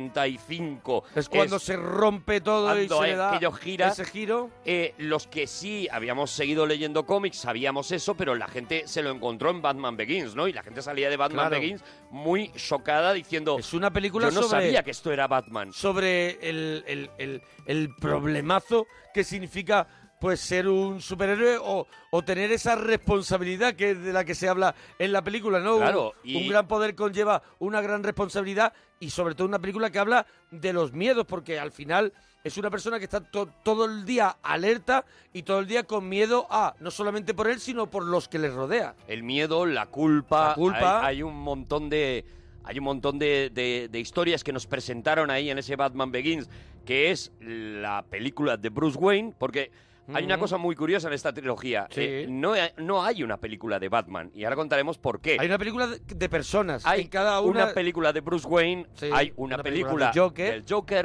Speaker 5: 1985
Speaker 2: Es cuando se rompe todo y
Speaker 5: cuando
Speaker 2: se le da
Speaker 5: aquello gira,
Speaker 2: ese giro.
Speaker 5: eh, los que sí habíamos seguido leyendo cómics sabíamos eso, pero la gente se lo encontró en Batman Begins, ¿no? Y la gente salía de Batman
Speaker 2: Claro.
Speaker 5: Begins muy chocada diciendo... Es una
Speaker 2: película
Speaker 5: Yo no
Speaker 2: sobre-
Speaker 5: sabía que esto era Batman.
Speaker 2: sobre el, el- el- el problemazo que significa pues ser un superhéroe o, o tener esa responsabilidad que de la que se habla en la película, ¿no? Un-
Speaker 5: Claro,
Speaker 2: un,
Speaker 5: y-
Speaker 2: gran poder conlleva una gran responsabilidad y sobre todo una película que habla de los miedos, porque al final es una persona que está to- todo el día alerta y todo el día con miedo a, no solamente por él, sino por los que le rodea.
Speaker 5: El miedo, la culpa.
Speaker 2: La culpa.
Speaker 5: Hay, hay un montón de. Hay un montón de, de- de historias que nos presentaron ahí en ese Batman Begins, que es la película de Bruce Wayne, porque hay una
Speaker 2: Mm.
Speaker 5: cosa muy curiosa en esta trilogía.
Speaker 2: Sí.
Speaker 5: Eh, no, hay- no hay una película de Batman, y ahora contaremos por qué.
Speaker 2: Hay una película de- de personas.
Speaker 5: Hay
Speaker 2: en cada una,
Speaker 5: película de Bruce Wayne,
Speaker 2: Sí,
Speaker 5: hay una,
Speaker 2: una
Speaker 5: película,
Speaker 2: película del Joker.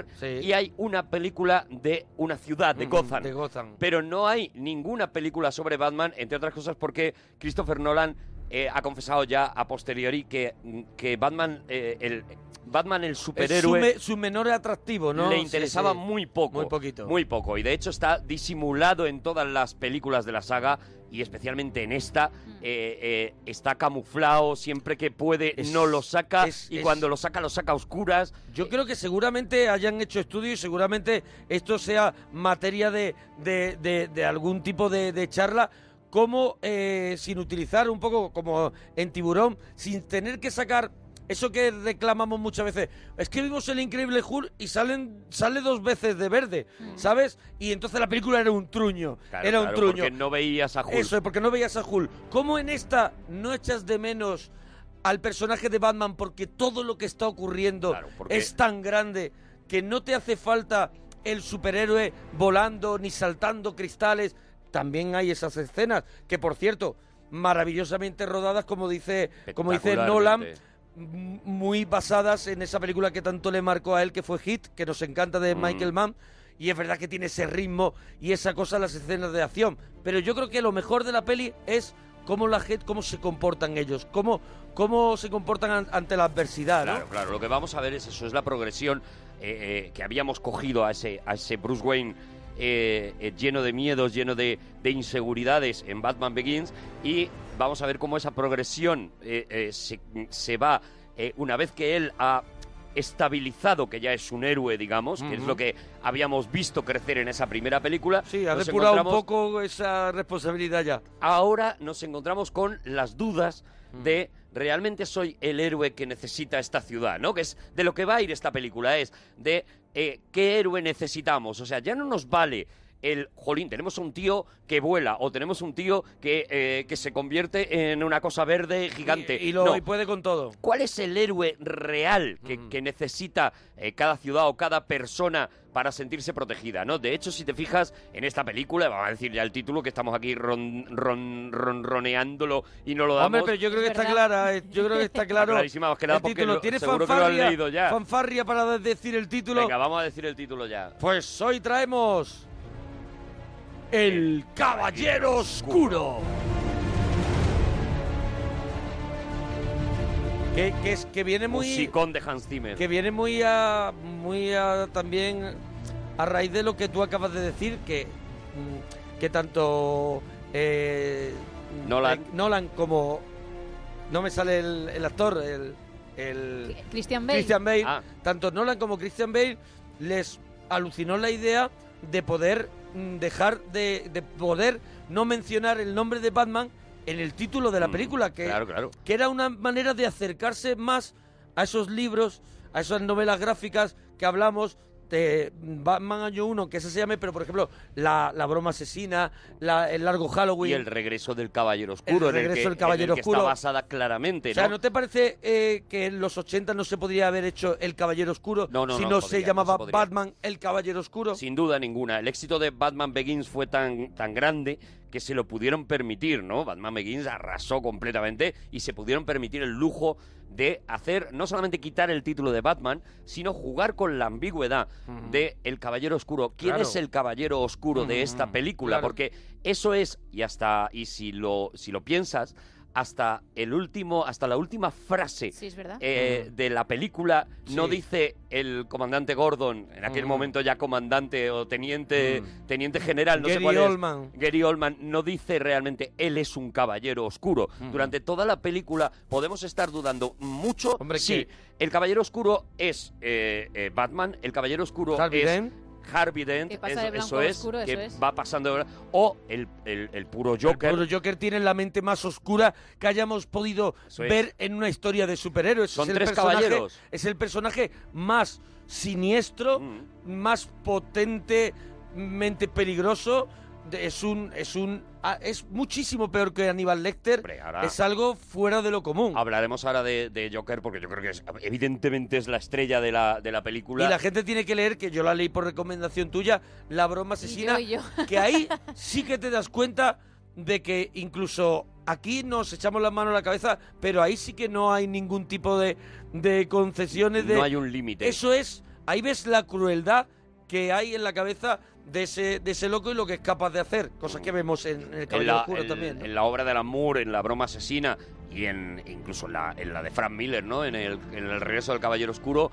Speaker 5: del Joker y hay una película de una ciudad, de Gotham.
Speaker 2: de Gotham.
Speaker 5: Pero no hay ninguna película sobre Batman, entre otras cosas porque Christopher Nolan eh, ha confesado ya a posteriori que, que Batman, eh, el, Batman el
Speaker 2: Es su,
Speaker 5: superhéroe...
Speaker 2: me- su menor atractivo, ¿no?
Speaker 5: Le
Speaker 2: Sí,
Speaker 5: interesaba
Speaker 2: sí.
Speaker 5: muy poco.
Speaker 2: Muy poquito.
Speaker 5: Muy poco. Y de hecho está disimulado en todas las películas de la saga y especialmente en esta. eh, eh, está camuflado siempre que puede,
Speaker 2: Es-
Speaker 5: no lo saca.
Speaker 2: es-
Speaker 5: y
Speaker 2: es-
Speaker 5: cuando lo saca, lo saca a oscuras.
Speaker 2: Yo creo que seguramente hayan hecho estudios y seguramente esto sea materia de, de- de- de algún tipo de, de charla. Como eh, sin utilizar un poco como en tiburón, sin tener que sacar eso que reclamamos muchas veces. Es que vimos el increíble Hulk y salen, sale dos veces de verde, ¿sabes? Y entonces la película era un truño.
Speaker 5: Claro,
Speaker 2: era un
Speaker 5: claro,
Speaker 2: truño.
Speaker 5: Porque no veías a Hulk.
Speaker 2: Eso es, porque no veías a Hulk. ¿Cómo en esta no echas de menos al personaje de Batman porque todo lo que está ocurriendo
Speaker 5: porque-
Speaker 2: es tan grande que no te hace falta el superhéroe volando ni saltando cristales? También hay esas escenas que, por cierto, maravillosamente rodadas, como dice, como dice Nolan,
Speaker 5: Espectacularmente.
Speaker 2: m- muy basadas en esa película que tanto le marcó a él, que fue Hit, que nos encanta
Speaker 5: Mm.
Speaker 2: de Michael Mann. Y es verdad que tiene ese ritmo y esa cosa en las escenas de acción. Pero yo creo que lo mejor de la peli es cómo la gente, cómo se comportan ellos, cómo, cómo se comportan an- ante la adversidad. ¿no?
Speaker 5: Claro, claro. Lo que vamos a ver es eso, es la progresión eh, eh, que habíamos cogido a ese, a ese Bruce Wayne eh, eh, lleno de miedos, lleno de, de inseguridades en Batman Begins y vamos a ver cómo esa progresión eh, eh, se, se va eh, una vez que él ha estabilizado que ya es un héroe, digamos, que es
Speaker 2: Ujú.
Speaker 5: lo que habíamos visto crecer en esa primera película. Sí,
Speaker 2: Ha depurado un poco esa responsabilidad ya.
Speaker 5: ahora nos encontramos con las dudas de realmente soy el héroe que necesita esta ciudad, ¿no? Que es de lo que va a ir esta película, es de eh, qué héroe necesitamos. O sea, ya no nos vale el jolín, tenemos un tío que vuela o tenemos un tío que, eh, que se convierte en una cosa verde gigante.
Speaker 2: Y lo
Speaker 5: No.
Speaker 2: y puede con todo. Mm.
Speaker 5: ¿Cuál es el héroe real que, que necesita eh, cada ciudad o cada persona para sentirse protegida? ¿no? De hecho, si te fijas en esta película, vamos a decir ya el título, que estamos aquí ron, ron- ronroneándolo y no lo damos.
Speaker 2: Hombre, pero yo creo que está clara, eh, yo creo que está claro.
Speaker 5: clarísima, más que nada
Speaker 2: el
Speaker 5: porque
Speaker 2: título.
Speaker 5: lo-
Speaker 2: ¿Tienes
Speaker 5: seguro que lo han
Speaker 2: fanfarria-
Speaker 5: leído ya.
Speaker 2: fanfarria para decir el título?
Speaker 5: Venga, vamos a decir el título ya.
Speaker 2: Pues hoy traemos El Caballero Oscuro. Que, que es, que viene muy...
Speaker 5: Musicón de Hans Zimmer.
Speaker 2: Que viene muy a, muy a- también a raíz de lo que tú acabas de decir, que, mm, que tanto eh,
Speaker 5: Nolan.
Speaker 2: eh, Nolan como... No me sale el, el actor, el... el
Speaker 4: Christian Bale.
Speaker 5: Ah.
Speaker 2: Christian Bale, tanto Nolan como Christian Bale les alucinó la idea de poder mm, dejar de, de poder no mencionar el nombre de Batman en el título de la película, que,
Speaker 5: Mm, claro, claro.
Speaker 2: que era una manera de acercarse más a esos libros, a esas novelas gráficas que hablamos de Batman Año 1, que ese se llame, pero por ejemplo, La, la Broma Asesina, la- El Largo Halloween.
Speaker 5: Y el regreso del Caballero Oscuro, en el
Speaker 2: regreso
Speaker 5: que,
Speaker 2: del Caballero
Speaker 5: en el que
Speaker 2: Oscuro.
Speaker 5: está basada claramente,
Speaker 2: O sea,
Speaker 5: ¿no?
Speaker 2: ¿no te parece eh, que en los 80 no se podría haber hecho El Caballero Oscuro
Speaker 5: No, no,
Speaker 2: si no,
Speaker 5: no
Speaker 2: se
Speaker 5: podría, no
Speaker 2: llamaba
Speaker 5: se podría.
Speaker 2: Batman El Caballero Oscuro?
Speaker 5: Sin duda ninguna. El éxito de Batman Begins fue tan, tan grande que se lo pudieron permitir, ¿no? Batman Begins arrasó completamente y se pudieron permitir el lujo de hacer, no solamente quitar el título de Batman, sino jugar con la ambigüedad de El Caballero Oscuro. ¿Quién
Speaker 2: Claro.
Speaker 5: es el Caballero Oscuro de esta película?
Speaker 2: claro.
Speaker 5: Porque eso es, y hasta, y si lo, si lo piensas, hasta el último, hasta la última frase
Speaker 4: Sí, es verdad.
Speaker 5: eh, de la película no
Speaker 2: Ah. Sí.
Speaker 5: dice el comandante Gordon, en aquel
Speaker 2: Mm.
Speaker 5: momento ya comandante o teniente, teniente general, no sé
Speaker 2: Gary
Speaker 5: cuál es.
Speaker 2: Oldman.
Speaker 5: Gary Oldman no dice realmente él es un caballero oscuro.
Speaker 2: Mm.
Speaker 5: Durante toda la película podemos estar dudando mucho
Speaker 2: Hombre,
Speaker 5: si
Speaker 2: que-
Speaker 5: el caballero oscuro es eh, eh, Batman, el caballero oscuro
Speaker 2: Harvey
Speaker 5: es
Speaker 2: Dent.
Speaker 5: Harvey Dent,
Speaker 4: Que pasa de blanco
Speaker 5: eso,
Speaker 4: a
Speaker 5: es,
Speaker 4: oscuro,
Speaker 5: que
Speaker 4: eso es.
Speaker 5: va pasando de- o el, el- el puro Joker.
Speaker 2: Pero Joker tiene la mente más oscura que hayamos podido
Speaker 5: Eso es.
Speaker 2: ver en una historia de superhéroes.
Speaker 5: Son
Speaker 2: Es el
Speaker 5: tres
Speaker 2: personaje-
Speaker 5: caballeros.
Speaker 2: Es el personaje más siniestro,
Speaker 5: Mm.
Speaker 2: más potentemente peligroso. de- Es un, es un, ah, es muchísimo peor que Aníbal Lecter. Es algo fuera de lo común.
Speaker 5: Hablaremos ahora de, de Joker porque yo creo que es- evidentemente es la estrella de la, de la película.
Speaker 2: Y la gente tiene que leer, que yo la leí por recomendación tuya, La broma asesina,
Speaker 4: Y yo, y
Speaker 2: que ahí sí que te das cuenta de que incluso aquí nos echamos las manos a la cabeza, pero ahí sí que no hay ningún tipo de, de concesiones. De,
Speaker 5: No hay un límite.
Speaker 2: Eso es, ahí ves la crueldad que hay en la cabeza de ese, de ese loco y lo que es capaz de hacer, cosas que vemos en, El
Speaker 5: en
Speaker 2: Caballero
Speaker 5: la,
Speaker 2: Oscuro
Speaker 5: en-
Speaker 2: también. ¿no?
Speaker 5: en la obra de Moore, en La broma asesina y en incluso en la, en la de Frank Miller, ¿no? En el, en el regreso del Caballero Oscuro,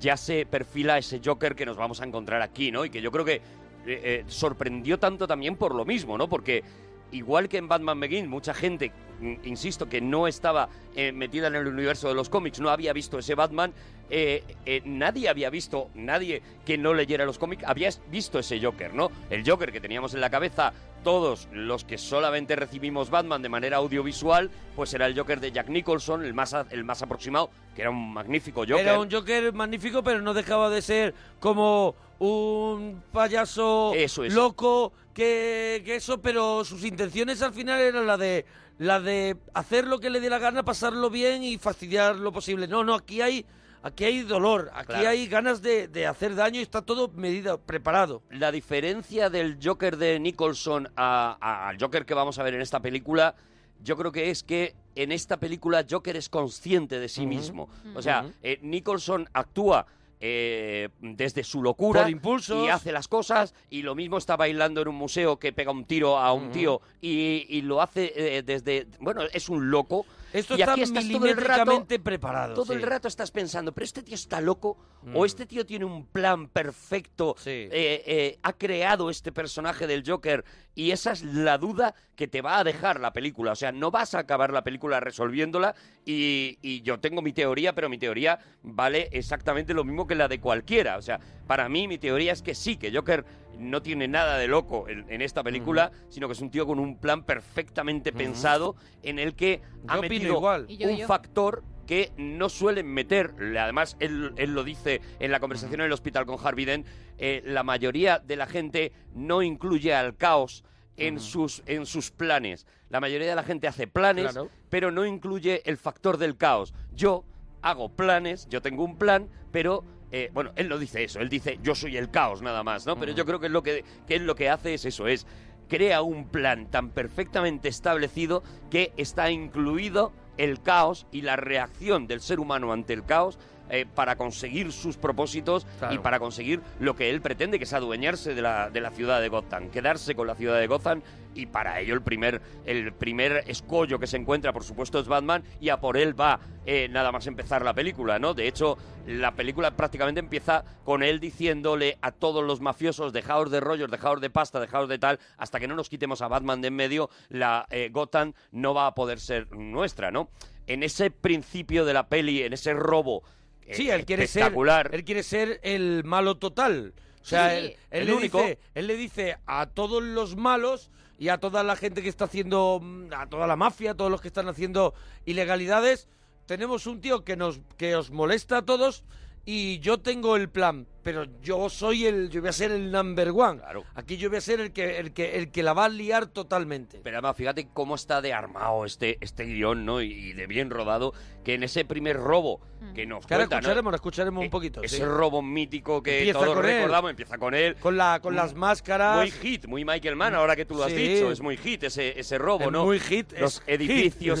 Speaker 5: ya se perfila ese Joker que nos vamos a encontrar aquí, ¿no? Y que yo creo que eh, eh, sorprendió tanto también por lo mismo, ¿no? Porque igual que en Batman Begins, mucha gente, mm, insisto, que no estaba eh, metida en el universo de los cómics, no había visto ese Batman, eh, eh, nadie había visto, nadie que no leyera los cómics había es- visto ese Joker, ¿no? El Joker que teníamos en la cabeza todos los que solamente recibimos Batman de manera audiovisual, pues era el Joker de Jack Nicholson, el más, a- el más aproximado, que era un magnífico Joker.
Speaker 2: Era un Joker magnífico, pero no dejaba de ser como un payaso
Speaker 5: es.
Speaker 2: loco que, que eso, pero sus intenciones al final eran la de la de hacer lo que le dé la gana, pasarlo bien y fastidiar lo posible. No, no, aquí hay aquí hay dolor, aquí
Speaker 5: Claro.
Speaker 2: hay ganas de, de hacer daño y está todo medido, preparado.
Speaker 5: La diferencia del Joker de Nicholson a- a- al Joker que vamos a ver en esta película, yo creo que es que en esta película Joker es consciente de sí mismo. O sea,
Speaker 2: Ujú.
Speaker 5: eh, Nicholson actúa eh, desde su locura
Speaker 2: Por impulsos.
Speaker 5: y hace las cosas y lo mismo está bailando en un museo que pega un tiro a un
Speaker 2: Ujú.
Speaker 5: tío y, y lo hace eh, desde... Bueno, es un loco.
Speaker 2: Esto
Speaker 5: y
Speaker 2: está
Speaker 5: aquí estás todo el rato
Speaker 2: milimétricamente preparado.
Speaker 5: todo el
Speaker 2: sí.
Speaker 5: rato estás pensando, pero este tío está loco
Speaker 2: Mm.
Speaker 5: o este tío tiene un plan perfecto, eh, eh, ha creado este personaje del Joker y esa es la duda que te va a dejar la película. O sea, no vas a acabar la película resolviéndola y, y yo tengo mi teoría, pero mi teoría vale exactamente lo mismo que la de cualquiera. O sea, para mí mi teoría es que sí, que Joker no tiene nada de loco en, en esta película, sino que es un tío con un plan perfectamente pensado en el que ha
Speaker 2: Yo opino
Speaker 5: metido
Speaker 2: igual. Y yo,
Speaker 5: un
Speaker 2: yo.
Speaker 5: factor que no suelen meter. Le- Además, él, él lo dice en la conversación en el hospital con Harvey Dent, eh, la mayoría de la gente no incluye al caos en, sus, en sus planes. La mayoría de la gente hace planes,
Speaker 2: Claro.
Speaker 5: pero no incluye el factor del caos. Yo hago planes, yo tengo un plan, pero... eh, bueno, él no dice eso, él dice yo soy el caos nada más, ¿no? Pero yo creo que es lo que, que él lo que hace es eso, es crea un plan tan perfectamente establecido que está incluido el caos y la reacción del ser humano ante el caos eh, para conseguir sus propósitos y para conseguir lo que él pretende, que es adueñarse de la, de la ciudad de Gotham, quedarse con la ciudad de Gotham y para ello el primer, el primer escollo que se encuentra, por supuesto, es Batman y a por él va eh, nada más empezar la película, ¿no? De hecho, la película prácticamente empieza con él diciéndole a todos los mafiosos, dejaos de rollos, dejaos de pasta, dejaos de tal, hasta que no nos quitemos a Batman de en medio, la eh, Gotham no va a poder ser nuestra, ¿no? En ese principio de la peli, en ese robo eh,
Speaker 2: Sí, él quiere ser
Speaker 5: espectacular,
Speaker 2: él quiere ser el malo total. O sea,
Speaker 5: Sí,
Speaker 2: él, él
Speaker 5: el
Speaker 2: le
Speaker 5: único.
Speaker 2: dice, él le dice a todos los malos y a toda la gente que está haciendo, mm, a toda la mafia, a todos los que están haciendo ilegalidades, tenemos un tío que nos que os molesta a todos y yo tengo el plan, pero yo soy el, yo voy a ser el number one. Aquí yo voy a ser el que el que el que la va a liar totalmente.
Speaker 5: Pero además, fíjate cómo está de armado este, este guión, ¿no? Y, y de bien rodado, que en ese primer robo
Speaker 2: Mm.
Speaker 5: que nos
Speaker 2: Que ahora
Speaker 5: cuenta, ¿no? Eh,
Speaker 2: escucharemos, ahora escucharemos un poquito.
Speaker 5: Ese
Speaker 2: sí.
Speaker 5: robo mítico que
Speaker 2: Empieza
Speaker 5: todos
Speaker 2: con él.
Speaker 5: recordamos, empieza con él. Mm,
Speaker 2: Con, la, con las máscaras.
Speaker 5: Muy hit, muy Michael Mann, ahora que tú lo has
Speaker 2: Sí.
Speaker 5: dicho. Es muy hit ese, ese robo,
Speaker 2: Es
Speaker 5: ¿no?
Speaker 2: muy hit,
Speaker 5: Los
Speaker 2: es
Speaker 5: edificios,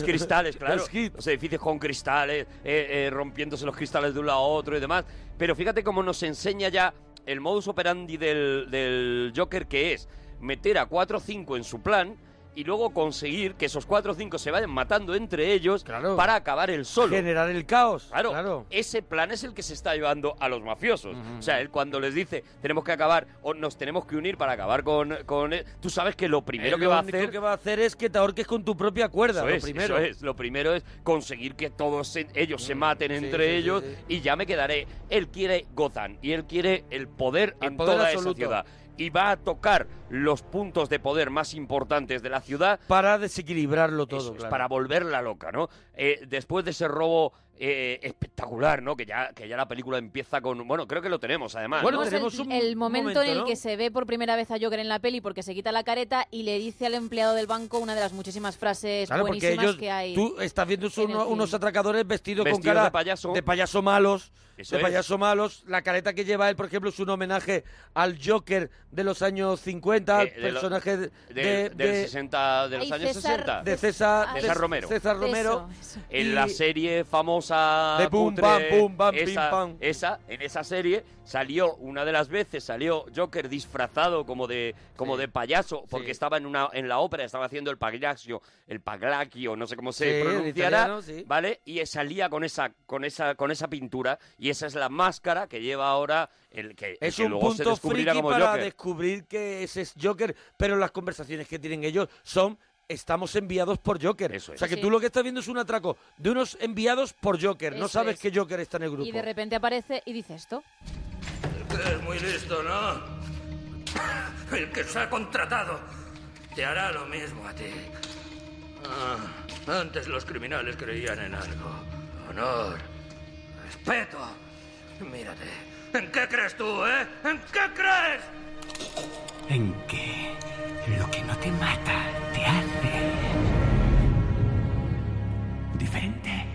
Speaker 2: hit.
Speaker 5: cristales, claro.
Speaker 2: Es hit.
Speaker 5: Los edificios con cristales, eh, eh, rompiéndose los cristales de un lado a otro y demás. Pero fíjate cómo nos enseña ya el modus operandi del, del Joker, que es meter a 4 o 5 en su plan y luego conseguir que esos 4 o 5 se vayan matando entre ellos para acabar el solo.
Speaker 2: Generar el caos.
Speaker 5: Claro, ese plan es el que se está llevando a los mafiosos. O sea, él cuando les dice, tenemos que acabar o nos tenemos que unir para acabar con... con él", tú sabes que lo primero
Speaker 2: Él
Speaker 5: que
Speaker 2: lo
Speaker 5: va a
Speaker 2: único
Speaker 5: hacer...
Speaker 2: que va a hacer es que te ahorques con tu propia cuerda.
Speaker 5: Eso
Speaker 2: lo
Speaker 5: es,
Speaker 2: primero. Mm,
Speaker 5: eso es. Lo primero es conseguir que todos se- ellos se maten
Speaker 2: sí,
Speaker 5: entre
Speaker 2: sí, sí,
Speaker 5: ellos
Speaker 2: sí.
Speaker 5: y ya me quedaré. Él quiere Gotham y él quiere el poder en
Speaker 2: poder
Speaker 5: toda
Speaker 2: absoluto.
Speaker 5: esa ciudad. Y va a tocar los puntos de poder más importantes de la ciudad
Speaker 2: Para desequilibrarlo todo.
Speaker 5: eso es,
Speaker 2: claro.
Speaker 5: pues, para volverla loca, ¿no? Eh, después de ese robo eh, espectacular, ¿no? Que ya, que ya la película empieza con... Bueno, creo que lo tenemos, además.
Speaker 4: Vamos, el, el momento, en el
Speaker 5: ¿no?
Speaker 4: que se ve por primera vez a Joker en la peli porque se quita la careta y le dice al empleado del banco una de las muchísimas frases
Speaker 2: Claro, porque
Speaker 4: buenísimas
Speaker 2: ellos,
Speaker 4: que hay.
Speaker 2: tú estás viendo son
Speaker 4: en el
Speaker 2: uno-
Speaker 4: film.
Speaker 2: unos atracadores vestidos, con
Speaker 5: Vestidos
Speaker 2: cara
Speaker 5: de payaso.
Speaker 2: de payaso malos,
Speaker 5: Eso
Speaker 2: de
Speaker 5: es.
Speaker 2: payaso malos. La careta que lleva él, por ejemplo, es un homenaje al Joker de los años 50,
Speaker 5: Eh, de lo-
Speaker 2: personaje de,
Speaker 5: Del- del
Speaker 2: de-
Speaker 5: 60, de los
Speaker 2: Ay,
Speaker 5: años
Speaker 2: César-
Speaker 5: 60.
Speaker 2: de César-
Speaker 5: César,
Speaker 2: César
Speaker 5: Romero.
Speaker 2: César Romero. Eso, eso.
Speaker 5: En
Speaker 2: Y-
Speaker 5: la serie famosa.
Speaker 2: De pum,
Speaker 5: cutre,
Speaker 2: pam, pum, pam, pim,
Speaker 5: esa,
Speaker 2: pam.
Speaker 5: Esa, en esa serie salió, una de las veces salió Joker disfrazado como de, como de payaso, porque estaba en, una, en la ópera, estaba haciendo el pagliaccio, el paglaquio, no sé cómo
Speaker 2: Sí,
Speaker 5: se
Speaker 2: el
Speaker 5: pronunciará.
Speaker 2: italiano, sí.
Speaker 5: ¿Vale? Y salía con esa, con esa, con esa pintura, y esa es la máscara que lleva ahora el que,
Speaker 2: Es
Speaker 5: que
Speaker 2: un
Speaker 5: luego se
Speaker 2: punto
Speaker 5: descubrirá
Speaker 2: friki
Speaker 5: como
Speaker 2: para
Speaker 5: Joker.
Speaker 2: descubrir que ese es Joker, pero las conversaciones que tienen ellos son estamos enviados por Joker. O sea que
Speaker 4: Sí.
Speaker 2: tú lo que estás viendo es un atraco de unos enviados por Joker. no
Speaker 4: Eso
Speaker 2: sabes
Speaker 4: es.
Speaker 2: que Joker está en el grupo.
Speaker 4: Y de repente aparece y dice esto.
Speaker 3: Eres muy listo, ¿no? El que se ha contratado te hará lo mismo a ti. Ah, antes los criminales creían en algo. Honor. Respeto. Mírate. ¿En qué crees tú, eh? ¿En qué crees?
Speaker 22: En que lo que no te mata te hace diferente.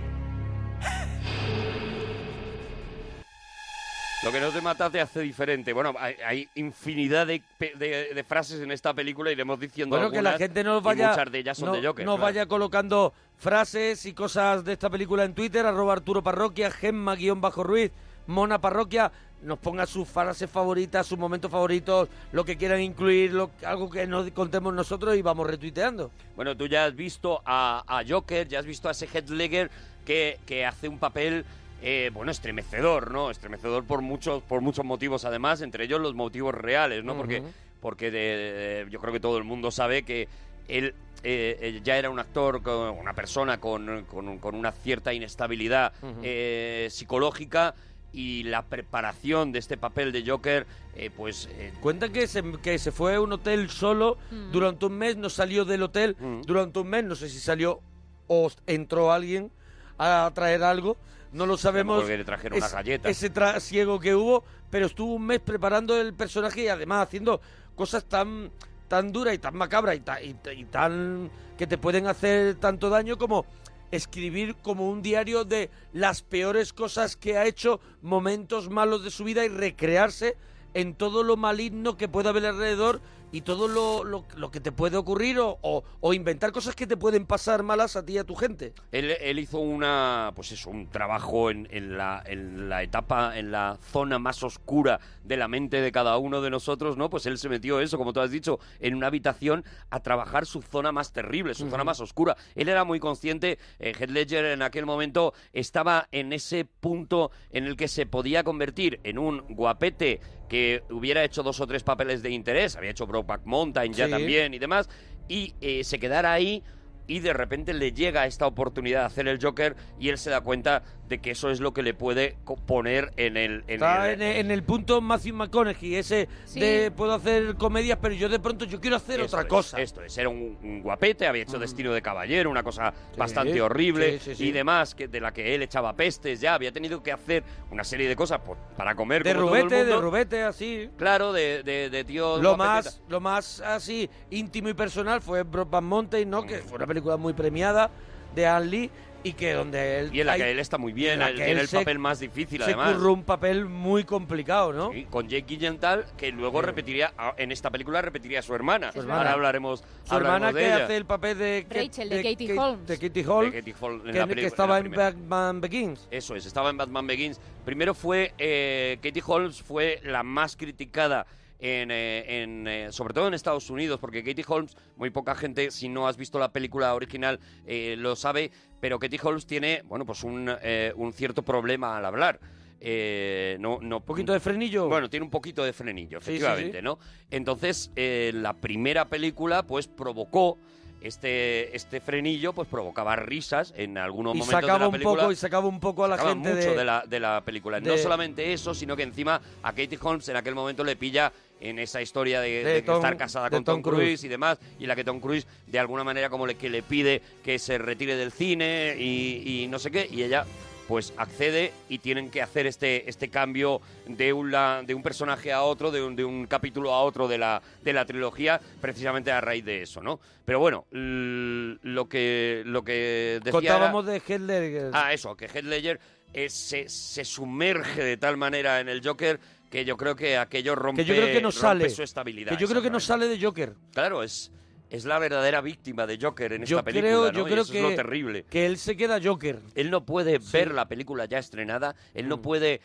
Speaker 5: Lo que no te mata te hace diferente. Bueno, hay, hay infinidad de, pe- de- de frases en esta película, iremos diciendo
Speaker 2: Bueno, que la
Speaker 5: algunas,
Speaker 2: gente nos
Speaker 5: y
Speaker 2: vaya,
Speaker 5: muchas de ellas son
Speaker 2: no-
Speaker 5: de Joker.
Speaker 2: nos
Speaker 5: claro.
Speaker 2: vaya colocando frases y cosas de esta película en Twitter, arroba Arturo Parroquia, Gemma-Ruiz, Mona Parroquia, nos ponga sus frases favoritas, sus momentos favoritos, lo que quieran incluir, lo- algo que nos contemos nosotros y vamos retuiteando.
Speaker 5: Bueno, tú ya has visto a, a Joker, ya has visto a ese Headlegger que, que hace un papel, eh, bueno, estremecedor, ¿no? Estremecedor por muchos, por muchos motivos, además, entre ellos los motivos reales, ¿no? Porque,
Speaker 2: Ujú.
Speaker 5: porque de- de- yo creo que todo el mundo sabe que él eh, eh, ya era un actor, con- una persona con, con- con una cierta inestabilidad
Speaker 2: Ujú.
Speaker 5: eh, psicológica y la preparación de este papel de Joker, eh, pues... eh,
Speaker 2: Cuentan que se, que se fue a un hotel solo durante un mes, no salió del hotel
Speaker 5: Mm.
Speaker 2: durante un mes, no sé si salió o entró alguien a traer algo, no lo sabemos.
Speaker 5: Porque le trajeron unas galletas.
Speaker 2: Ese trasiego que hubo, pero estuvo un mes preparando el personaje y además haciendo cosas tan tan duras y tan macabras y, ta- y ta- y tan que te pueden hacer tanto daño como escribir como un diario de las peores cosas que ha hecho, momentos malos de su vida y recrearse en todo lo maligno que pueda haber alrededor y todo lo, lo- lo que te puede ocurrir o, o- o inventar cosas que te pueden pasar malas a ti y a tu gente.
Speaker 5: Él, él hizo una, pues eso, un trabajo en, en la, en la etapa, en la zona más oscura de la mente de cada uno de nosotros, ¿no? Pues él se metió eso, como tú has dicho, en una habitación a trabajar su zona más terrible, su zona
Speaker 2: Ujú.
Speaker 5: más oscura. Él era muy consciente, eh, Heath Ledger en aquel momento estaba en ese punto en el que se podía convertir en un guapete que hubiera hecho dos o tres papeles de interés, había hecho Brokeback Mountain ya
Speaker 2: Sí.
Speaker 5: también y demás, y eh, se quedara ahí y de repente le llega esta oportunidad de hacer el Joker y él se da cuenta de que eso es lo que le puede co- poner en el... en
Speaker 2: Está en,
Speaker 5: el-
Speaker 2: e, en el punto Matthew McConaughey, ese
Speaker 5: Sí.
Speaker 2: de puedo hacer comedias, pero yo de pronto yo quiero hacer
Speaker 5: Esto
Speaker 2: otra
Speaker 5: es,
Speaker 2: cosa. Mm.
Speaker 5: Esto es, era un, un guapete, había hecho Destino de Caballero, una cosa bastante
Speaker 2: sí,
Speaker 5: horrible
Speaker 2: sí, sí.
Speaker 5: y demás, que, de la que él echaba pestes ya, había tenido que hacer una serie de cosas por- para comer
Speaker 2: de
Speaker 5: como todo el
Speaker 2: rubete, de
Speaker 5: mundo.
Speaker 2: rubete, así.
Speaker 5: Claro, de, de, de tío
Speaker 2: Lo
Speaker 5: guapeteta.
Speaker 2: más, lo más así íntimo y personal fue Broadband Mountain, ¿no?
Speaker 5: Mm.
Speaker 2: Que fue una película muy premiada de Ann Lee y que donde él...
Speaker 5: Y en la
Speaker 2: hay-
Speaker 5: que él está muy bien,
Speaker 2: en la
Speaker 5: él
Speaker 2: que
Speaker 5: tiene
Speaker 2: él
Speaker 5: el
Speaker 2: se-
Speaker 5: papel más difícil
Speaker 2: se
Speaker 5: además.
Speaker 2: curró un papel muy complicado, ¿no?
Speaker 5: Sí, con Jake Gyllenhaal, que luego repetiría, a- en esta película repetiría a su hermana.
Speaker 2: Su hermana.
Speaker 5: Ahora hablaremos,
Speaker 2: Su
Speaker 5: hablaremos
Speaker 2: hermana
Speaker 5: de
Speaker 2: que
Speaker 5: ella.
Speaker 2: hace el papel de...
Speaker 4: Rachel, de Katie
Speaker 2: Kate-
Speaker 4: Holmes.
Speaker 2: De Katie Hall,
Speaker 5: De Katie Hall en
Speaker 2: que,
Speaker 5: la
Speaker 2: que
Speaker 5: peli- en
Speaker 2: estaba
Speaker 5: la
Speaker 2: en,
Speaker 5: primera.
Speaker 2: Batman Begins.
Speaker 5: Eso es, estaba en Batman Begins. Primero fue eh, Katie Holmes, fue la más criticada. En, eh, en, eh, sobre todo en Estados Unidos, porque Katie Holmes, muy poca gente, si no has visto la película original, eh, lo sabe, pero Katie Holmes tiene, bueno, pues un, eh, un cierto problema al hablar. Eh, no, no,
Speaker 2: poquito de frenillo?
Speaker 5: Bueno, tiene un poquito de frenillo,
Speaker 2: sí, sí.
Speaker 5: efectivamente, ¿no? Entonces, eh, la primera película, pues, provocó este, este frenillo, pues, provocaba risas en algunos
Speaker 2: Y
Speaker 5: momentos de
Speaker 2: sacaba
Speaker 5: la
Speaker 2: un
Speaker 5: película
Speaker 2: poco, y sacaba un poco a la
Speaker 5: sacaba
Speaker 2: gente
Speaker 5: mucho
Speaker 2: de...
Speaker 5: de, la, de la película. No
Speaker 2: de-
Speaker 5: solamente eso, sino que encima a Katie Holmes en aquel momento le pilla en esa historia de,
Speaker 2: De
Speaker 5: de que
Speaker 2: Tom-
Speaker 5: estar casada
Speaker 2: de
Speaker 5: con Tom,
Speaker 2: Tom
Speaker 5: Cruise.
Speaker 2: Cruise
Speaker 5: y demás, y la que Tom Cruise de alguna manera como le, que le pide que se retire del cine y, y no sé qué, y ella pues accede y tienen que hacer este, este cambio de un, la- de un personaje a otro, de un, de un capítulo a otro de la, de la trilogía, precisamente a raíz de eso, ¿no? Pero bueno, l- lo que, lo que decía... era-
Speaker 2: Contábamos de Heller.
Speaker 5: Ah, eso, que Heath Ledger eh, se, se sumerge de tal manera en el Joker que yo creo que aquello rompe,
Speaker 2: que yo creo que no
Speaker 5: rompe
Speaker 2: sale.
Speaker 5: su estabilidad.
Speaker 2: Que yo creo que no sale de Joker.
Speaker 5: Claro, es, es la verdadera víctima de Joker en
Speaker 2: Yo
Speaker 5: esta película,
Speaker 2: creo-
Speaker 5: ¿no?
Speaker 2: yo
Speaker 5: Y
Speaker 2: creo
Speaker 5: eso es lo
Speaker 2: que-
Speaker 5: terrible.
Speaker 2: Que él se queda Joker.
Speaker 5: Él no puede ver la película ya estrenada, él
Speaker 2: Mm.
Speaker 5: no puede...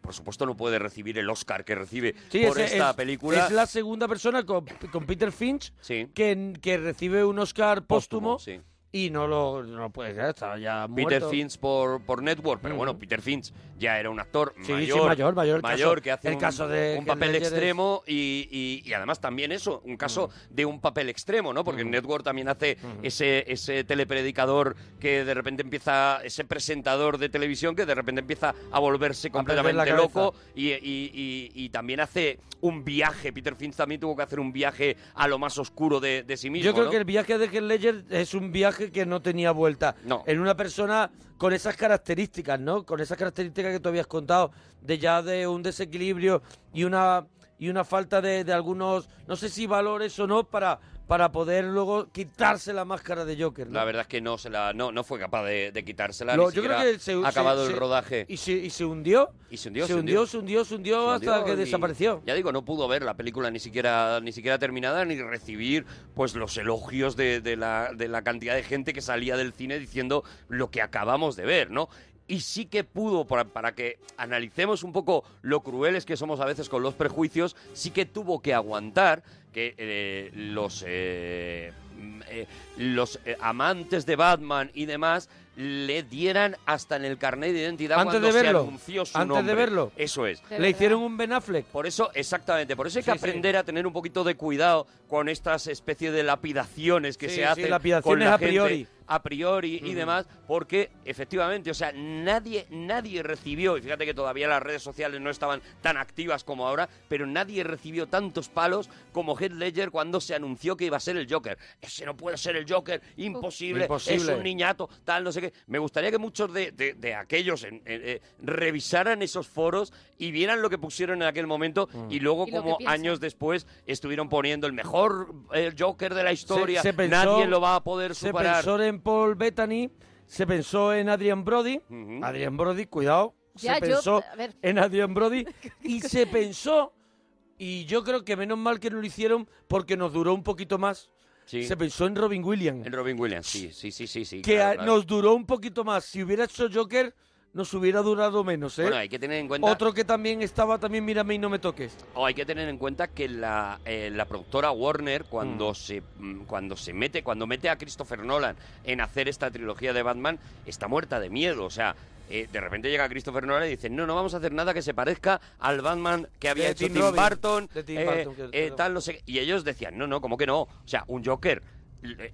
Speaker 5: Por supuesto no puede recibir el Oscar que recibe
Speaker 2: Sí,
Speaker 5: por
Speaker 2: es-
Speaker 5: esta
Speaker 2: es-
Speaker 5: película.
Speaker 2: Es la segunda persona con, con Peter Finch
Speaker 5: Sí.
Speaker 2: que, que recibe un Oscar póstumo.
Speaker 5: sí.
Speaker 2: Y no lo no lo puede ser, está ya
Speaker 5: Peter
Speaker 2: muerto.
Speaker 5: Finch por, por Network, pero bueno, Peter Finch ya era un actor
Speaker 2: Sí, sí,
Speaker 5: mayor,
Speaker 2: mayor, mayor, el caso-
Speaker 5: que hace
Speaker 2: el
Speaker 5: un,
Speaker 2: caso de
Speaker 5: un
Speaker 2: Heath
Speaker 5: papel
Speaker 2: Ledger es-
Speaker 5: extremo y, y- y además también eso, un caso de un papel extremo, ¿no? Porque Network también hace ese, ese telepredicador que de repente empieza, ese presentador de televisión que de repente empieza a volverse completamente
Speaker 2: cabeza.
Speaker 5: loco y, y- y- y también hace un viaje, Peter Finch también tuvo que hacer un viaje a lo más oscuro de, de sí mismo.
Speaker 2: Yo creo
Speaker 5: ¿no?
Speaker 2: que el viaje de Heath Ledger es un viaje que no tenía vuelta.
Speaker 5: No.
Speaker 2: En una persona con esas características, ¿no? Con esas características que tú habías contado, de ya de un desequilibrio y una y una falta de, de algunos, no sé si valores o no, para, para poder luego quitarse la máscara de Joker. ¿no?
Speaker 5: La verdad es que no se la no, no fue capaz de, de quitársela.
Speaker 2: Lo-
Speaker 5: ni
Speaker 2: yo creo
Speaker 5: siquiera
Speaker 2: que se- se-
Speaker 5: ha acabado el
Speaker 2: se-
Speaker 5: rodaje.
Speaker 2: Y se, y se hundió.
Speaker 5: Y se hundió,
Speaker 2: se hundió, se hundió, se hundió
Speaker 5: Se
Speaker 2: hasta
Speaker 5: hundió
Speaker 2: que
Speaker 5: y-
Speaker 2: desapareció.
Speaker 5: Ya digo, no pudo ver la película ni siquiera ni siquiera terminada ni recibir pues los elogios de, de la, de la cantidad de gente que salía del cine diciendo lo que acabamos de ver, ¿no? Y sí que pudo, para, para que analicemos un poco lo crueles que somos a veces con los prejuicios, sí que tuvo que aguantar que eh, los eh, mm, eh, los eh, amantes de Batman y demás le dieran hasta en el carnet de identidad
Speaker 2: Antes
Speaker 5: cuando
Speaker 2: de verlo.
Speaker 5: se anunció su
Speaker 2: Antes de
Speaker 5: nombre.
Speaker 2: verlo.
Speaker 5: Eso es.
Speaker 2: Le hicieron un Ben Affleck.
Speaker 5: Por eso, exactamente, por eso hay que
Speaker 2: Sí, sí.
Speaker 5: aprender a tener un poquito de cuidado con estas especies de lapidaciones que
Speaker 2: Sí,
Speaker 5: se
Speaker 2: sí,
Speaker 5: hacen. con
Speaker 2: lapidaciones
Speaker 5: la
Speaker 2: a priori.
Speaker 5: gente, a priori y
Speaker 2: Ujú.
Speaker 5: demás, porque efectivamente, o sea, nadie, nadie recibió, y fíjate que todavía las redes sociales no estaban tan activas como ahora, pero nadie recibió tantos palos como Heath Ledger cuando se anunció que iba a ser el Joker. Ese no puede ser el Joker, imposible, es
Speaker 2: Imposible.
Speaker 5: un niñato, tal, no sé qué. Me gustaría que muchos de, de- de aquellos en- en- eh, revisaran esos foros y vieran lo que pusieron en aquel momento y luego
Speaker 2: Y lo
Speaker 5: como
Speaker 2: que piensan.
Speaker 5: años después estuvieron poniendo el mejor eh, Joker de la
Speaker 2: Se-
Speaker 5: historia,
Speaker 2: se pensó-
Speaker 5: nadie lo va a poder superar.
Speaker 2: Se pensó en Paul Bettany, se pensó en Adrian Brody. Adrian Brody, cuidado.
Speaker 4: Ya,
Speaker 2: se
Speaker 4: yo-
Speaker 2: pensó
Speaker 4: a ver.
Speaker 2: en Adrian Brody y se pensó, y yo creo que menos mal que no lo hicieron porque nos duró un poquito más.
Speaker 5: Sí.
Speaker 2: Se pensó en Robin Williams.
Speaker 5: En Robin Williams, sí, sí, sí, sí, sí.
Speaker 2: que
Speaker 5: claro,
Speaker 2: a-
Speaker 5: claro.
Speaker 2: nos duró un poquito más. Si hubiera hecho Joker, nos hubiera durado menos, ¿eh?
Speaker 5: Bueno, hay que tener en cuenta-
Speaker 2: Otro que también estaba, también mírame y no me toques.
Speaker 5: Oh, hay que tener en cuenta que la, eh, la productora Warner, cuando, se, mm, cuando se mete, cuando mete a Christopher Nolan en hacer esta trilogía de Batman, está muerta de miedo. O sea, eh, de repente llega Christopher Nolan y dice, no, no vamos a hacer nada que se parezca al Batman que había
Speaker 2: De
Speaker 5: hecho
Speaker 2: Tim
Speaker 5: Tim
Speaker 2: Robbins,
Speaker 5: Burton,
Speaker 2: de Tim
Speaker 5: eh,
Speaker 2: Burton, que-
Speaker 5: eh, tal, no sé qué". Y ellos decían, no, no, ¿cómo que no? O sea, un Joker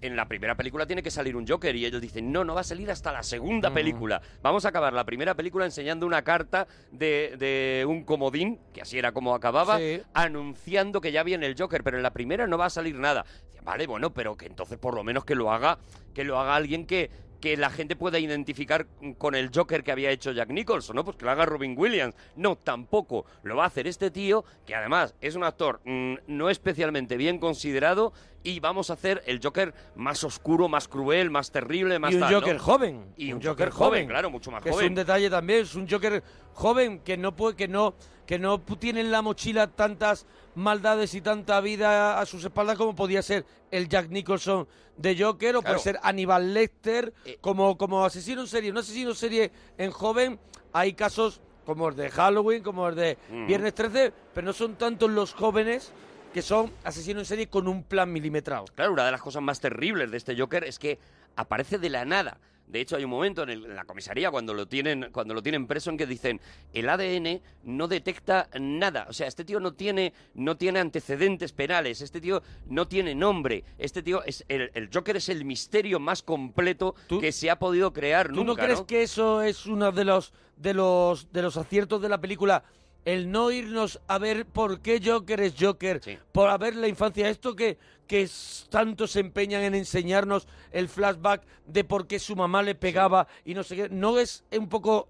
Speaker 5: en la primera película tiene que salir un Joker y ellos dicen, no, no va a salir hasta la segunda
Speaker 2: Mm.
Speaker 5: película. Vamos a acabar la primera película enseñando una carta de, de un comodín, que así era como acababa,
Speaker 2: Sí.
Speaker 5: anunciando que ya viene el Joker, pero en la primera no va a salir nada. Dice, Vale, bueno, pero que entonces por lo menos que lo haga, que lo haga alguien que que la gente pueda identificar con el Joker que había hecho Jack Nicholson, ¿no? Pues que lo haga Robin Williams. No, tampoco. Lo va a hacer este tío, que además es un actor mm, no especialmente bien considerado, y vamos a hacer el Joker más oscuro, más cruel, más terrible, más
Speaker 2: y un
Speaker 5: tal, ¿no?
Speaker 2: Joker joven.
Speaker 5: Y un, Joker, joven, claro, mucho más
Speaker 2: que
Speaker 5: joven.
Speaker 2: Es un detalle también, es un Joker joven que no puede, que no, que no pu- tiene en la mochila tantas maldades y tanta vida a sus espaldas como podía ser el Jack Nicholson de Joker o
Speaker 5: Claro. Eh.
Speaker 2: puede ser Aníbal Lecter como, como asesino en serie. Un asesino en serie en joven hay casos como el de Halloween, como el de
Speaker 5: Mm.
Speaker 2: Viernes 13, pero no son tantos los jóvenes que son asesinos en serie con un plan milimetrado.
Speaker 5: Claro, una de las cosas más terribles de este Joker es que aparece de la nada. De hecho, hay un momento en, el- en la comisaría cuando lo tienen cuando lo tienen preso en que dicen el ADN no detecta nada. O sea, este tío no tiene no tiene antecedentes penales. Este tío no tiene nombre. Este tío es el, el Joker es el misterio más completo que se ha podido crear
Speaker 2: ¿Tú
Speaker 5: nunca.
Speaker 2: no crees que eso es uno de los de los de los aciertos de la película? El no irnos a ver por qué Joker es Joker, por haber la infancia, esto que, que s- tanto se empeñan en enseñarnos el flashback de por qué su mamá le pegaba y no sé qué, ¿no es un poco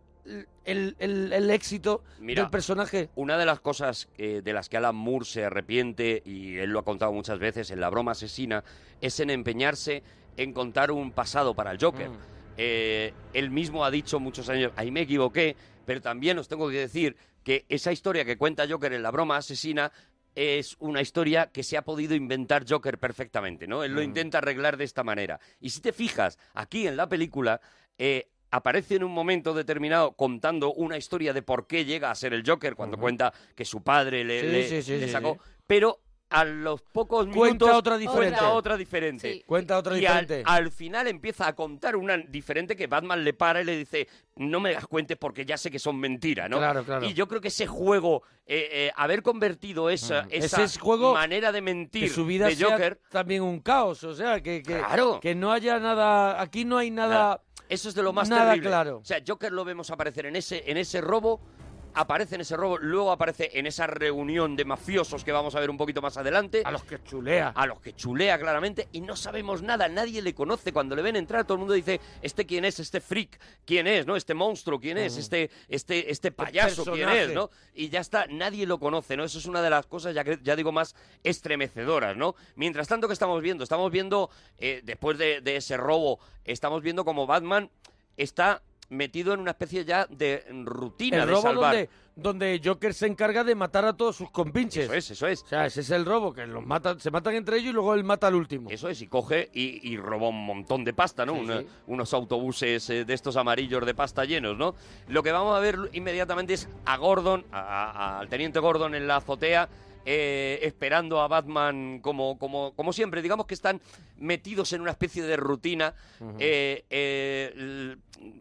Speaker 2: el, el- el éxito
Speaker 5: Mira,
Speaker 2: del personaje?
Speaker 5: Una de las cosas eh, de las que Alan Moore se arrepiente, y él lo ha contado muchas veces en La broma asesina, es en empeñarse en contar un pasado para el Joker.
Speaker 2: Mm.
Speaker 5: Eh, él mismo ha dicho muchos años, ahí me equivoqué, pero también os tengo que decir que esa historia que cuenta Joker en La broma asesina es una historia que se ha podido inventar Joker perfectamente, ¿no?
Speaker 2: Mm.
Speaker 5: Él lo intenta arreglar de esta manera. Y si te fijas, aquí en la película eh, aparece en un momento determinado contando una historia de por qué llega a ser el Joker cuando cuenta que su padre le,
Speaker 2: Sí,
Speaker 5: le-
Speaker 2: sí, sí,
Speaker 5: le
Speaker 2: sí,
Speaker 5: sacó,
Speaker 2: sí.
Speaker 5: pero a los pocos
Speaker 2: Cuenta
Speaker 5: minutos
Speaker 2: otra diferente.
Speaker 5: cuenta otra diferente.
Speaker 2: Sí. Cuenta otra
Speaker 5: Y al-
Speaker 2: diferente.
Speaker 5: Al, final empieza a contar una diferente que Batman le para y le dice, no me las cuentes porque ya sé que son mentiras, ¿no?
Speaker 2: Claro, claro.
Speaker 5: Y yo creo que ese juego, eh, eh, haber convertido esa,
Speaker 2: Mm.
Speaker 5: esa
Speaker 2: Ese juego
Speaker 5: manera de mentir
Speaker 2: Que su vida
Speaker 5: de
Speaker 2: sea
Speaker 5: Joker,
Speaker 2: también un caos, o sea, que, que,
Speaker 5: Claro.
Speaker 2: que no haya nada, aquí no hay nada...
Speaker 5: Nada. Eso es de lo más
Speaker 2: nada
Speaker 5: terrible.
Speaker 2: claro.
Speaker 5: O sea, Joker lo vemos aparecer en ese, en ese robo, aparece en ese robo, luego aparece en esa reunión de mafiosos que vamos a ver un poquito más adelante. A los
Speaker 2: que chulea.
Speaker 5: A los que chulea claramente y no sabemos nada, nadie le conoce. Cuando le ven entrar, todo el mundo dice, ¿este quién es? ¿Este freak? ¿Quién es? ¿No? ¿Este monstruo? ¿Quién es?
Speaker 2: Mm.
Speaker 5: ¿Este, este, este payaso? ¿Quién
Speaker 2: personaje.
Speaker 5: es? ¿No? Y ya está, nadie lo conoce, ¿no? Eso es una de las cosas, ya, que- ya digo, más estremecedoras, ¿no? Mientras tanto, ¿qué estamos viendo? Estamos viendo, eh, después de, de ese robo, estamos viendo como Batman está metido en una especie ya de rutina
Speaker 2: el
Speaker 5: de
Speaker 2: robo
Speaker 5: salvar.
Speaker 2: Donde, donde Joker se encarga de matar a todos sus compinches. Eso
Speaker 5: es, eso es.
Speaker 2: O sea, ese es el robo, que los matan, se matan entre ellos y luego él mata al último.
Speaker 5: Eso es, y coge y, y roba un montón de pasta, ¿no?
Speaker 2: Sí,
Speaker 5: Una-
Speaker 2: sí.
Speaker 5: Unos autobuses eh, de estos amarillos de pasta llenos, ¿no? Lo que vamos a ver inmediatamente es a Gordon, a- a- al teniente Gordon en la azotea, eh, esperando a Batman como, como, como siempre. Digamos que están metidos en una especie de rutina.
Speaker 2: Ujú.
Speaker 5: Eh, eh, l-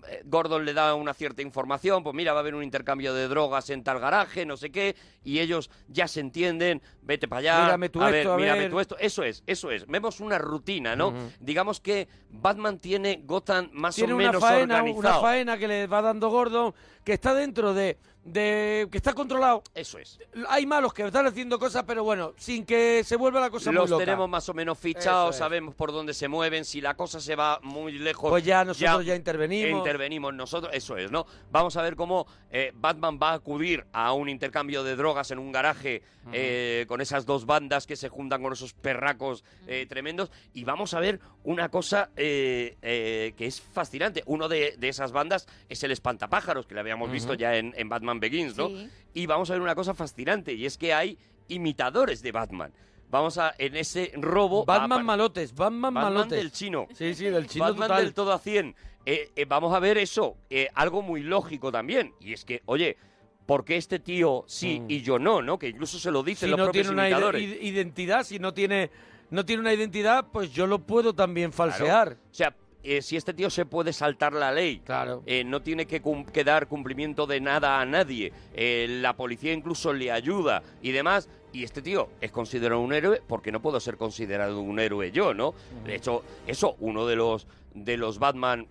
Speaker 5: eh, Gordon le da una cierta información, pues mira, va a haber un intercambio de drogas en tal garaje, no sé qué, y ellos ya se entienden, vete para allá,
Speaker 2: Mírame tú
Speaker 5: a
Speaker 2: esto,
Speaker 5: ver,
Speaker 2: a
Speaker 5: mírame
Speaker 2: ver.
Speaker 5: tú esto. Eso es, eso es. Vemos una rutina, ¿no?
Speaker 2: Ujú.
Speaker 5: Digamos que Batman tiene Gotham más
Speaker 2: Tiene
Speaker 5: o
Speaker 2: una
Speaker 5: menos
Speaker 2: faena, una
Speaker 5: organizado.
Speaker 2: faena que le va dando Gordon, que está dentro de, de... que está controlado.
Speaker 5: Eso es.
Speaker 2: Hay malos que están haciendo cosas, pero bueno, sin que se vuelva la cosa muy
Speaker 5: Los
Speaker 2: loca.
Speaker 5: tenemos más o menos
Speaker 2: Eso
Speaker 5: fichados,
Speaker 2: es.
Speaker 5: sabemos por dónde se mueven. Si la cosa se va muy lejos,
Speaker 2: Pues ya nosotros ya intervenimos.
Speaker 5: Intervenimos nosotros, eso es, ¿no? Vamos a ver cómo eh, Batman va a acudir a un intercambio de drogas en un garaje eh, con esas dos bandas que se juntan con esos perracos eh, tremendos. Y vamos a ver una cosa eh, eh, que es fascinante. Uno de, de esas bandas es el espantapájaros, que le habíamos
Speaker 2: Ujú.
Speaker 5: visto ya en, en Batman Begins, ¿no?
Speaker 2: Sí.
Speaker 5: Y vamos a ver una cosa fascinante, y es que hay imitadores de Batman. Vamos a, en ese robo...
Speaker 2: Batman
Speaker 5: a-
Speaker 2: malotes, Batman,
Speaker 5: Batman
Speaker 2: malotes.
Speaker 5: del chino.
Speaker 2: Sí, sí, del chino
Speaker 5: Batman
Speaker 2: total.
Speaker 5: del todo a 100. Eh, eh, vamos a ver eso, eh, algo muy lógico también. Y es que, oye, ¿por qué este tío sí y yo no, no? Que incluso se lo dicen
Speaker 2: Mm. si
Speaker 5: los
Speaker 2: no
Speaker 5: propios
Speaker 2: tiene una ide-
Speaker 5: imitadores.
Speaker 2: id- identidad, si no tiene, no tiene una identidad, pues yo lo puedo también falsear.
Speaker 5: O sea, eh, si este tío se puede saltar la ley, eh, no tiene que, cum- que dar cumplimiento de nada a nadie, eh, la policía incluso le ayuda y demás, Y este tío es considerado un héroe porque no puedo ser considerado un héroe yo, ¿no? De hecho, eso, uno de los, de los Batman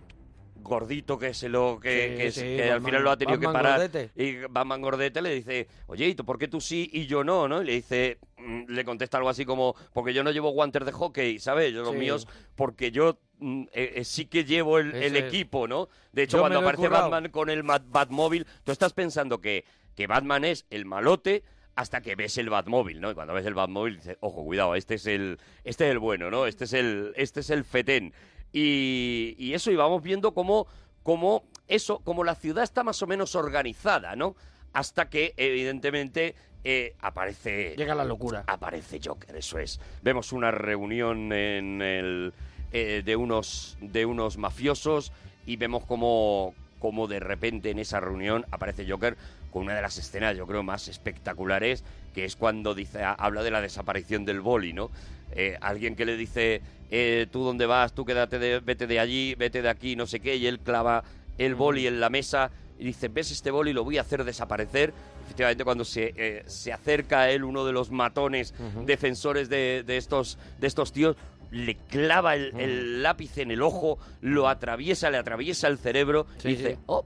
Speaker 5: gordito que se lo que,
Speaker 2: Sí,
Speaker 5: que es-
Speaker 2: sí,
Speaker 5: que al
Speaker 2: Batman-
Speaker 5: final lo ha tenido
Speaker 2: Batman
Speaker 5: que parar
Speaker 2: gordete.
Speaker 5: y Batman gordete le dice oye ¿y tú por qué tú sí y yo no no y le dice mm, le contesta algo así como porque yo no llevo guantes de hockey sabes yo los
Speaker 2: Sí.
Speaker 5: míos porque yo mm, eh, eh, sí que llevo el, el
Speaker 2: Ese es.
Speaker 5: equipo no de hecho
Speaker 2: Yo
Speaker 5: cuando
Speaker 2: me lo he
Speaker 5: aparece
Speaker 2: currado.
Speaker 5: Batman con el Mat- Batmóvil tú estás pensando que que Batman es el malote hasta que ves el Batmóvil, ¿no? Y cuando ves el Batmóvil dices, ojo, cuidado, este es el, este es el bueno, ¿no? Este es el, este es el fetén. Y, y eso, y vamos viendo cómo, cómo eso, como la ciudad está más o menos organizada, ¿no? Hasta que, evidentemente, eh, aparece... Llega
Speaker 2: la locura.
Speaker 5: Aparece Joker, eso es. Vemos una reunión en el, eh, de, unos, de unos mafiosos y vemos cómo, cómo de repente en esa reunión aparece Joker con una de las escenas, yo creo, más espectaculares, que es cuando dice, ha- habla de la desaparición del boli, ¿no? Eh, alguien que le dice, eh, tú dónde vas, tú quédate, de, vete de allí, vete de aquí, no sé qué, y él clava el boli en la mesa y dice, ves este boli, lo voy a hacer desaparecer. Efectivamente, cuando se, eh, se acerca a él uno de los matones defensores de, de estos, de estos tíos, le clava el, el lápiz en el ojo, lo atraviesa, le atraviesa el cerebro y dice,
Speaker 2: sí. Mm.
Speaker 5: oh,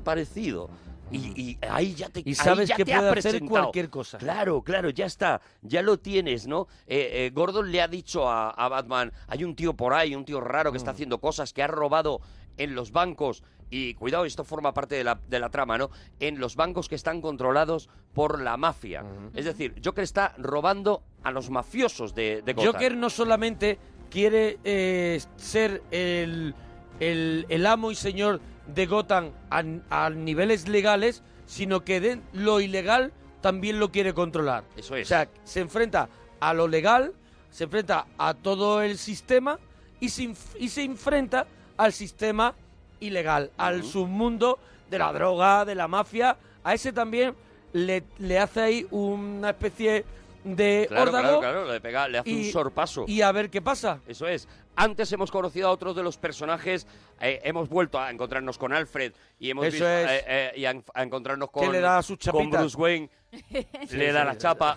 Speaker 5: desaparecido. Y, y ahí ya te
Speaker 2: Y sabes que puede hacer cualquier
Speaker 5: cosa. Claro, claro, ya está, ya lo tienes, ¿no? Eh, eh, Gordon le ha dicho a, a Batman, hay un tío por ahí, un tío raro
Speaker 2: Mm.
Speaker 5: que está haciendo cosas, que ha robado en los bancos, y cuidado, esto forma parte de la, de la trama, ¿no? En los bancos que están controlados por la mafia. Es decir, Joker está robando a los mafiosos de, de Gotham.
Speaker 2: Joker no solamente quiere eh, ser el, el- el amo y señor de Gotham a, a niveles legales, sino que de lo ilegal también lo quiere controlar.
Speaker 5: Eso es.
Speaker 2: O sea, se enfrenta a lo legal, se enfrenta a todo el sistema y se, inf- y se enfrenta al sistema ilegal, al submundo de la droga, de la mafia. A ese también le, le hace ahí una especie de
Speaker 5: Claro,
Speaker 2: órdago
Speaker 5: claro, claro, le pega, le hace un
Speaker 2: Eh, y-
Speaker 5: sorpaso.
Speaker 2: y a ver qué pasa.
Speaker 5: Eso es. Antes hemos conocido a otros de los personajes, eh, hemos vuelto a encontrarnos con Alfred y hemos
Speaker 2: Eso
Speaker 5: visto,
Speaker 2: es.
Speaker 5: eh, eh, y a, enf- a encontrarnos con,
Speaker 2: le da sus
Speaker 5: con
Speaker 2: chapitas.
Speaker 5: Bruce Wayne.
Speaker 2: Sí,
Speaker 5: le da
Speaker 2: sí.
Speaker 5: la chapa.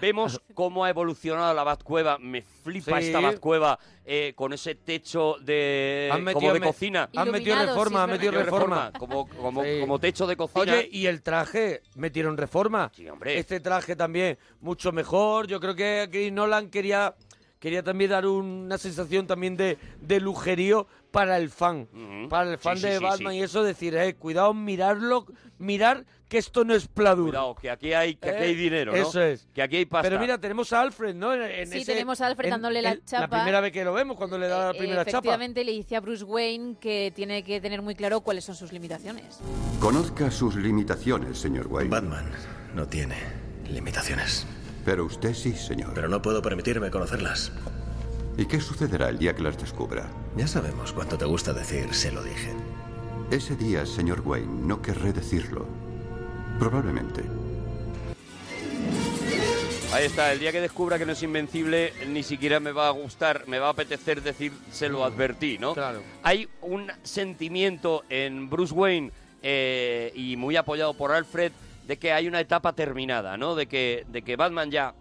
Speaker 5: Vemos cómo ha evolucionado la Batcueva. Me flipa
Speaker 2: Sí.
Speaker 5: esta Batcueva eh, con ese techo de
Speaker 2: Han metido
Speaker 5: como de
Speaker 2: me-
Speaker 5: cocina.
Speaker 2: han metido Iluminado, reforma, sí, es han metido
Speaker 5: Metido
Speaker 2: reforma.
Speaker 5: Como, como, como techo de cocina.
Speaker 2: Oye, y el traje, metieron reforma. Este traje también, mucho mejor. Yo creo que Chris Nolan quería, quería también dar una sensación también de, de lujerío para el fan. Para el
Speaker 5: Sí,
Speaker 2: fan
Speaker 5: sí,
Speaker 2: de
Speaker 5: sí,
Speaker 2: Batman
Speaker 5: sí.
Speaker 2: y eso, decir, eh, cuidado, mirarlo, mirar que esto no es pladur.
Speaker 5: Cuidado, que aquí hay, que aquí
Speaker 2: Eh,
Speaker 5: hay dinero, ¿no?
Speaker 2: eso es.
Speaker 5: Que aquí hay pasta.
Speaker 2: Pero mira, tenemos a Alfred, ¿no? En- en
Speaker 4: Sí,
Speaker 2: ese-
Speaker 4: tenemos a Alfred
Speaker 2: en-
Speaker 4: dándole la
Speaker 2: en- La
Speaker 4: chapa. Eh,
Speaker 2: primera vez que lo vemos, cuando le da la primera chapa.
Speaker 4: Efectivamente, le dice a Bruce Wayne que tiene que tener muy claro cuáles son sus limitaciones.
Speaker 7: Conozca sus limitaciones, señor Wayne.
Speaker 9: Batman no tiene limitaciones.
Speaker 7: Pero usted sí, señor.
Speaker 9: Pero no puedo permitirme conocerlas.
Speaker 7: ¿Y qué sucederá el día que las descubra?
Speaker 9: Ya sabemos cuánto te gusta decir, se lo dije.
Speaker 7: Ese día, señor Wayne, no querré decirlo. Probablemente.
Speaker 5: Ahí está, el día que descubra que no es invencible, ni siquiera me va a gustar, me va a apetecer decir, se lo advertí, ¿no? Claro. Hay un sentimiento en Bruce Wayne eh, y muy apoyado por Alfred de que hay una etapa terminada, ¿no? De que, de que Batman ya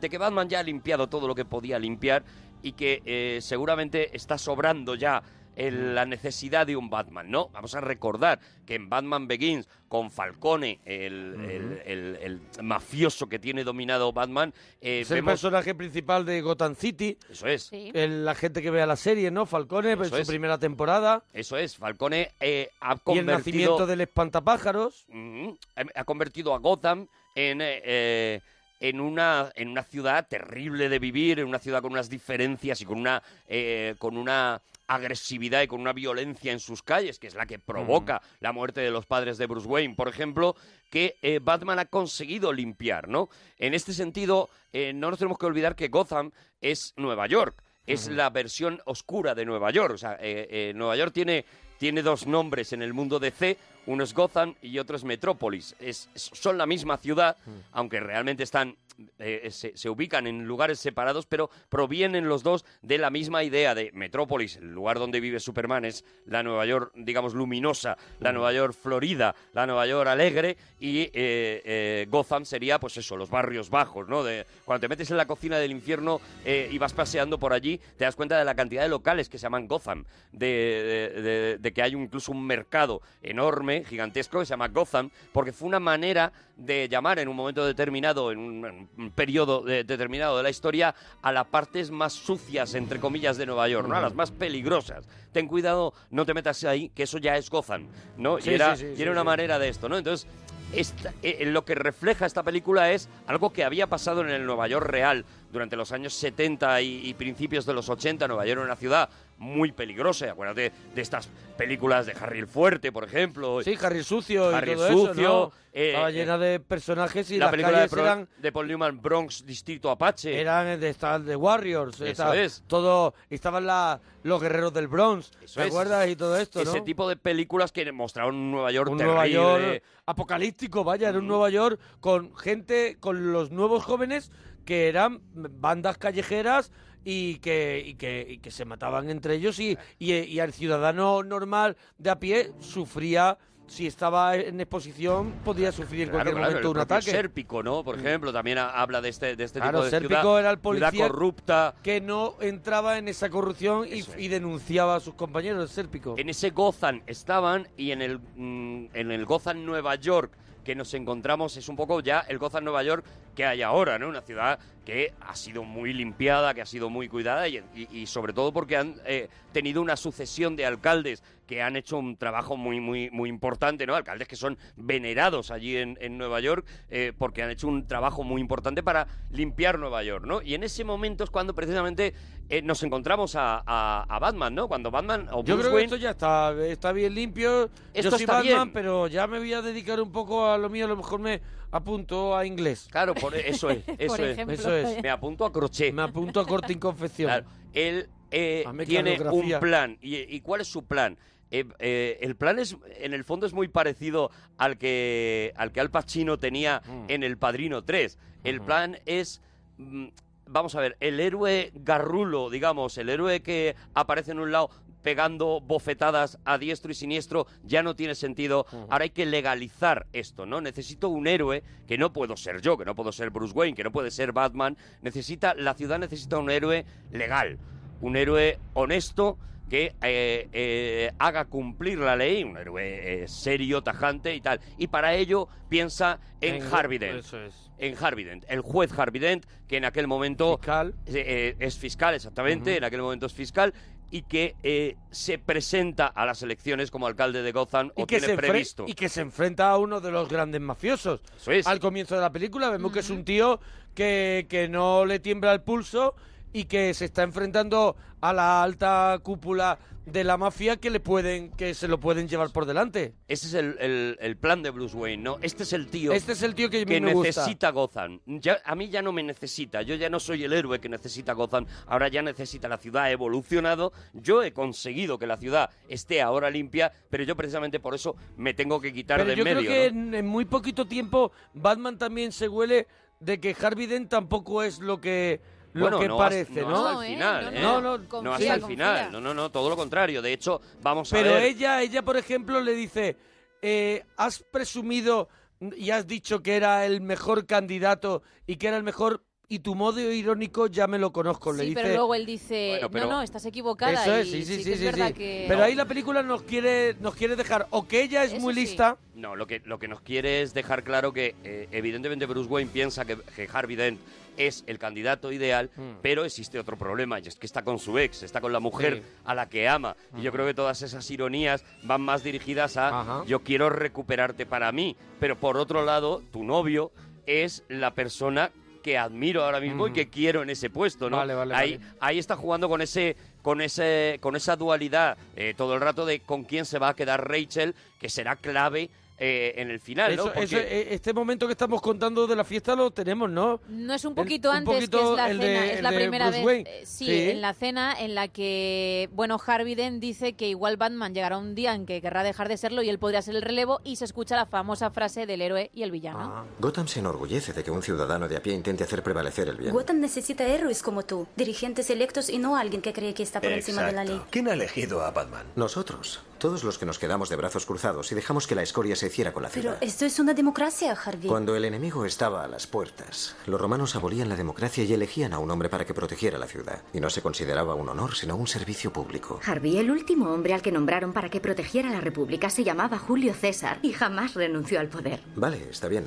Speaker 5: de que Batman ya ha limpiado todo lo que podía limpiar y que eh, seguramente está sobrando ya el- la necesidad de un Batman, ¿no? Vamos a recordar que en Batman Begins, con Falcone, el, el- el- el mafioso que tiene dominado Batman, eh,
Speaker 2: es el
Speaker 5: vemos...
Speaker 2: personaje principal de Gotham City.
Speaker 5: Eso es.
Speaker 2: El- la gente que vea la serie, ¿no? Falcone, en su
Speaker 5: es.
Speaker 2: primera temporada.
Speaker 5: Eso es, Falcone eh, ha
Speaker 2: Y el
Speaker 5: convertido... Mm.
Speaker 2: nacimiento del espantapájaros.
Speaker 5: Ujú. Ha- Ha convertido a Gotham en, eh, eh, en, una, en una ciudad terrible de vivir, en una ciudad con unas diferencias y con una, eh, con una agresividad y con una violencia en sus calles, que es la que provoca la muerte de los padres de Bruce Wayne, por ejemplo, que eh, Batman ha conseguido limpiar, ¿no? En este sentido, eh, no nos tenemos que olvidar que Gotham es Nueva York, es la versión oscura de Nueva York. O sea, eh, eh, Nueva York tiene, tiene dos nombres en el mundo de C, uno es Gotham y otro es Metrópolis. Es, es- son la misma ciudad, aunque realmente están eh, se, se ubican en lugares separados, pero provienen los dos de la misma idea de Metrópolis, el lugar donde vive Superman es la Nueva York, digamos, luminosa, la Nueva York florida, la Nueva York alegre, y eh, eh, Gotham sería, pues eso, los barrios bajos, ¿no? De, cuando te metes en la cocina del infierno eh, y vas paseando por allí, te das cuenta de la cantidad de locales que se llaman Gotham, de, de- de- de que hay un- incluso un mercado enorme, gigantesco, que se llama Gotham, porque fue una manera de llamar en un momento determinado, en un, en un periodo de- determinado de la historia, a las partes más sucias, entre comillas, de Nueva York, ¿no? A las más peligrosas. Ten cuidado, no te metas ahí, que eso ya es Gotham, ¿no?
Speaker 2: Sí,
Speaker 5: y era,
Speaker 2: sí, sí,
Speaker 5: y
Speaker 2: sí,
Speaker 5: era una
Speaker 2: sí.
Speaker 5: manera de esto, ¿no? Entonces, esta- eh, eh, lo que refleja esta película es algo que había pasado en el Nueva York real durante los años 70 y, y principios de los 80. Nueva York era una ciudad muy peligrosa. Acuérdate de estas películas de Harry el Fuerte, por ejemplo.
Speaker 2: Sí, Harry el Sucio y
Speaker 5: Harry el
Speaker 2: todo
Speaker 5: Sucio,
Speaker 2: eso, ¿no?
Speaker 5: eh,
Speaker 2: Estaba
Speaker 5: eh,
Speaker 2: llena de personajes y
Speaker 5: la
Speaker 2: las
Speaker 5: película de,
Speaker 2: calles
Speaker 5: Pro-
Speaker 2: eran,
Speaker 5: de Paul Newman, Bronx, Distrito Apache.
Speaker 2: eran de, esta- de Warriors.
Speaker 5: Eso
Speaker 2: esta-
Speaker 5: es.
Speaker 2: Todo, estaban la- los guerreros del Bronx,
Speaker 5: Eso
Speaker 2: ¿te
Speaker 5: es.
Speaker 2: acuerdas? Y todo esto, ¿no?
Speaker 5: Ese tipo de películas que mostraron un Nueva York
Speaker 2: un Nueva
Speaker 5: terrible. Mm.
Speaker 2: York apocalíptico, vaya, era un Nueva York con gente, con los nuevos jóvenes que eran bandas callejeras y que, y que, y que se mataban entre ellos y, y, y al ciudadano normal de a pie sufría, si estaba en exposición, podía sufrir en
Speaker 5: Claro,
Speaker 2: cualquier
Speaker 5: claro,
Speaker 2: momento
Speaker 5: el
Speaker 2: un
Speaker 5: propio
Speaker 2: ataque.
Speaker 5: Sérpico, ¿no? Por
Speaker 2: Mm.
Speaker 5: ejemplo, también ha- habla de este, de este
Speaker 2: Claro,
Speaker 5: tipo de
Speaker 2: Sérpico
Speaker 5: ciudad,
Speaker 2: era el
Speaker 5: ciudad
Speaker 2: policía
Speaker 5: corrupta.
Speaker 2: que no entraba en esa corrupción y, y denunciaba a sus compañeros, el Sérpico.
Speaker 5: En ese Gozan estaban y en el, mm, en el Gozan Nueva York que nos encontramos es un poco ya el Gozan Nueva York que hay ahora, ¿no? Una ciudad que ha sido muy limpiada, que ha sido muy cuidada y, y- y sobre todo porque han eh, tenido una sucesión de alcaldes que han hecho un trabajo muy, muy, muy importante, ¿no? Alcaldes que son venerados allí en, en Nueva York eh, porque han hecho un trabajo muy importante para limpiar Nueva York, ¿no? Y en ese momento es cuando precisamente eh, nos encontramos a, a- a Batman, ¿no? Cuando Batman o
Speaker 2: Yo
Speaker 5: Bruce
Speaker 2: creo que
Speaker 5: Wayne
Speaker 2: esto ya está, está bien limpio. Yo
Speaker 5: Esto
Speaker 2: soy
Speaker 5: está
Speaker 2: Batman,
Speaker 5: bien.
Speaker 2: pero ya me voy a dedicar un poco a lo mío. A lo mejor me apunto a inglés.
Speaker 5: Claro, por- e-, eso es,
Speaker 2: Por
Speaker 5: eso es,
Speaker 2: ejemplo.
Speaker 5: eso es. Me apunto a crochet. Me
Speaker 2: apunto a corte y confección.
Speaker 5: Él eh,
Speaker 2: A mecanografía.
Speaker 5: tiene un plan. ¿Y, y cuál es su plan? Eh, eh, el plan es, en el fondo, es muy parecido al que al que Al Pacino tenía en El Padrino 3. El plan es mm, vamos a ver, el héroe garrulo, digamos, el héroe que aparece en un lado pegando bofetadas a diestro y siniestro, ya no tiene sentido. Ahora hay que legalizar esto, ¿no? Necesito un héroe que no puedo ser yo, que no puedo ser Bruce Wayne, que no puede ser Batman. Necesita, la ciudad necesita un héroe legal, un héroe honesto que eh, eh, haga cumplir la ley, un héroe eh, serio, tajante y tal. Y para ello piensa en,
Speaker 2: En-
Speaker 5: Harvey Dent
Speaker 2: eso es.
Speaker 5: en Harvey Dent, el juez Harvey Dent, que en aquel momento eh, eh, es fiscal, exactamente, en aquel momento es fiscal, y que eh, se presenta a las elecciones como alcalde de Gotham o
Speaker 2: que
Speaker 5: tiene
Speaker 2: se enfre-
Speaker 5: previsto.
Speaker 2: y que se enfrenta a uno de los grandes mafiosos.
Speaker 5: Eso es.
Speaker 2: Al comienzo de la película vemos que es un tío que, que no le tiembla el pulso y que se está enfrentando a la alta cúpula de la mafia que le pueden que se lo pueden llevar por delante.
Speaker 5: Ese es el, el- el plan de Bruce Wayne, ¿no? Este es el tío.
Speaker 2: Este es el tío que a mí me gusta.
Speaker 5: necesita Gotham. Ya, a mí ya no me necesita. Yo ya no soy el héroe que necesita Gotham. Ahora ya necesita la ciudad. He evolucionado. Yo he conseguido que la ciudad esté ahora limpia, pero yo precisamente por eso me tengo que quitar
Speaker 2: Pero
Speaker 5: de
Speaker 2: yo
Speaker 5: en medio.
Speaker 2: creo que
Speaker 5: ¿no?
Speaker 2: en, en muy poquito tiempo Batman también se huele de que Harvey Dent tampoco es lo que lo
Speaker 5: Bueno,
Speaker 2: que
Speaker 5: no has-
Speaker 2: parece,
Speaker 5: no
Speaker 2: ¿no?
Speaker 5: hasta el final, ¿eh?
Speaker 2: no, no,
Speaker 5: No hasta el final. No, no, no, todo lo contrario. De hecho, vamos a
Speaker 2: Pero
Speaker 5: ver.
Speaker 2: ella, ella por ejemplo, le dice, eh, has presumido y has dicho que era el mejor candidato y que era el mejor y tu modo irónico ya me lo conozco. Pues le
Speaker 4: Sí,
Speaker 2: dice,
Speaker 4: pero luego él dice,
Speaker 2: Bueno, pero-
Speaker 4: no, no, estás equivocada.
Speaker 2: Eso es, sí,
Speaker 4: y
Speaker 2: sí,
Speaker 4: que
Speaker 2: sí,
Speaker 4: es
Speaker 2: sí,
Speaker 4: verdad
Speaker 2: sí.
Speaker 4: que...
Speaker 2: Pero ahí la película nos quiere, nos quiere dejar o que ella es
Speaker 4: Eso
Speaker 2: muy
Speaker 4: sí.
Speaker 2: lista.
Speaker 5: No, lo que, lo que nos quiere es dejar claro que eh, evidentemente Bruce Wayne piensa que, que Harvey Dent es el candidato ideal,
Speaker 2: Mm.
Speaker 5: pero existe otro problema y es que está con su ex, está con la mujer
Speaker 2: Sí.
Speaker 5: a la que ama. Y yo creo que todas esas ironías van más dirigidas a yo quiero recuperarte para mí, pero por otro lado, tu novio es la persona que admiro ahora mismo y
Speaker 2: Ujú.
Speaker 5: que quiero en ese puesto, ¿no?
Speaker 2: Vale, vale,
Speaker 5: ahí,
Speaker 2: vale.
Speaker 5: ahí está jugando con ese con ese con esa dualidad eh, todo el rato de con quién se va a quedar Rachel, que será clave eh, en el final, ¿no?
Speaker 2: Eso-
Speaker 5: Porque-
Speaker 2: eso, eh, este momento que estamos contando de la fiesta lo tenemos, ¿no?
Speaker 4: No es un poquito
Speaker 2: un
Speaker 4: antes
Speaker 2: poquito
Speaker 4: que es la
Speaker 2: el
Speaker 4: cena,
Speaker 2: de-
Speaker 4: es
Speaker 2: el
Speaker 4: la
Speaker 2: de
Speaker 4: primera
Speaker 2: Bruce
Speaker 4: vez.
Speaker 2: Wayne.
Speaker 4: eh, Sí,
Speaker 2: Sí.
Speaker 4: en la cena en la que, bueno, Harvey Dent dice que igual Batman llegará un día en que querrá dejar de serlo y él podría ser el relevo y se escucha la famosa frase del héroe y el villano.
Speaker 23: Gotham se enorgullece de que un ciudadano de a pie intente hacer prevalecer el bien.
Speaker 24: Gotham necesita héroes como tú, dirigentes electos y no alguien que cree que está por encima de la ley.
Speaker 23: Exacto. ¿Quién ha elegido a Batman? Nosotros. Todos los que nos quedamos de brazos cruzados y dejamos que la escoria se hiciera con la
Speaker 24: Pero
Speaker 23: ciudad.
Speaker 24: esto es una democracia, Harvey.
Speaker 23: Cuando el enemigo estaba a las puertas, los romanos abolían la democracia y elegían a un hombre para que protegiera la ciudad. Y no se consideraba un honor, sino un servicio público.
Speaker 25: Harvey, el último hombre al que nombraron para que protegiera la República, se llamaba Julio César y jamás renunció al poder.
Speaker 23: Vale, está bien.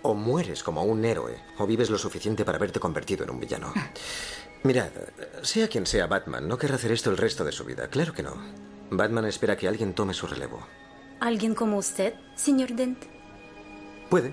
Speaker 23: O mueres como un héroe, o vives lo suficiente para verte convertido en un villano. Mirad, sea quien sea Batman, no querrá hacer esto el resto de su vida. Claro que no. Batman espera que alguien tome su relevo.
Speaker 24: ¿Alguien como usted, señor Dent?
Speaker 23: Puede.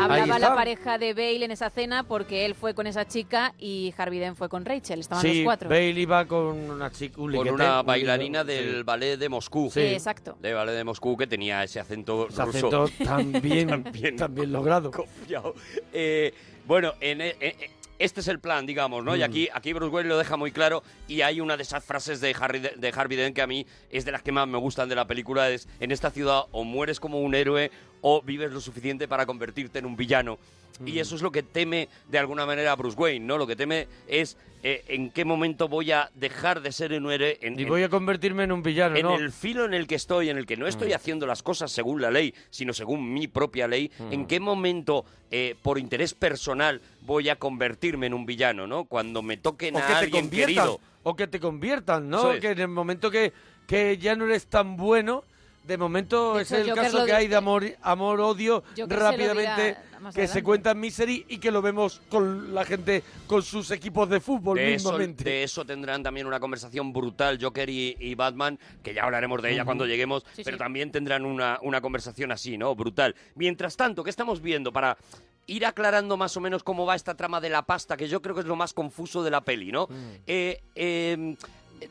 Speaker 4: Hablaba
Speaker 23: está.
Speaker 4: la pareja de Bale en esa cena porque él fue con esa chica y Harvey Dent fue con Rachel, estaban los
Speaker 2: Sí,
Speaker 4: cuatro.
Speaker 2: Bailey va con una chica, un
Speaker 5: Con
Speaker 2: liquete,
Speaker 5: una
Speaker 2: un
Speaker 5: bailarina
Speaker 2: liquete,
Speaker 5: del
Speaker 2: sí.
Speaker 5: ballet de Moscú.
Speaker 2: Sí. Sí, exacto.
Speaker 5: De ballet de Moscú que tenía ese acento
Speaker 2: Ese
Speaker 5: ruso.
Speaker 2: acento tan bien- tan bien logrado.
Speaker 5: copiado. Eh, bueno, en, eh, eh, este es el plan, digamos, ¿no? Y
Speaker 2: Mm.
Speaker 5: aquí, aquí Bruce Wayne lo deja muy claro y hay una de esas frases de, Harry, de de Harvey Dent que a mí es de las que más me gustan de la película. Es, en esta ciudad o mueres como un héroe o vives lo suficiente para convertirte en un villano. Y
Speaker 2: Mm.
Speaker 5: eso es lo que teme de alguna manera Bruce Wayne, ¿no? Lo que teme es eh, en qué momento voy a dejar de ser un héroe en,
Speaker 2: Y
Speaker 5: en-
Speaker 2: voy a convertirme en un villano,
Speaker 5: en
Speaker 2: ¿no? Mm.
Speaker 5: el filo en el que estoy, en el que no estoy haciendo las cosas según la ley, sino según mi propia ley,
Speaker 2: Mm.
Speaker 5: ¿en qué momento, eh, por interés personal, voy a convertirme en un villano, ¿no? Cuando me toquen
Speaker 2: o
Speaker 5: a
Speaker 2: que te
Speaker 5: alguien
Speaker 2: conviertan,
Speaker 5: querido.
Speaker 2: o que te conviertan,
Speaker 5: Eso
Speaker 2: ¿no?
Speaker 5: es.
Speaker 2: Que en el momento que, que ya no eres tan bueno, de momento
Speaker 4: De
Speaker 2: es
Speaker 4: hecho,
Speaker 2: el
Speaker 4: Joker
Speaker 2: caso
Speaker 4: lo
Speaker 2: que
Speaker 4: di-
Speaker 2: hay de amor, amor odio
Speaker 4: Joker se lo
Speaker 2: rápidamente
Speaker 4: dirá más
Speaker 2: que
Speaker 4: adelante.
Speaker 2: se cuenta en Misery y que lo vemos con la gente con sus equipos de fútbol
Speaker 5: De eso,
Speaker 2: mismamente.
Speaker 5: de eso tendrán también una conversación brutal Joker y, y Batman, que ya hablaremos de ella
Speaker 2: Ujú.
Speaker 5: cuando lleguemos,
Speaker 2: Sí,
Speaker 5: pero
Speaker 2: sí.
Speaker 5: también tendrán una, una conversación así, ¿no? Brutal. Mientras tanto, ¿qué estamos viendo para...? Ir aclarando más o menos cómo va esta trama de la pasta, que yo creo que es lo más confuso de la peli, ¿no?
Speaker 2: Mm.
Speaker 5: Eh, eh,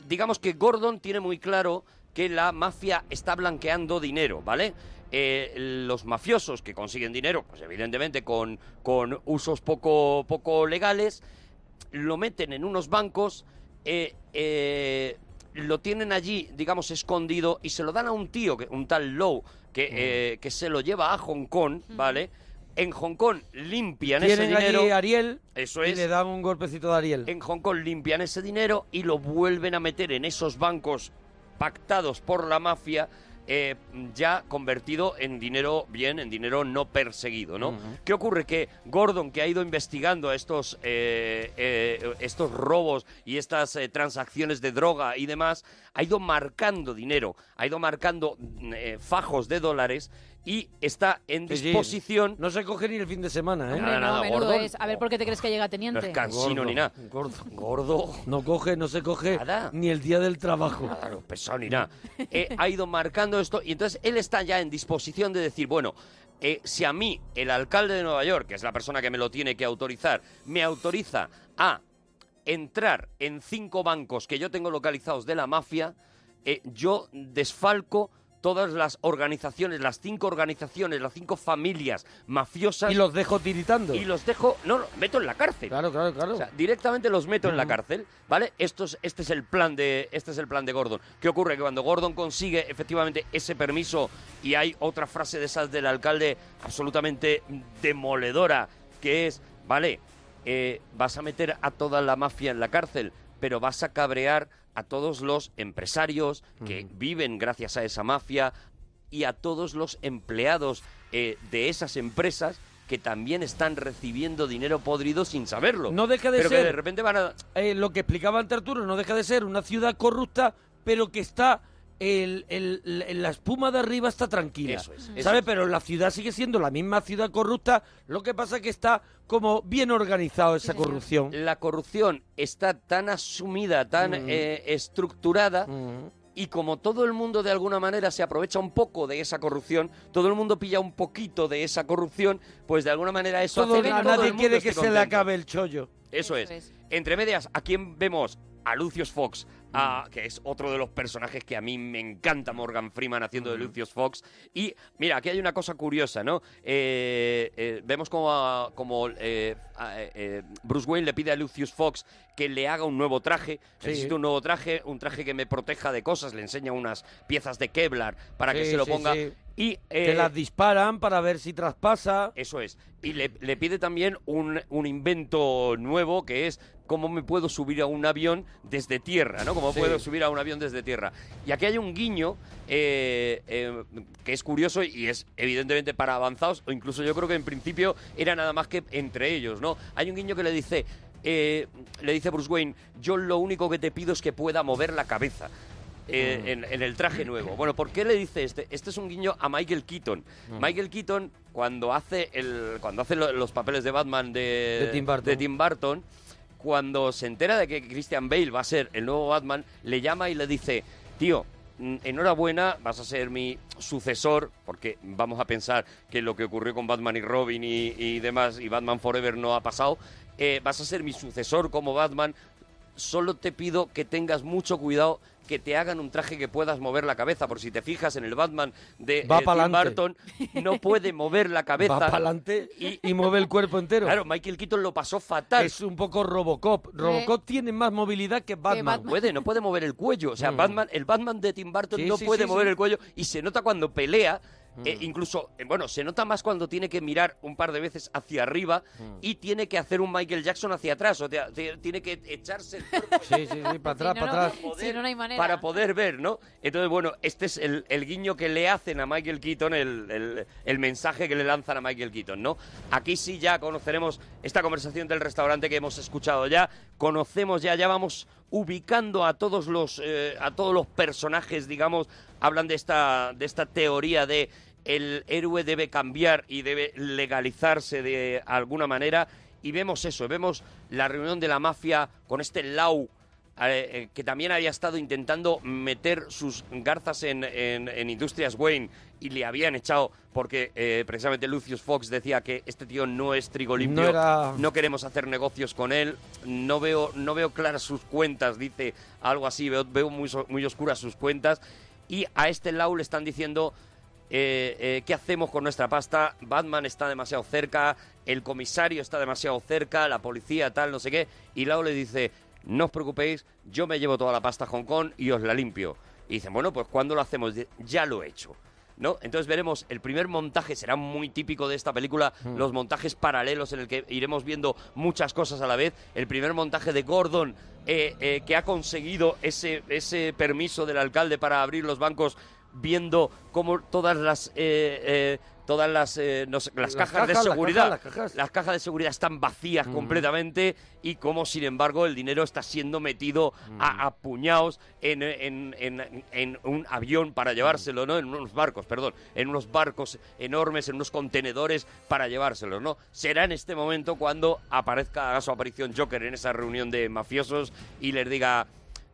Speaker 5: digamos que Gordon tiene muy claro que la mafia está blanqueando dinero, ¿vale? Eh, los mafiosos que consiguen dinero, pues evidentemente con, con usos poco, poco legales, lo meten en unos bancos, eh, eh, lo tienen allí, digamos, escondido y se lo dan a un tío, que- un tal Low, que,
Speaker 2: Mm.
Speaker 5: eh, que se lo lleva a Hong Kong, ¿vale? En Hong Kong limpian ese
Speaker 2: Tienen
Speaker 5: dinero.
Speaker 2: allí a Ariel
Speaker 5: Eso
Speaker 2: y
Speaker 5: es.
Speaker 2: le dan un golpecito de Ariel.
Speaker 5: En Hong Kong limpian ese dinero y lo vuelven a meter en esos bancos pactados por la mafia, eh, ya convertido en dinero bien, en dinero no perseguido, ¿no?
Speaker 2: Ujú.
Speaker 5: ¿Qué ocurre? Que Gordon, que ha ido investigando estos, eh, eh, estos robos y estas eh, transacciones de droga y demás, ha ido marcando dinero, ha ido marcando mm, eh, fajos de dólares y está en
Speaker 2: Sí, sí.
Speaker 5: disposición...
Speaker 2: No se coge ni el fin de semana, ¿eh?
Speaker 5: Nada,
Speaker 4: No,
Speaker 5: nada,
Speaker 4: menudo
Speaker 5: Gordon.
Speaker 4: es. A ver por qué te crees que llega
Speaker 5: No
Speaker 4: teniente.
Speaker 5: es cansino
Speaker 2: Gordo,
Speaker 5: ni nada.
Speaker 2: Gordo.
Speaker 5: Gordo.
Speaker 2: No coge, no se coge ni el día del trabajo.
Speaker 5: Claro, pesado ni nada. Eh, ha ido marcando esto y entonces él está ya en disposición de decir, bueno, eh, si a mí el alcalde de Nueva York, que es la persona que me lo tiene que autorizar, me autoriza a entrar en cinco bancos que yo tengo localizados de la mafia, eh, yo desfalco todas las organizaciones, las cinco organizaciones, las cinco familias mafiosas.
Speaker 2: Y los dejo tiritando.
Speaker 5: Y los dejo, no, no, meto en la cárcel.
Speaker 2: Claro, claro, claro.
Speaker 5: O sea, directamente los meto en la cárcel, ¿vale? Esto es- este es el plan de este es el plan de Gordon. ¿Qué ocurre? Que cuando Gordon consigue efectivamente ese permiso y hay otra frase de esas del alcalde absolutamente demoledora que es, vale, eh, vas a meter a toda la mafia en la cárcel, pero vas a cabrear a todos los empresarios que viven gracias a esa mafia, y a todos los empleados eh, de esas empresas que también están recibiendo dinero podrido sin saberlo.
Speaker 2: No deja de
Speaker 5: Pero que
Speaker 2: ser-
Speaker 5: de repente van a...
Speaker 2: eh, lo que explicaba ante Arturo no deja de ser una ciudad corrupta, pero que está el, el- el- la espuma de arriba está tranquila.
Speaker 5: Eso es, eso
Speaker 2: ¿Sabes?
Speaker 5: es.
Speaker 2: Pero la ciudad sigue siendo la misma ciudad corrupta, lo que pasa que está como bien organizado esa corrupción.
Speaker 5: La corrupción está tan asumida, tan
Speaker 2: Mm.
Speaker 5: eh, estructurada, y como todo el mundo de alguna manera se aprovecha un poco de esa corrupción, todo el mundo pilla un poquito de esa corrupción, pues de alguna manera eso
Speaker 2: Todo-
Speaker 5: hace que
Speaker 2: a
Speaker 5: todo el
Speaker 2: nadie
Speaker 5: mundo
Speaker 2: quiere
Speaker 5: esté
Speaker 2: que se le
Speaker 5: contento.
Speaker 2: acabe el chollo.
Speaker 5: Eso es. Entre medias, ¿a quién vemos? A Lucius Fox,
Speaker 2: Mm.
Speaker 5: a- que es otro de los personajes que a mí me encanta Morgan Freeman haciendo
Speaker 2: Mm.
Speaker 5: de Lucius Fox. Y mira, aquí hay una cosa curiosa, ¿no? Eh, eh, vemos como, a- como eh, a- eh, eh, Bruce Wayne le pide a Lucius Fox que le haga un nuevo traje.
Speaker 2: Sí.
Speaker 5: Necesito un nuevo traje, un traje que me proteja de cosas. Le enseña unas piezas de Kevlar para que
Speaker 2: Sí,
Speaker 5: se lo
Speaker 2: sí,
Speaker 5: ponga.
Speaker 2: sí.
Speaker 5: Y,
Speaker 2: que
Speaker 5: eh,
Speaker 2: las disparan para ver si traspasa.
Speaker 5: eso es. Y le, le pide también un, un invento nuevo que es cómo me puedo subir a un avión desde tierra, ¿no? Cómo
Speaker 2: Sí.
Speaker 5: puedo subir a un avión desde tierra. Y aquí hay un guiño eh, eh, que es curioso y es evidentemente para avanzados, o incluso yo creo que en principio era nada más que entre ellos, ¿no? Hay un guiño que le dice, eh, le dice Bruce Wayne, yo lo único que te pido es que pueda mover la cabeza. eh,
Speaker 2: Mm.
Speaker 5: en, en el traje nuevo. Bueno, ¿por qué le dice este? Este es un guiño a Michael Keaton.
Speaker 2: Mm.
Speaker 5: Michael Keaton, cuando hace, el, cuando hace lo- los papeles de Batman de,
Speaker 2: De Tim Burton.
Speaker 5: Tim Burton, cuando se entera de que Christian Bale va a ser el nuevo Batman, le llama y le dice, tío, mm, enhorabuena, vas a ser mi sucesor, porque vamos a pensar que lo que ocurrió con Batman y Robin y, y demás, y Batman Forever no ha pasado, eh, vas a ser mi sucesor como Batman, solo te pido que tengas mucho cuidado que te hagan un traje que puedas mover la cabeza, por si te fijas en el Batman de
Speaker 2: Va
Speaker 5: eh, Tim
Speaker 2: pa'lante.
Speaker 5: Burton, no puede mover la cabeza.
Speaker 2: Va para adelante y, mueve el cuerpo entero.
Speaker 5: Claro, Michael Keaton lo pasó fatal.
Speaker 2: Es un poco Robocop. Robocop tiene más movilidad que Batman.
Speaker 5: No puede, no puede mover el cuello. O sea,
Speaker 2: Mm.
Speaker 5: Batman, el Batman de Tim Burton
Speaker 2: Sí,
Speaker 5: no
Speaker 2: sí,
Speaker 5: puede
Speaker 2: sí,
Speaker 5: mover
Speaker 2: sí.
Speaker 5: el cuello y se nota cuando pelea. eh,
Speaker 2: Mm.
Speaker 5: incluso, eh, bueno, se nota más cuando tiene que mirar un par de veces hacia arriba
Speaker 2: Mm.
Speaker 5: y tiene que hacer un Michael Jackson hacia atrás. O sea, te- tiene que echarse el cuerpo
Speaker 2: Sí, sí, sí, para atrás,
Speaker 4: Si no,
Speaker 2: para
Speaker 4: no-
Speaker 2: atrás.
Speaker 4: si no, no hay manera.
Speaker 5: para poder ver, ¿no? Entonces, bueno, este es el, el guiño que le hacen a Michael Keaton, el, el- el mensaje que le lanzan a Michael Keaton, ¿no? Aquí sí ya conoceremos esta conversación del restaurante que hemos escuchado ya, conocemos ya, ya vamos ubicando a todos los, eh, a todos los personajes, digamos, hablan de esta, de esta teoría de el héroe debe cambiar y debe legalizarse de alguna manera. Y vemos eso, vemos la reunión de la mafia con este Lau, eh, eh, que también había estado intentando meter sus garzas en, en- en Industrias Wayne y le habían echado porque eh, precisamente Lucius Fox decía que este tío no es trigo limpio,
Speaker 2: No era-
Speaker 5: no queremos hacer negocios con él, no veo, no veo claras sus cuentas, dice algo así, veo, veo muy, so- muy oscuras sus cuentas y a este Lau le están diciendo eh, eh, ¿qué hacemos con nuestra pasta? Batman está demasiado cerca, el comisario está demasiado cerca, la policía tal, no sé qué. Y Lau le dice, no os preocupéis, yo me llevo toda la pasta a Hong Kong y os la limpio. Y dicen, bueno, pues ¿cuándo lo hacemos? Dice, Ya lo he hecho. ¿No? Entonces veremos, el primer montaje será muy típico de esta película,
Speaker 2: Mm.
Speaker 5: los montajes paralelos en el que iremos viendo muchas cosas a la vez. El primer montaje de Gordon, eh, eh, que ha conseguido ese, ese permiso del alcalde para abrir los bancos, viendo cómo todas las... eh, eh, todas las, eh, no sé, las,
Speaker 2: Las
Speaker 5: cajas,
Speaker 2: cajas,
Speaker 5: de
Speaker 2: las
Speaker 5: seguridad
Speaker 2: cajas, las cajas.
Speaker 5: las cajas de seguridad están vacías completamente y cómo, sin embargo, el dinero está siendo metido a, a puñados en, en- en- en un avión para llevárselo, ¿no? En unos barcos, perdón, en unos barcos enormes, en unos contenedores para llevárselo, ¿no? Será en este momento cuando aparezca, haga su aparición Joker en esa reunión de mafiosos y les diga...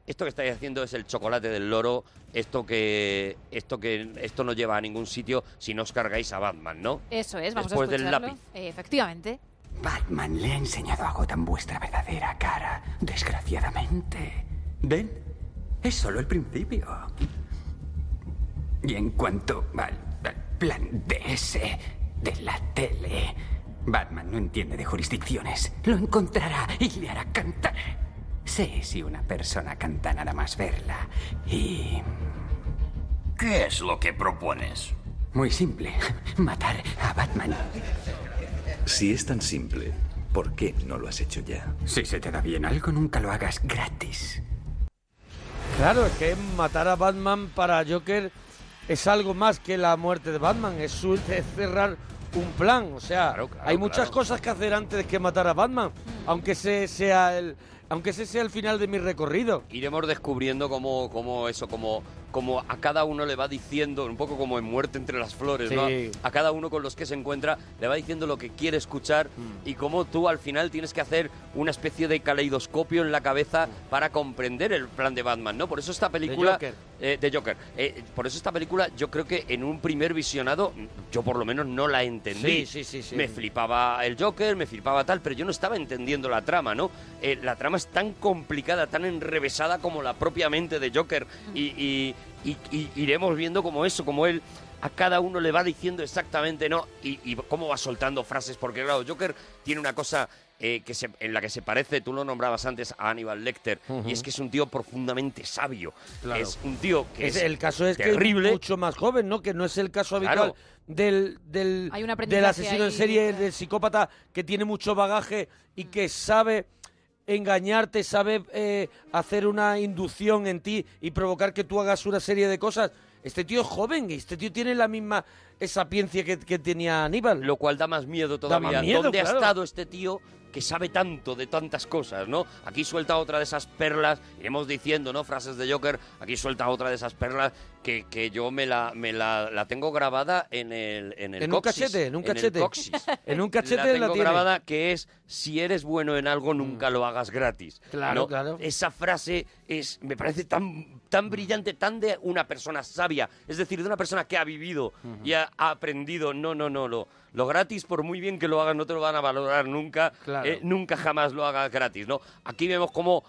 Speaker 5: Esto que estáis haciendo es el chocolate del loro, esto que esto que esto no lleva a ningún sitio si no os cargáis a Batman, ¿no?
Speaker 4: Eso es, vamos
Speaker 5: Después
Speaker 4: a
Speaker 5: del
Speaker 4: escucharlo.
Speaker 5: lápiz.
Speaker 4: Eh, Efectivamente.
Speaker 22: Batman le ha enseñado a Gotham vuestra verdadera cara, desgraciadamente. ¿Ven? Es solo el principio. Y en cuanto al, al plan de ese, de la tele, Batman no entiende de jurisdicciones. Lo encontrará y le hará cantar. Sé si una persona canta nada más verla. Y...
Speaker 1: ¿Qué es lo que propones?
Speaker 22: Muy simple, matar a Batman.
Speaker 20: Si es tan simple, ¿por qué no lo has hecho ya?
Speaker 22: Si se te da bien algo, nunca lo hagas gratis.
Speaker 2: Claro, es que matar a Batman para Joker es algo más que la muerte de Batman, es, su- es cerrar un plan. O sea, hay muchas
Speaker 5: claro.
Speaker 2: cosas que hacer antes que matar a Batman, aunque ese sea el, aunque ese sea el final de mi recorrido.
Speaker 5: Iremos descubriendo cómo, cómo eso, cómo, cómo a cada uno le va diciendo, un poco como en Muerte entre las Flores, ¿no?
Speaker 2: Sí.
Speaker 5: A cada uno con los que se encuentra le va diciendo lo que quiere escuchar
Speaker 2: Mm.
Speaker 5: y cómo tú al final tienes que hacer una especie de caleidoscopio en la cabeza para comprender el plan de Batman, ¿no? Por eso esta
Speaker 2: Mm.
Speaker 5: película...
Speaker 2: Joker.
Speaker 5: eh, de Joker. Eh, por eso esta película yo creo que en un primer visionado yo por lo menos no la entendí.
Speaker 2: Sí, sí, sí, sí.
Speaker 5: Me flipaba el Joker, me flipaba tal, pero yo no estaba entendiendo la trama, ¿no? Eh, la trama es tan complicada, tan enrevesada como la propia mente de Joker. Y, y- y- y iremos viendo como eso, como él a cada uno le va diciendo exactamente, ¿no? Y, y cómo va soltando frases, porque claro, Joker tiene una cosa... eh, que se- en la que se parece, tú lo nombrabas antes, a Aníbal Lecter,
Speaker 2: Ujú.
Speaker 5: y es que es un tío profundamente sabio.
Speaker 2: Claro.
Speaker 5: Es un tío que es,
Speaker 2: Es- el caso es
Speaker 5: terrible.
Speaker 2: que es mucho más joven, ¿no? Que no es el caso habitual
Speaker 5: Claro.
Speaker 2: del, del,
Speaker 4: Hay un aprendizaje
Speaker 2: del asesino en
Speaker 4: ahí, Mm.
Speaker 2: serie, del psicópata que tiene mucho bagaje y que sabe engañarte, sabe eh, hacer una inducción en ti y provocar que tú hagas una serie de cosas. Este tío es joven, este tío tiene la misma sapiencia que, que tenía Aníbal.
Speaker 5: Lo cual da más miedo todavía. ¿Dónde ha estado este tío que sabe tanto de tantas cosas, no? Aquí suelta otra de esas perlas, iremos diciendo, ¿no? Frases de Joker, aquí suelta otra de esas perlas que, que yo me la me la, la tengo grabada en el en el
Speaker 2: En un
Speaker 5: coxis,
Speaker 2: cachete, en un
Speaker 5: el
Speaker 2: cachete.
Speaker 5: coxis.
Speaker 2: En un cachete
Speaker 5: la
Speaker 2: la
Speaker 5: tengo
Speaker 2: tiene. Mm.
Speaker 5: grabada que es si eres bueno en algo nunca lo hagas gratis.
Speaker 2: Claro,
Speaker 5: ¿no?
Speaker 2: claro. Mm.
Speaker 5: Esa frase es me parece tan tan brillante, tan de una persona sabia, es decir, de una persona que ha vivido y ha, ha aprendido. No, no, no, lo lo gratis por muy bien que lo hagas no te lo van a valorar nunca,
Speaker 2: Claro.
Speaker 5: eh, nunca jamás lo hagas gratis, ¿no? Aquí vemos cómo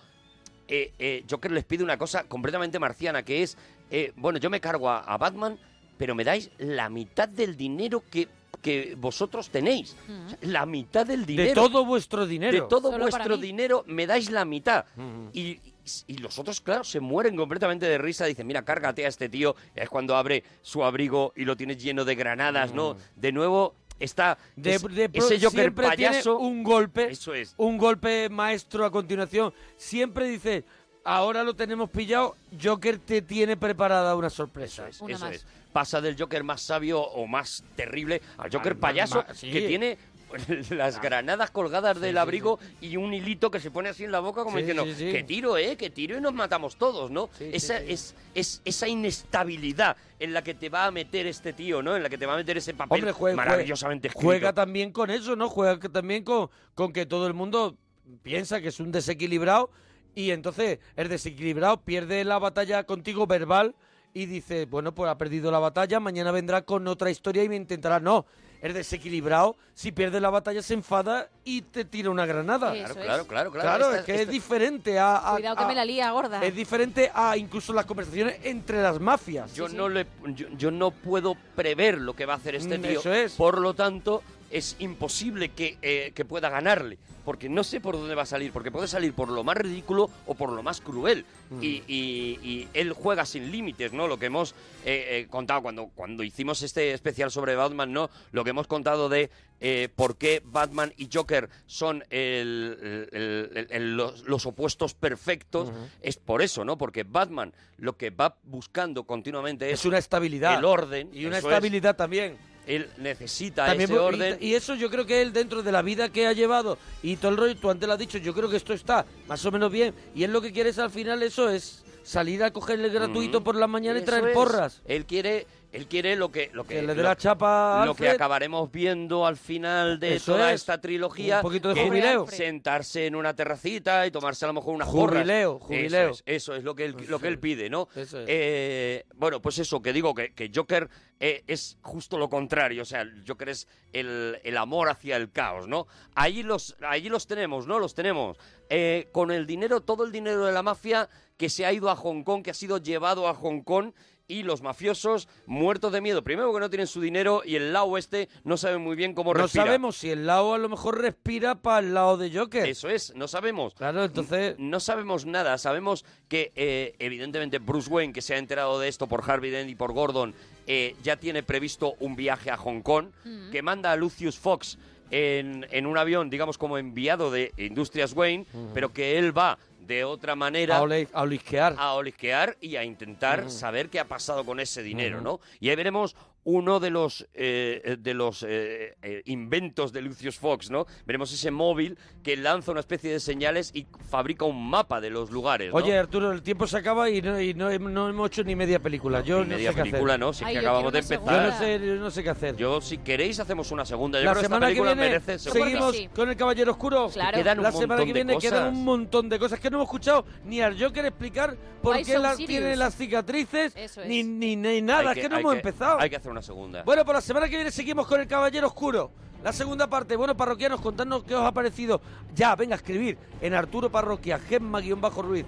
Speaker 5: eh, eh, Joker les pide una cosa completamente marciana, que es, eh, bueno, yo me cargo a, a Batman, pero me dais la mitad del dinero que, que vosotros tenéis. O sea, la mitad del dinero.
Speaker 2: De todo vuestro dinero.
Speaker 5: De todo vuestro dinero me dais la mitad. Y, y los otros, claro, se mueren completamente de risa. Dicen, mira, cárgate a este tío. Y Es cuando abre su abrigo y lo tienes lleno de granadas, ¿no? De nuevo está
Speaker 2: Mm. De,
Speaker 5: es-
Speaker 2: de pro-
Speaker 5: ese Joker
Speaker 2: siempre tiene
Speaker 5: payaso.
Speaker 2: un golpe.
Speaker 5: Eso es.
Speaker 2: Un golpe maestro a continuación. Siempre dice, ahora lo tenemos pillado, Joker te tiene preparada una sorpresa.
Speaker 5: Eso es, eso es. Pasa del Joker más sabio o más terrible al Joker
Speaker 2: Al más-
Speaker 5: payaso
Speaker 2: más- sí. Ah.
Speaker 5: que tiene pues, las granadas colgadas del abrigo y un hilito que se pone así en la boca como
Speaker 2: Sí,
Speaker 5: diciendo
Speaker 2: sí, sí.
Speaker 5: que tiro, eh, que tiro y nos matamos todos, ¿no? esa Es, es esa inestabilidad en la que te va a meter este tío, ¿no? En la que te va a meter ese papel
Speaker 2: Hombre, juega,
Speaker 5: maravillosamente escrito.
Speaker 2: juega también con eso, ¿no? Juega que- también con, con que todo el mundo piensa que es un desequilibrado y entonces el desequilibrado pierde la batalla contigo verbal y dice, bueno, pues ha perdido la batalla, mañana vendrá con otra historia y me intentará. No, el desequilibrado, si pierde la batalla, se enfada y te tira una granada.
Speaker 4: Eso Claro, es.
Speaker 5: claro, claro, claro.
Speaker 2: Claro,
Speaker 5: Esta-
Speaker 2: es que
Speaker 5: esta-
Speaker 2: es diferente a... a-
Speaker 4: Cuidado que
Speaker 2: a-
Speaker 4: me la lía, gorda.
Speaker 2: Es diferente a incluso las conversaciones entre las mafias.
Speaker 5: Yo no le, yo, yo no puedo prever lo que va a hacer este
Speaker 2: Mm,
Speaker 5: tío.
Speaker 2: eso es.
Speaker 5: Por lo tanto, es imposible que, eh, que pueda ganarle. Porque no sé por dónde va a salir. Porque puede salir por lo más ridículo o por lo más cruel.
Speaker 2: Mm.
Speaker 5: Y, y- y él juega sin límites, ¿no? Lo que hemos eh, eh, contado cuando, cuando hicimos este especial sobre Batman, ¿no? Lo que hemos contado de eh, por qué Batman y Joker son el- el- el- el- los, los opuestos perfectos.
Speaker 2: Ujú.
Speaker 5: Es por eso, ¿no? Porque Batman lo que va buscando continuamente es,
Speaker 2: Es una estabilidad.
Speaker 5: el orden.
Speaker 2: Y una
Speaker 5: eso es.
Speaker 2: estabilidad también.
Speaker 5: Él necesita
Speaker 2: También
Speaker 5: ese
Speaker 2: por- y-
Speaker 5: orden.
Speaker 2: Y, eso yo creo que él dentro de la vida que ha llevado y todo el rollo, tú antes lo has dicho, yo creo que esto está más o menos bien. Y él lo que quiere es al final eso es salir a coger el gratuito
Speaker 5: Mm.
Speaker 2: por la mañana y
Speaker 5: Eso
Speaker 2: traer
Speaker 5: es.
Speaker 2: porras.
Speaker 5: Él quiere, él quiere lo que, lo que,
Speaker 2: Que le dé
Speaker 5: Eh, lo-
Speaker 2: la chapa a
Speaker 5: lo que
Speaker 2: Alfred.
Speaker 5: acabaremos viendo al final de
Speaker 2: Eso
Speaker 5: toda
Speaker 2: es.
Speaker 5: esta trilogía.
Speaker 2: Un poquito de
Speaker 5: que es
Speaker 2: jubileo.
Speaker 5: Sentarse en una terracita y tomarse a lo mejor una
Speaker 2: Jubileo, jubileo.
Speaker 5: Eso es, Pues eso es lo que él, lo que él pide, ¿no?
Speaker 2: Pues Eso es.
Speaker 5: Eh, bueno, pues eso, que digo que, que Joker eh, es justo lo contrario. O sea, el Joker es el, el amor hacia el caos, ¿no? Allí los, allí los tenemos, ¿no? Los tenemos. Eh, con el dinero, todo el dinero de la mafia que se ha ido a Hong Kong, que ha sido llevado a Hong Kong. Y los mafiosos muertos de miedo. Primero que no tienen su dinero y el lado este no sabe muy bien cómo
Speaker 2: No
Speaker 5: respira.
Speaker 2: sabemos si el lado a lo mejor respira para el lado de Joker.
Speaker 5: Eso es, no sabemos.
Speaker 2: Claro, entonces...
Speaker 5: No sabemos nada. Sabemos que, eh, evidentemente, Bruce Wayne, que se ha enterado de esto por Harvey Dent y por Gordon, eh, ya tiene previsto un viaje a Hong Kong,
Speaker 2: Mm.
Speaker 5: que manda a Lucius Fox en, en un avión, digamos, como enviado de Industrias Wayne, pero que él va de otra manera.
Speaker 2: A ole- a olisquear.
Speaker 5: A olisquear y a intentar
Speaker 2: Ujú.
Speaker 5: saber qué ha pasado con ese dinero,
Speaker 2: Ujú.
Speaker 5: ¿no? Y ahí veremos uno de los eh, eh, de los eh, eh, inventos de Lucius Fox, ¿no? Veremos ese móvil que lanza una especie de señales y fabrica un mapa de los lugares. ¿no?
Speaker 2: Oye, Arturo, el tiempo se acaba y no, y no, hem- no hemos hecho ni media película. yo
Speaker 5: ni media
Speaker 2: no sé
Speaker 5: película,
Speaker 2: qué hacer.
Speaker 5: ¿no? Si es Ay, que yo acabamos quiero de una
Speaker 2: Yo
Speaker 5: empezar.
Speaker 2: no sé, yo no sé qué hacer.
Speaker 5: Yo, si queréis, hacemos una segunda. Yo
Speaker 2: la
Speaker 5: creo que esta
Speaker 2: semana que
Speaker 5: película
Speaker 2: viene
Speaker 5: merece segunda.
Speaker 2: seguimos con el Caballero Oscuro.
Speaker 5: Claro. Quedan un
Speaker 2: la semana
Speaker 5: montón
Speaker 2: que
Speaker 5: de
Speaker 2: viene quedan
Speaker 5: cosas.
Speaker 2: un montón de cosas que no hemos escuchado ni al Joker explicar por
Speaker 5: Why
Speaker 2: qué
Speaker 5: so
Speaker 2: las
Speaker 5: serious?
Speaker 2: tiene las cicatrices
Speaker 5: Eso
Speaker 2: ni,
Speaker 5: es.
Speaker 2: ni, ni nada.
Speaker 5: Hay
Speaker 2: Es que, no
Speaker 5: hay
Speaker 2: hemos empezado.
Speaker 5: Hay que hacer una segunda.
Speaker 2: Bueno, pues la semana que viene seguimos con el Caballero Oscuro. La segunda parte, bueno, parroquianos, contadnos qué os ha parecido. Ya, venga, escribir en Arturo Parroquia, Gemma-Ruiz,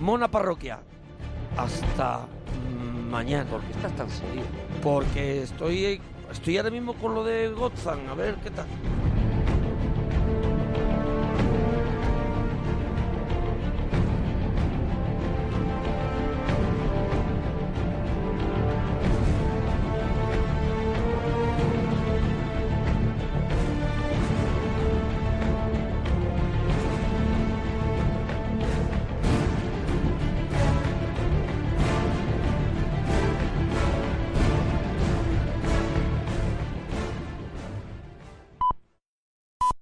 Speaker 2: Mona Parroquia. Hasta mañana. ¿Por
Speaker 5: qué estás tan serio?
Speaker 2: Porque estoy, estoy ahora mismo con lo de Godzan. A ver, ¿qué tal?